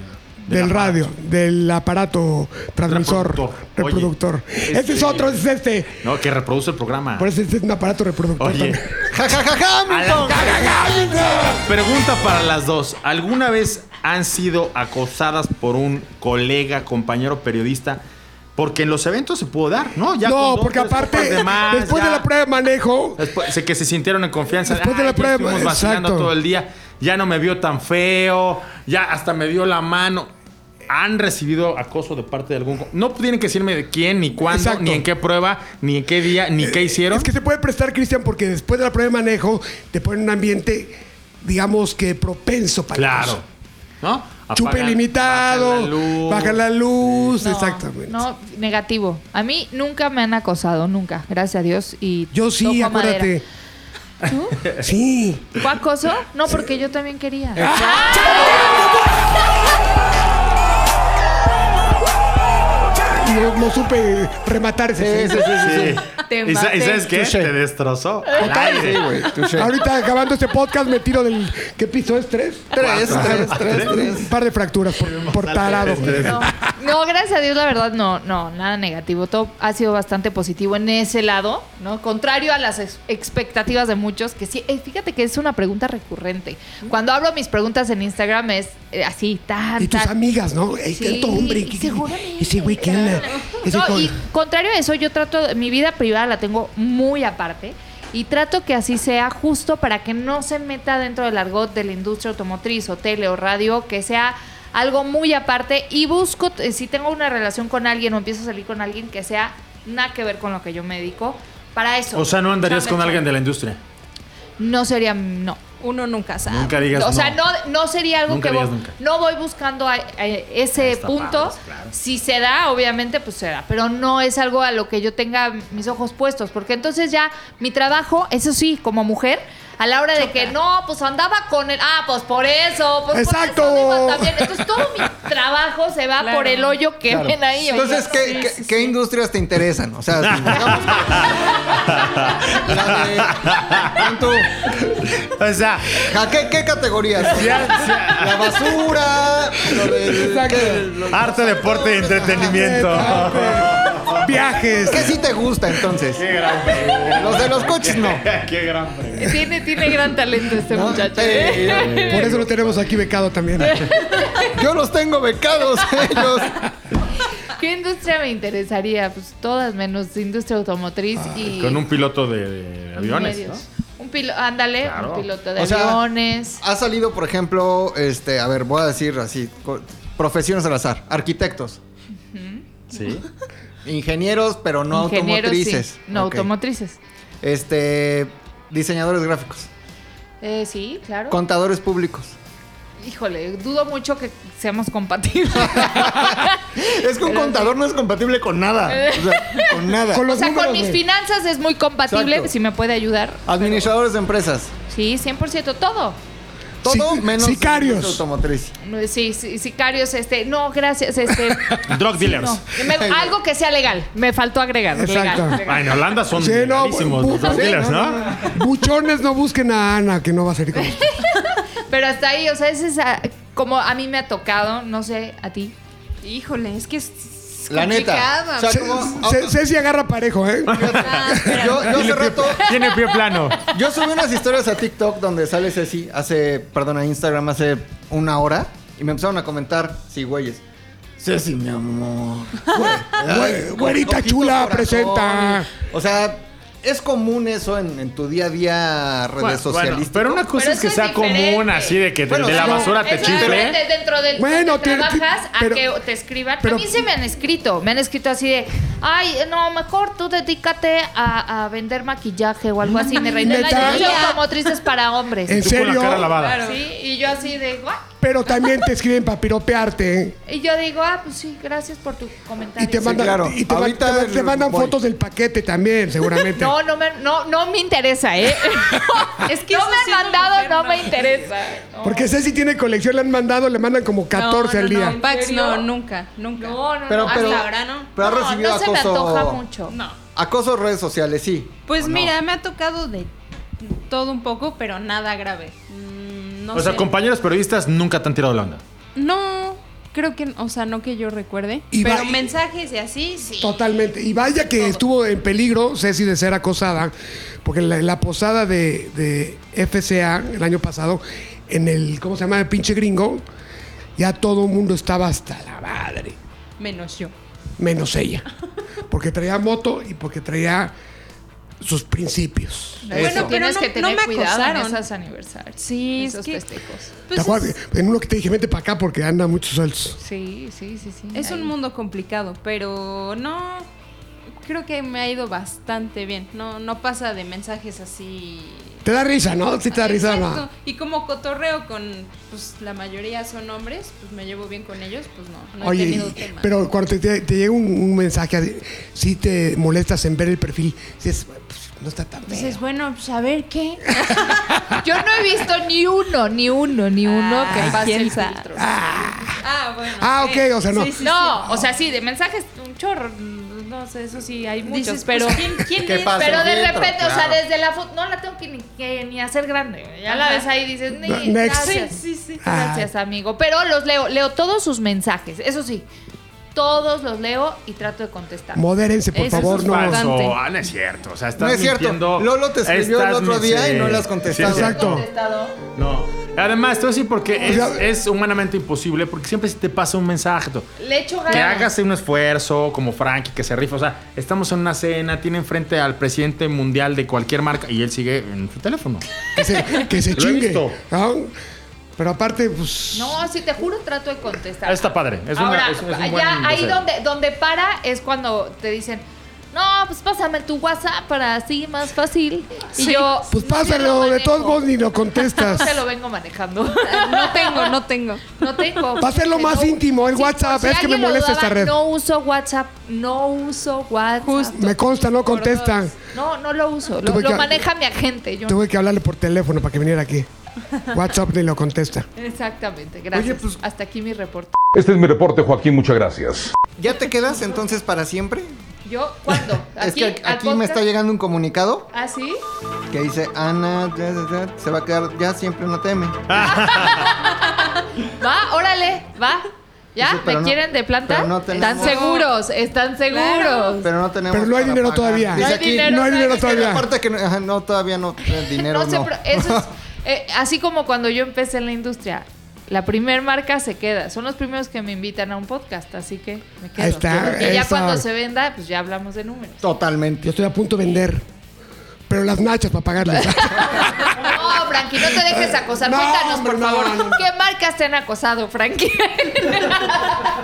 Speaker 2: Del
Speaker 7: la-
Speaker 2: radio, del aparato transmisor,
Speaker 7: Reproductor.
Speaker 2: reproductor.
Speaker 7: Oye,
Speaker 2: este es
Speaker 7: este-
Speaker 2: otro, este es este.
Speaker 7: No, que reproduce el programa.
Speaker 2: Por eso este es un aparato reproductor
Speaker 7: Oye,
Speaker 2: también.
Speaker 5: ¡Ja, ja, ja, Hamilton!
Speaker 7: Pregunta para las dos. ¿Alguna vez han sido acosadas por un colega, compañero periodista? Porque en los eventos se pudo dar, ¿no? Ya con
Speaker 2: no,
Speaker 7: dos,
Speaker 2: porque
Speaker 7: tres copas
Speaker 2: aparte,
Speaker 7: de más,
Speaker 2: después
Speaker 7: ya-
Speaker 2: de la prueba de manejo,
Speaker 7: después- sé que se sintieron en confianza.
Speaker 2: Después de la
Speaker 7: Ay, ya
Speaker 2: prueba,
Speaker 7: estuvimos vacilando
Speaker 2: exacto.
Speaker 7: todo el día. Ya no me vio tan feo. Ya hasta me dio la mano. ¿Han recibido acoso de parte de algún.? co- No tienen que decirme de quién, ni cuándo,
Speaker 2: Exacto.
Speaker 7: ni en qué prueba, ni en qué día, ni qué hicieron.
Speaker 2: Es que se puede prestar, Cristian, porque después de la prueba de manejo te ponen un ambiente, digamos que propenso para el
Speaker 7: Claro.
Speaker 2: acoso.
Speaker 7: ¿No?
Speaker 2: Chupe
Speaker 7: Apagan- bajan la
Speaker 2: limitado,
Speaker 7: luz.
Speaker 2: baja la luz,
Speaker 4: No,
Speaker 2: exactamente.
Speaker 4: No, negativo. A mí nunca me han acosado, nunca, gracias a Dios. Y
Speaker 2: Yo sí,
Speaker 4: toco madera.
Speaker 2: acuérdate.
Speaker 4: ¿Tú?
Speaker 2: Sí.
Speaker 4: ¿Fue acoso? No, porque yo también quería.
Speaker 2: Ah, No, no supe rematar ese.
Speaker 5: Sí, sí, sí, sí.
Speaker 4: Te
Speaker 7: ¿Y, sa- y
Speaker 4: maté.
Speaker 7: sabes qué?
Speaker 5: Touché.
Speaker 7: Te destrozó. al aire.
Speaker 5: Sí, güey. touché.
Speaker 2: Ahorita acabando este podcast me tiro del. ¿Qué piso es? ¿Tres?
Speaker 5: Tres, tres, tres, tres.
Speaker 2: Un par de fracturas por, por tarado.
Speaker 4: No. No, gracias a Dios, la verdad, no, no, nada negativo. Todo ha sido bastante positivo en ese lado, ¿no? Contrario a las ex- expectativas de muchos, que sí, eh, fíjate que es una pregunta recurrente. Cuando abro mis preguntas en Instagram es eh, así, tan,
Speaker 2: Y tus
Speaker 4: tan.
Speaker 2: amigas, ¿no? Es
Speaker 4: Sí,
Speaker 2: cierto, hombre.
Speaker 4: y seguramente.
Speaker 2: Ese güey que anda. Ese
Speaker 4: No,
Speaker 2: co-
Speaker 4: y contrario a eso, yo trato, mi vida privada la tengo muy aparte y trato que así sea justo para que no se meta dentro del argot de la industria automotriz o tele o radio, que sea algo muy aparte y busco, eh, si tengo una relación con alguien o empiezo a salir con alguien que sea nada que ver con lo que yo me dedico, para eso.
Speaker 7: O sea, no andarías
Speaker 4: Chamba,
Speaker 7: con alguien
Speaker 4: chamba.
Speaker 7: de la industria.
Speaker 4: No sería, no.
Speaker 6: Uno nunca sabe.
Speaker 7: Nunca digas
Speaker 4: O sea,
Speaker 7: no.
Speaker 4: no, no sería algo
Speaker 7: Nunca
Speaker 4: que
Speaker 7: digas
Speaker 4: voy-
Speaker 7: nunca.
Speaker 4: no voy buscando a- a ese
Speaker 7: Está
Speaker 4: punto.
Speaker 7: padre, claro.
Speaker 4: Si se da, obviamente, pues se da. Pero no es algo a lo que yo tenga mis ojos puestos. Porque entonces ya mi trabajo, eso sí, como mujer, a la hora de que no, pues andaba con el. Ah, pues por eso. Pues
Speaker 2: Exacto.
Speaker 4: Por eso digo, también. Entonces todo mi trabajo se va
Speaker 6: Claro.
Speaker 4: por el hoyo que
Speaker 5: Claro.
Speaker 4: ven ahí.
Speaker 5: Entonces, ¿qué, qué, qué industrias te interesan? O sea, digamos que- la de- pon tú,
Speaker 7: O sea,
Speaker 5: ¿a qué, qué categorías? O sea, la basura, lo del- ¿qué, lo-
Speaker 7: arte, deporte y entretenimiento.
Speaker 2: Viajes.
Speaker 5: qué sí te gusta entonces? Los de los coches no.
Speaker 7: Qué gran premio.
Speaker 4: Tiene, tiene gran talento este
Speaker 5: ¿no?
Speaker 4: muchacho. ¿eh?
Speaker 5: Sí.
Speaker 2: Por eso lo tenemos aquí becado también.
Speaker 5: Yo los tengo becados ellos.
Speaker 4: ¿Qué industria me interesaría? Pues todas menos industria automotriz y.
Speaker 7: Con un piloto de, de aviones, ¿no?
Speaker 4: medios. Un piloto, ándale,
Speaker 7: Claro.
Speaker 4: un piloto de
Speaker 5: O sea, ah,
Speaker 4: aviones.
Speaker 5: Ha salido, por ejemplo, este, a ver, voy a decir así, co- profesiones al azar, arquitectos,
Speaker 7: Sí.
Speaker 5: ingenieros, pero no
Speaker 4: ingenieros,
Speaker 5: automotrices.
Speaker 4: sí. No,
Speaker 5: Ok.
Speaker 4: automotrices.
Speaker 5: Este, diseñadores gráficos,
Speaker 4: Eh, sí, claro.
Speaker 5: contadores públicos.
Speaker 4: Híjole, dudo mucho que seamos compatibles.
Speaker 5: Es que un contador no es compatible con nada, o sea, con nada.
Speaker 2: Con
Speaker 4: o
Speaker 2: los
Speaker 4: sea, con
Speaker 2: números,
Speaker 4: mis
Speaker 2: güey.
Speaker 4: finanzas es muy compatible,
Speaker 5: Exacto. Ah.
Speaker 4: si me puede ayudar.
Speaker 5: Administradores de empresas,
Speaker 4: Sí, 100% todo.
Speaker 5: todo
Speaker 2: Sic-
Speaker 5: menos
Speaker 2: sicarios.
Speaker 5: automotriz.
Speaker 4: Sí, sí, sicarios, este, no, gracias, este.
Speaker 7: Drug
Speaker 4: sí,
Speaker 7: dealers.
Speaker 4: no. Me- algo que sea legal, me faltó agregar.
Speaker 2: Exacto.
Speaker 4: Legal,
Speaker 7: Ah,
Speaker 4: legal.
Speaker 7: en Holanda son
Speaker 2: Sí, no,
Speaker 7: carísimos
Speaker 2: bu-
Speaker 7: los drug
Speaker 2: sí,
Speaker 7: dealers, pues, ¿no?
Speaker 2: Buchones, no busquen a Ana, que no va a salir con usted.
Speaker 4: Pero hasta ahí, o sea, ese es ah, como a mí me ha tocado, no sé, a ti.
Speaker 6: Híjole, es que es, es
Speaker 5: La neta.
Speaker 6: complicada.
Speaker 5: O sea,
Speaker 2: Ce-
Speaker 5: como-
Speaker 2: Ce- Ceci agarra parejo, ¿eh?
Speaker 6: Ah, espera.
Speaker 5: Yo, yo hace rato,
Speaker 7: Tiene pie plano.
Speaker 5: yo subí unas historias a TikTok donde sale Ceci hace, perdón, a Instagram hace una hora y me empezaron a comentar, sí, güeyes. Ceci, mi amor.
Speaker 2: Güe- Güerita
Speaker 5: Ojitos,
Speaker 2: chula,
Speaker 5: corazones.
Speaker 2: presenta.
Speaker 5: O sea, es común eso en, en tu día a día redes
Speaker 7: Bueno,
Speaker 5: socialistas.
Speaker 7: pero una cosa
Speaker 4: Pero
Speaker 7: es que
Speaker 4: eso es
Speaker 7: sea
Speaker 4: diferente.
Speaker 7: común, así de que de-
Speaker 5: Bueno,
Speaker 7: de, la
Speaker 5: sí, no.
Speaker 7: basura te
Speaker 4: Es diferente
Speaker 7: chifle.
Speaker 4: dentro del
Speaker 2: Bueno,
Speaker 4: bueno,
Speaker 2: tiene-
Speaker 4: trabajas
Speaker 2: pero-
Speaker 4: a que te escriban.
Speaker 2: pero-
Speaker 4: a mí se me han escrito, me han escrito así de, ay, no, mejor tú dedícate a, a vender maquillaje o algo así. Me reina la
Speaker 2: ¿Neta?
Speaker 4: industria automotrices para hombres.
Speaker 2: ¿En
Speaker 7: Tú con la
Speaker 2: serio?
Speaker 7: cara lavada.
Speaker 4: Sí, y yo así de, "What?".
Speaker 2: Pero también te escriben para piropearte, ¿eh?
Speaker 4: Y yo digo, ah, pues sí, gracias por tu comentario.
Speaker 2: Y te mandan,
Speaker 5: claro.
Speaker 2: y te man-
Speaker 5: Ahorita
Speaker 2: te man- te mandan
Speaker 5: voy.
Speaker 2: fotos del paquete también, seguramente.
Speaker 4: No, no me, no, no me interesa, ¿eh?
Speaker 6: Es que
Speaker 4: no
Speaker 6: eso
Speaker 4: me
Speaker 6: sí
Speaker 4: han mandado,
Speaker 6: mujer,
Speaker 4: no me interesa. No.
Speaker 2: Porque Ceci tiene colección, le han mandado, le mandan como 14
Speaker 6: no,
Speaker 2: al día.
Speaker 6: No, Pax,
Speaker 4: ¿En
Speaker 6: no,
Speaker 4: serio?
Speaker 6: nunca, nunca.
Speaker 4: No, no,
Speaker 5: Pero-
Speaker 4: no.
Speaker 5: pero-
Speaker 4: hasta
Speaker 6: ahora no.
Speaker 5: pero has
Speaker 4: no,
Speaker 5: recibido
Speaker 4: no se me
Speaker 5: acoso-
Speaker 4: antoja mucho.
Speaker 6: No.
Speaker 5: Acoso de redes sociales, sí.
Speaker 6: Pues
Speaker 5: ¿O no?
Speaker 6: mira, me ha tocado de todo un poco, pero nada grave. Mm, No
Speaker 7: O sea,
Speaker 6: sé.
Speaker 7: compañeros periodistas nunca te han tirado la onda.
Speaker 6: No, creo que, o sea, no que yo recuerde.
Speaker 2: Y va-
Speaker 6: pero mensajes y así, sí.
Speaker 2: Totalmente. Y vaya que estuvo en peligro Ceci de ser acosada, porque la, la posada de, de FCA el año pasado, en el, ¿cómo se llama? El pinche gringo, ya todo el mundo estaba hasta la madre,
Speaker 6: Menos yo.
Speaker 2: menos ella. Porque traía moto y porque traía sus principios.
Speaker 5: Eso.
Speaker 6: pero
Speaker 4: tienes
Speaker 6: no-
Speaker 4: que
Speaker 6: no
Speaker 4: tener
Speaker 6: me
Speaker 4: cuidado en
Speaker 6: acosaron.
Speaker 4: esos aniversarios.
Speaker 6: Sí, es
Speaker 4: esos
Speaker 6: que-
Speaker 4: festejos.
Speaker 6: Pues
Speaker 2: ¿Te acuerdas?
Speaker 6: es,
Speaker 2: En uno que te dije, vente para acá porque anda muchos sueltos.
Speaker 4: Sí, sí, sí, sí.
Speaker 6: es
Speaker 4: ahí.
Speaker 6: un mundo complicado, pero no. Creo que me ha ido bastante bien. No, no pasa de mensajes así
Speaker 2: Te da risa, ¿no? Sí te da risa,
Speaker 6: Exacto.
Speaker 2: ¿no?
Speaker 6: Y como cotorreo con, pues la mayoría son hombres, pues me llevo bien con ellos, pues no, no he
Speaker 2: Oye,
Speaker 6: tenido tema.
Speaker 2: pero cuando te, te- te llega un, un mensaje, así, si te molestas en ver el perfil, dices, "Pues, no está tan bien.
Speaker 6: Dices, bueno, pues a ver qué.
Speaker 4: Yo no he visto ni uno, ni uno, ni uno
Speaker 6: Ah,
Speaker 4: que pase
Speaker 6: quién
Speaker 4: el
Speaker 6: sabe.
Speaker 4: filtro.
Speaker 6: Ah, bueno.
Speaker 2: Ah,
Speaker 6: sí.
Speaker 2: ok, o sea, no.
Speaker 6: Sí, sí,
Speaker 4: no,
Speaker 6: sí.
Speaker 4: o sea, sí, de mensajes un chorro. No sé, eso sí, hay muchos,
Speaker 6: Dices,
Speaker 4: pero...
Speaker 6: pues, ¿quién, quién
Speaker 5: ¿Qué
Speaker 6: es?
Speaker 5: pasa?
Speaker 4: Pero de
Speaker 5: Filtro,
Speaker 4: repente, o sea,
Speaker 5: claro.
Speaker 4: desde la foto, no la tengo que ni, que ni hacer grande. Ya la
Speaker 6: Ajá.
Speaker 4: ves ahí y dices, ni,
Speaker 2: No, next.
Speaker 4: gracias.
Speaker 6: Sí, sí, sí.
Speaker 2: Ah.
Speaker 4: Gracias, amigo. Pero los leo, leo todos sus mensajes, eso sí. Todos los leo y trato de contestar.
Speaker 2: Modérense, por
Speaker 6: Eso es
Speaker 2: favor,
Speaker 6: un
Speaker 2: no.
Speaker 6: falso. Importante.
Speaker 7: Ah, no es cierto. O sea, estás
Speaker 5: No es cierto.
Speaker 7: mintiendo.
Speaker 5: Lolo te escribió el
Speaker 7: Estás
Speaker 5: otro día
Speaker 7: mintiendo.
Speaker 5: y no le has contestado.
Speaker 7: Sí, sí, sí.
Speaker 2: Exacto.
Speaker 4: Contestado.
Speaker 7: No. Además, todo así porque
Speaker 2: O
Speaker 7: es,
Speaker 2: sea-
Speaker 7: es humanamente imposible, porque siempre se te pasa un mensaje. todo.
Speaker 4: Le echo ganas.
Speaker 7: Que hagas un esfuerzo como Frankie, que se rifa. O sea, estamos en una cena, tiene enfrente al presidente mundial de cualquier marca y él sigue en su teléfono.
Speaker 2: Que se, que se
Speaker 7: Lo he
Speaker 2: chingue.
Speaker 7: visto.
Speaker 2: ¿no? Pero aparte, pues.
Speaker 4: No, sí, te juro, trato de contestar.
Speaker 7: Está padre. Es una-
Speaker 4: Ahora,
Speaker 7: es- es un
Speaker 4: allá,
Speaker 7: buen
Speaker 4: ahí
Speaker 7: deseo.
Speaker 4: donde, donde para es cuando te dicen, no, pues pásame tu WhatsApp para así más fácil. Y yo.
Speaker 2: Pues
Speaker 4: "No,
Speaker 2: pásalo,
Speaker 4: yo lo
Speaker 2: de todos
Speaker 4: manejo".
Speaker 2: modos ni lo contestas.
Speaker 4: No se lo vengo manejando.
Speaker 6: No tengo, no tengo.
Speaker 4: No tengo.
Speaker 2: Va a ser lo
Speaker 4: Porque
Speaker 2: más
Speaker 4: no-
Speaker 2: íntimo, el
Speaker 4: Sí,
Speaker 2: WhatsApp.
Speaker 4: por si
Speaker 2: Es que me
Speaker 4: alguien lo
Speaker 2: molesta esta
Speaker 4: dudaba,
Speaker 2: red.
Speaker 4: No uso WhatsApp. No uso WhatsApp.
Speaker 2: Me consta, no contesta.
Speaker 4: No, no lo uso. Lo,
Speaker 2: Tuve
Speaker 4: lo
Speaker 2: que-
Speaker 4: maneja mi agente. Yo
Speaker 2: Tuve que hablarle por teléfono para que viniera aquí. WhatsApp ni lo contesta.
Speaker 4: Exactamente. Gracias.
Speaker 2: pues-
Speaker 4: Hasta aquí mi reporte.
Speaker 8: Este es mi reporte, Joaquín, muchas gracias.
Speaker 5: ¿Ya te quedas entonces para siempre?
Speaker 4: ¿Yo cuándo?
Speaker 5: Es
Speaker 4: ¿Aquí?
Speaker 5: que
Speaker 4: ¿Al
Speaker 5: aquí me
Speaker 4: podcast?
Speaker 5: está llegando un comunicado
Speaker 4: ¿Ah, sí?
Speaker 5: que dice Ana ya, ya, ya, se va a quedar ya siempre en ATM.
Speaker 4: Va, órale, va. ¿Ya?
Speaker 5: Sí,
Speaker 4: ¿Me
Speaker 5: pero no-
Speaker 4: quieren de planta?
Speaker 5: pero no tenemos-
Speaker 4: Están seguros, están seguros.
Speaker 5: Pero no tenemos.
Speaker 2: Pero no hay
Speaker 5: para
Speaker 2: dinero
Speaker 5: pagar.
Speaker 2: todavía.
Speaker 5: Dice
Speaker 4: No hay
Speaker 5: aquí,
Speaker 4: dinero,
Speaker 2: no hay
Speaker 4: no hay
Speaker 2: dinero
Speaker 4: dinero.
Speaker 2: todavía.
Speaker 5: Aparte que no, ajá, no, todavía no el dinero
Speaker 4: No sé,
Speaker 5: no.
Speaker 4: pero eso es, eh, así como cuando yo empecé en la industria, la primer marca se queda. Son los primeros que me invitan a un podcast, así que me quedo.
Speaker 2: Ahí está,
Speaker 4: Porque ya
Speaker 2: eso.
Speaker 4: cuando se venda, pues ya hablamos de números.
Speaker 2: Yo
Speaker 5: Totalmente.
Speaker 2: estoy a punto de vender. Pero las nachas para pagarles.
Speaker 4: No, Frankie, no te dejes acosar.
Speaker 2: No,
Speaker 4: Cuéntanos, por
Speaker 2: hombre, no,
Speaker 4: favor,
Speaker 2: no, no.
Speaker 4: ¿qué marcas te han acosado, Frankie?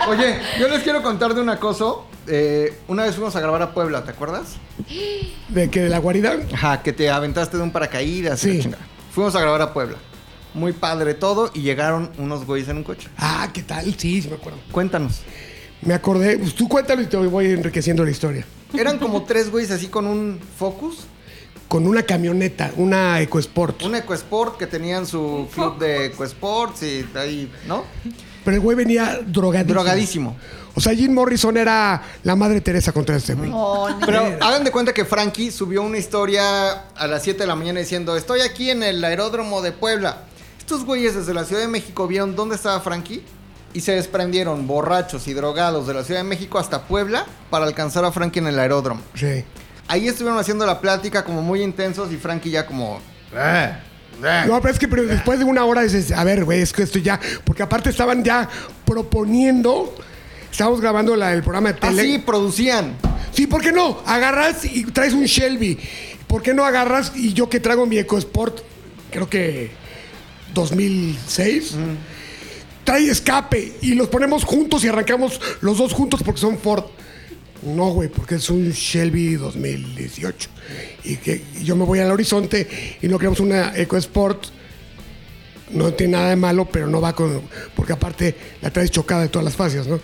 Speaker 5: Oye, yo les quiero contar de un acoso. Eh, una vez fuimos a grabar a Puebla, ¿te acuerdas?
Speaker 2: ¿De que ¿De la guarida?
Speaker 5: Ajá, que te aventaste de un paracaídas. y
Speaker 2: Sí.
Speaker 5: la chingada. Fuimos a grabar a Puebla. Muy padre todo y llegaron unos güeyes en un coche.
Speaker 2: Ah, ¿qué tal? Sí, sí me acuerdo.
Speaker 5: Cuéntanos.
Speaker 2: Me acordé. Pues tú cuéntalo y te voy enriqueciendo la historia.
Speaker 5: Eran como tres güeyes así con un Focus,
Speaker 2: Con una camioneta, una EcoSport.
Speaker 5: un EcoSport que tenían su club de EcoSports y ahí, ¿no?
Speaker 2: Pero el güey venía drogadísimo.
Speaker 5: Drogadísimo.
Speaker 2: O sea, Jim Morrison era la madre Teresa contra este güey.
Speaker 5: Pero hagan de cuenta que Frankie subió una historia a las 7 de la mañana diciendo, estoy aquí en el aeródromo de Puebla. Estos güeyes desde la Ciudad de México vieron dónde estaba Frankie y se desprendieron borrachos y drogados de la Ciudad de México hasta Puebla para alcanzar a Frankie en el aeródromo.
Speaker 2: Sí.
Speaker 5: Ahí estuvieron haciendo la plática como muy intensos y Frankie ya como...
Speaker 2: No, pero es que pero después de una hora dices, a ver, güey, es que esto ya. Porque aparte estaban ya proponiendo. Estábamos grabando la- el programa de tele.
Speaker 5: Así producían.
Speaker 2: Sí, ¿por qué no? Agarras y traes un Shelby. ¿Por qué no agarras y yo que traigo mi EcoSport, creo que 2006? Trae escape y los ponemos juntos y arrancamos los dos juntos porque son Ford. No, güey, porque es un Shelby 2018. Y que y yo me voy al horizonte y no creamos una EcoSport. No tiene nada de malo, pero no va con. Porque aparte la traes chocada de todas las fases, ¿no?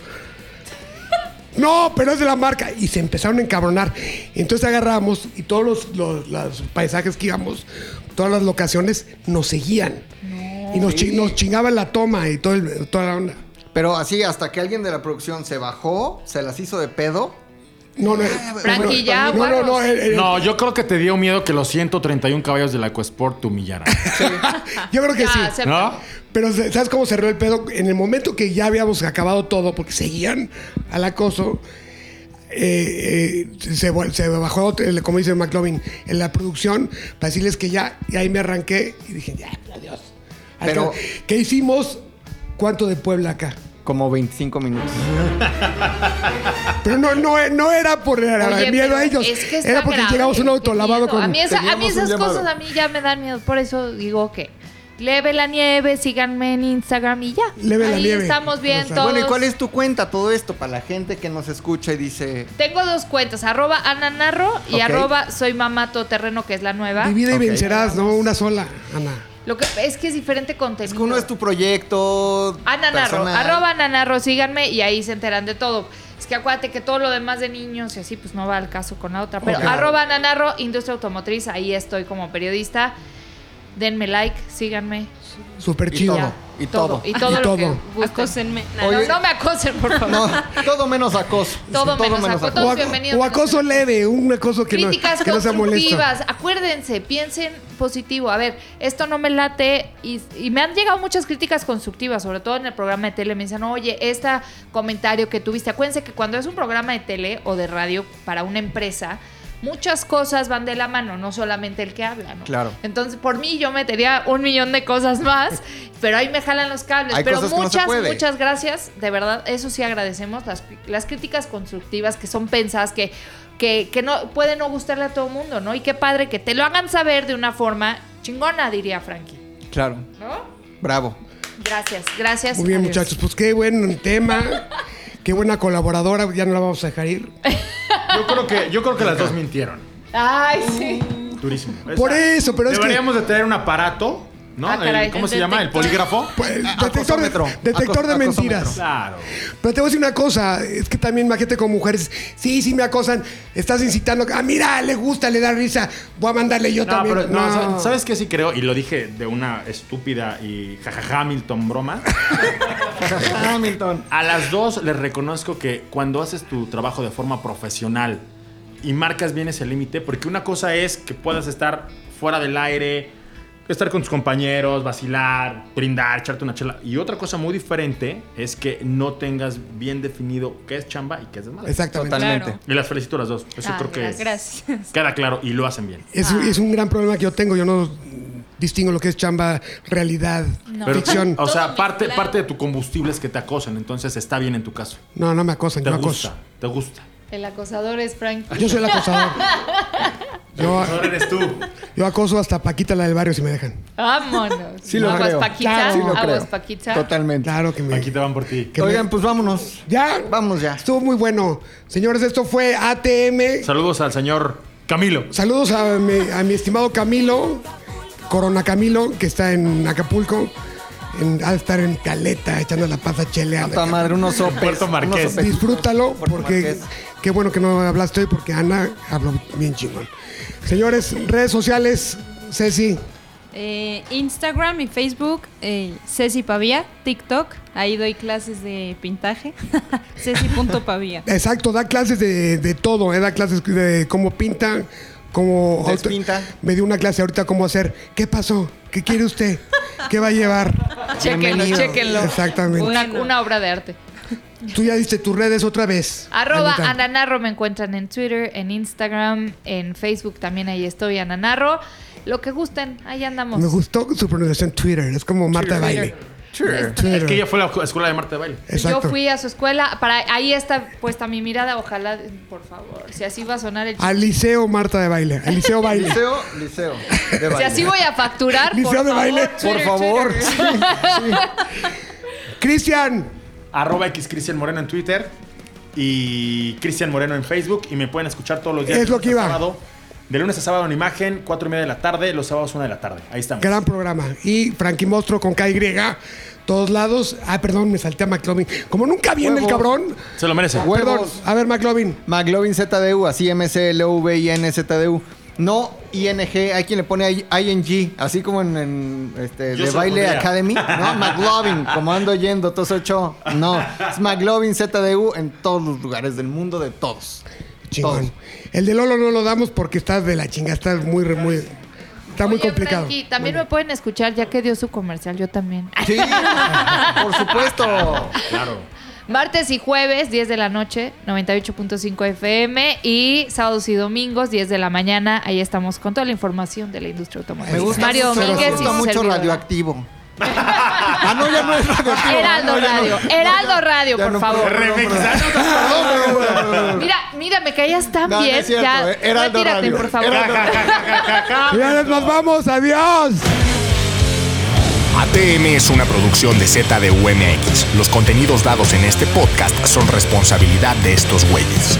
Speaker 2: No, pero es de la marca. Y se empezaron a encabronar. Entonces agarramos y todos los, los- los paisajes que íbamos, todas las locaciones, nos seguían. y nos, chi- nos chingaban la toma y todo el- toda la onda.
Speaker 5: Pero así, hasta que alguien de la producción se bajó, se las hizo de pedo.
Speaker 2: No, no.
Speaker 4: Ah, Frankie, ya,
Speaker 2: No, eh, no, no.
Speaker 4: guarros.
Speaker 2: el- el-
Speaker 7: No, yo creo que te dio miedo que los 131 caballos de la EcoSport te humillaran.
Speaker 2: Yo creo que
Speaker 4: Ya,
Speaker 2: sí.
Speaker 4: se-
Speaker 7: ¿No?
Speaker 2: Pero se- ¿sabes cómo cerró el pedo? En el momento que ya habíamos acabado todo, porque seguían al acoso, eh, eh, se, vol- se bajó, el- como dice McLovin, en la producción para decirles que ya, y ahí me arranqué y dije, ya, adiós.
Speaker 5: Pero-
Speaker 2: ¿Qué, hicimos? ¿Cuánto de Puebla acá?
Speaker 5: Como 25 minutos.
Speaker 2: Pero no, no, e- no era por el
Speaker 4: Oye,
Speaker 2: miedo a
Speaker 4: pero
Speaker 2: ellos,
Speaker 4: es que está
Speaker 2: era porque
Speaker 4: grave,
Speaker 2: llegamos a un
Speaker 4: qué
Speaker 2: autolavado
Speaker 4: miedo.
Speaker 2: con...
Speaker 4: A mí, esa- a mí
Speaker 5: Teníamos un
Speaker 4: esas
Speaker 5: llamado.
Speaker 4: cosas a mí ya me dan miedo. Por eso digo que Leve la nieve, síganme en Instagram y ya.
Speaker 2: Leve la
Speaker 4: Ahí
Speaker 2: nieve.
Speaker 4: estamos bien
Speaker 2: Perfecto.
Speaker 4: todos.
Speaker 5: Bueno, ¿y cuál es tu cuenta? Todo esto para la gente que nos escucha y dice.
Speaker 4: Tengo dos cuentas, arroba ananarro y
Speaker 5: Ok.
Speaker 4: arroba soy mamá todoterreno, que es la nueva.
Speaker 2: Divide
Speaker 5: Ok.
Speaker 2: y vencerás, ¿no? Una sola, Ana.
Speaker 4: Lo que es que es diferente contenido.
Speaker 5: Es que uno es tu proyecto.
Speaker 4: Ah, Ananarro,
Speaker 5: personal.
Speaker 4: arroba ananarro, síganme y ahí se enteran de todo. Es que acuérdate que todo lo demás de niños y así, pues no va al caso con la otra. Pero
Speaker 5: Ok.
Speaker 4: arroba ananarro, industria automotriz, ahí estoy como periodista. Denme like, síganme.
Speaker 2: Súper
Speaker 5: Y
Speaker 2: chido.
Speaker 5: todo. Y todo.
Speaker 4: Y todo
Speaker 2: Y
Speaker 4: lo
Speaker 2: todo.
Speaker 4: que gusten.
Speaker 6: Acósenme.
Speaker 4: No,
Speaker 5: Oye.
Speaker 4: no me acosen, por favor.
Speaker 5: No, todo menos acoso.
Speaker 4: Todo menos acoso.
Speaker 2: O,
Speaker 4: Todos
Speaker 2: aco-
Speaker 4: bienvenidos.
Speaker 2: o acoso leve, un acoso que no,
Speaker 4: Críticas
Speaker 2: que no sea molesto.
Speaker 4: constructivas. Acuérdense, piensen positivo. A ver, esto no me late. Y, y me han llegado muchas críticas constructivas, sobre todo en el programa de tele. Me dicen, oye, este comentario que tuviste. Acuérdense que cuando es un programa de tele o de radio para una empresa, muchas cosas van de la mano, no solamente el que habla, ¿no?
Speaker 5: Claro.
Speaker 4: Entonces, por mí, yo metería un millón de cosas más, pero ahí me jalan los cables.
Speaker 5: Hay
Speaker 4: pero
Speaker 5: cosas que no se
Speaker 4: muchas,
Speaker 5: puede.
Speaker 4: muchas gracias. De verdad, eso sí agradecemos. Las, las críticas constructivas que son pensadas, que, que, que no puede no gustarle a todo el mundo, ¿no? Y qué padre que te lo hagan saber de una forma chingona, diría Frankie.
Speaker 5: Claro.
Speaker 4: ¿No?
Speaker 5: Bravo.
Speaker 4: Gracias, gracias.
Speaker 2: Muy bien,
Speaker 4: adiós.
Speaker 2: muchachos. Pues qué buen tema. Qué buena colaboradora. Ya no la vamos a dejar ir.
Speaker 7: Yo creo que, yo creo que las dos mintieron.
Speaker 4: Ay, sí.
Speaker 7: Durísimo.
Speaker 2: Por eso, pero es que-
Speaker 7: Deberíamos de tener un aparato, ¿no?
Speaker 4: Ah,
Speaker 7: El-
Speaker 4: caray,
Speaker 7: ¿Cómo
Speaker 4: el
Speaker 7: se llama? ¿El
Speaker 4: detector.
Speaker 7: polígrafo?
Speaker 2: Pues,
Speaker 5: A-
Speaker 2: detector de,
Speaker 5: acosómetro.
Speaker 2: detector de
Speaker 5: Acos-
Speaker 2: mentiras.
Speaker 5: acosómetro.
Speaker 7: Claro.
Speaker 2: Pero te voy a decir una cosa, es que también imagínate con mujeres, sí, sí me acosan, estás incitando, ah, mira, le gusta, le da risa, voy a mandarle yo
Speaker 7: No,
Speaker 2: también.
Speaker 7: pero no,
Speaker 2: No.
Speaker 7: ¿sabes- ¿sabes qué sí creo? Y lo dije de una estúpida y jajaja Hamilton broma.
Speaker 5: Hamilton.
Speaker 7: A las dos les reconozco que cuando haces tu trabajo de forma profesional y marcas bien ese límite, porque una cosa es que puedas estar fuera del aire, estar con tus compañeros, vacilar, brindar, echarte una chela. Y otra cosa muy diferente es que no tengas bien definido qué es chamba y qué es desmadre.
Speaker 2: Exactamente.
Speaker 5: Totalmente.
Speaker 6: Claro.
Speaker 7: Y las felicito a las dos. Eso
Speaker 4: Ah,
Speaker 7: creo que
Speaker 6: Gracias.
Speaker 7: queda claro y lo hacen bien.
Speaker 2: Es, es un gran problema que yo tengo, yo no distingo lo que es chamba, realidad, ficción.
Speaker 7: o
Speaker 4: Todo
Speaker 7: sea, parte,
Speaker 4: mezclado.
Speaker 7: parte de tu combustible es que te acosan, entonces está bien en tu caso.
Speaker 2: No, no me acosan,
Speaker 7: Te
Speaker 2: yo
Speaker 7: gusta,
Speaker 2: acoso.
Speaker 7: te gusta.
Speaker 4: El acosador es Frankie.
Speaker 2: Yo soy el acosador. Yo,
Speaker 7: Ahora eres tú.
Speaker 2: yo acoso hasta Paquita la del barrio si me dejan.
Speaker 4: Vámonos.
Speaker 5: Sí lo
Speaker 4: Aguas
Speaker 5: creo.
Speaker 4: Paquita.
Speaker 5: Sí lo creo.
Speaker 4: Aguas Paquita.
Speaker 5: Totalmente.
Speaker 2: Claro que me.
Speaker 7: Aquí te van por ti.
Speaker 2: que me-
Speaker 5: Oigan, pues vámonos.
Speaker 2: ya,
Speaker 5: Vamos ya.
Speaker 2: estuvo muy bueno. Señores, esto fue ATM.
Speaker 7: Saludos al señor Camilo.
Speaker 2: Saludos a mi, a mi estimado Camilo, Corona Camilo, que está en Acapulco. En, ha de estar en Caleta echando la pasa
Speaker 5: Puta
Speaker 2: cheleada.
Speaker 5: madre, unos sopes.
Speaker 7: Puerto Marqués.
Speaker 5: unos sopecitos.
Speaker 2: Disfrútalo,
Speaker 5: Puerto
Speaker 2: porque
Speaker 5: Marqués.
Speaker 2: qué bueno que no hablaste hoy, porque Ana habló bien chingón. Señores, redes sociales, Ceci,
Speaker 6: Eh, Instagram y Facebook, eh, Ceci Pavía, TikTok, ahí doy clases de pintaje, Ceci.pavía.
Speaker 2: exacto, da clases de, de todo, eh, da clases de cómo pinta, cómo...
Speaker 5: Despinta.
Speaker 2: Me dio una clase ahorita cómo hacer, ¿qué pasó? ¿Qué quiere usted? ¿Qué va a llevar?
Speaker 4: Chéquenlo, chéquenlo.
Speaker 2: Exactamente.
Speaker 4: Una,
Speaker 6: Bueno.
Speaker 4: una obra de arte.
Speaker 2: Tú ya diste tus redes otra vez.
Speaker 4: Arroba
Speaker 2: Anita.
Speaker 4: Ananarro me encuentran en Twitter, en Instagram, en Facebook también ahí estoy, Ananarro. Lo que gusten, ahí andamos.
Speaker 2: Me gustó su pronunciación Twitter, es como Marta de Baile.
Speaker 7: Es que
Speaker 2: Twitter.
Speaker 7: ella fue a la escuela de Marta de Baile.
Speaker 2: Exacto.
Speaker 4: Yo fui a su escuela, para ahí está puesta mi mirada, ojalá, por favor, si así va a sonar el
Speaker 5: Ah,
Speaker 2: Al liceo Marta de Baile, al liceo Baile.
Speaker 5: Liceo, liceo. de
Speaker 4: Si
Speaker 5: baile.
Speaker 4: así voy a facturar, por
Speaker 2: Liceo de
Speaker 4: favor,
Speaker 2: baile.
Speaker 4: Twitter,
Speaker 5: Por favor.
Speaker 4: Twitter.
Speaker 2: Cristian,
Speaker 7: Arroba X Cristian Moreno en Twitter y Cristian Moreno en Facebook. Y me pueden escuchar todos los días.
Speaker 2: Es
Speaker 7: de
Speaker 2: lo que
Speaker 7: lunes a
Speaker 2: iba.
Speaker 7: sábado. de lunes a sábado en imagen, cuatro y media de la tarde, los sábados una de la tarde. Ahí estamos.
Speaker 2: gran programa. Y Frankie Mostro con KY, todos lados. Ah, perdón, me salté a McLovin. Como nunca viene
Speaker 5: Huevos.
Speaker 2: el cabrón.
Speaker 7: Se lo merece.
Speaker 5: Huevos.
Speaker 2: Perdón, a ver, McLovin.
Speaker 5: McLovin ZDU, así MCLOVINZDU. No ING, hay quien le pone ahí ING, así como en, en, este,
Speaker 7: Yo
Speaker 5: de
Speaker 7: se lo
Speaker 5: Baile
Speaker 7: pondría.
Speaker 5: Academy, ¿no? McLovin, como ando yendo, todo ocho. No, es McLovin ZDU en todos los lugares del mundo, de todos.
Speaker 2: Chingón.
Speaker 5: Todos.
Speaker 2: El de Lolo no lo damos porque está de la chinga, está muy, muy. Está muy
Speaker 4: Oye,
Speaker 2: complicado.
Speaker 4: Frankie, también me pueden escuchar, ya que dio su comercial, yo también.
Speaker 5: Sí, por supuesto.
Speaker 7: Claro.
Speaker 4: Martes y jueves, 10 de la noche, 98.5 FM. Y sábados y domingos, 10 de la mañana. Ahí estamos con toda la información de la industria automotriz.
Speaker 5: Me gusta
Speaker 4: Mario
Speaker 5: mucho,
Speaker 4: Domínguez
Speaker 5: me
Speaker 4: y
Speaker 5: gusta
Speaker 4: su
Speaker 5: mucho
Speaker 4: servidora.
Speaker 5: radioactivo. ah, no, ya no es radioactivo.
Speaker 4: Heraldo
Speaker 5: Ah, no, ya no.
Speaker 4: Radio, Heraldo Radio,
Speaker 5: Ya
Speaker 4: por
Speaker 5: no,
Speaker 4: favor.
Speaker 5: perdón, perdón, perdón.
Speaker 4: Mira, mira, me caías tan
Speaker 5: No, no
Speaker 4: bien.
Speaker 5: es cierto,
Speaker 4: ya,
Speaker 5: eh. Heraldo
Speaker 4: retírate,
Speaker 5: Radio.
Speaker 4: por favor.
Speaker 5: Heraldo Radio.
Speaker 2: Señores, nos vamos, adiós.
Speaker 1: ATM es una producción de ZDUMX. Los contenidos dados en este podcast son responsabilidad de estos güeyes.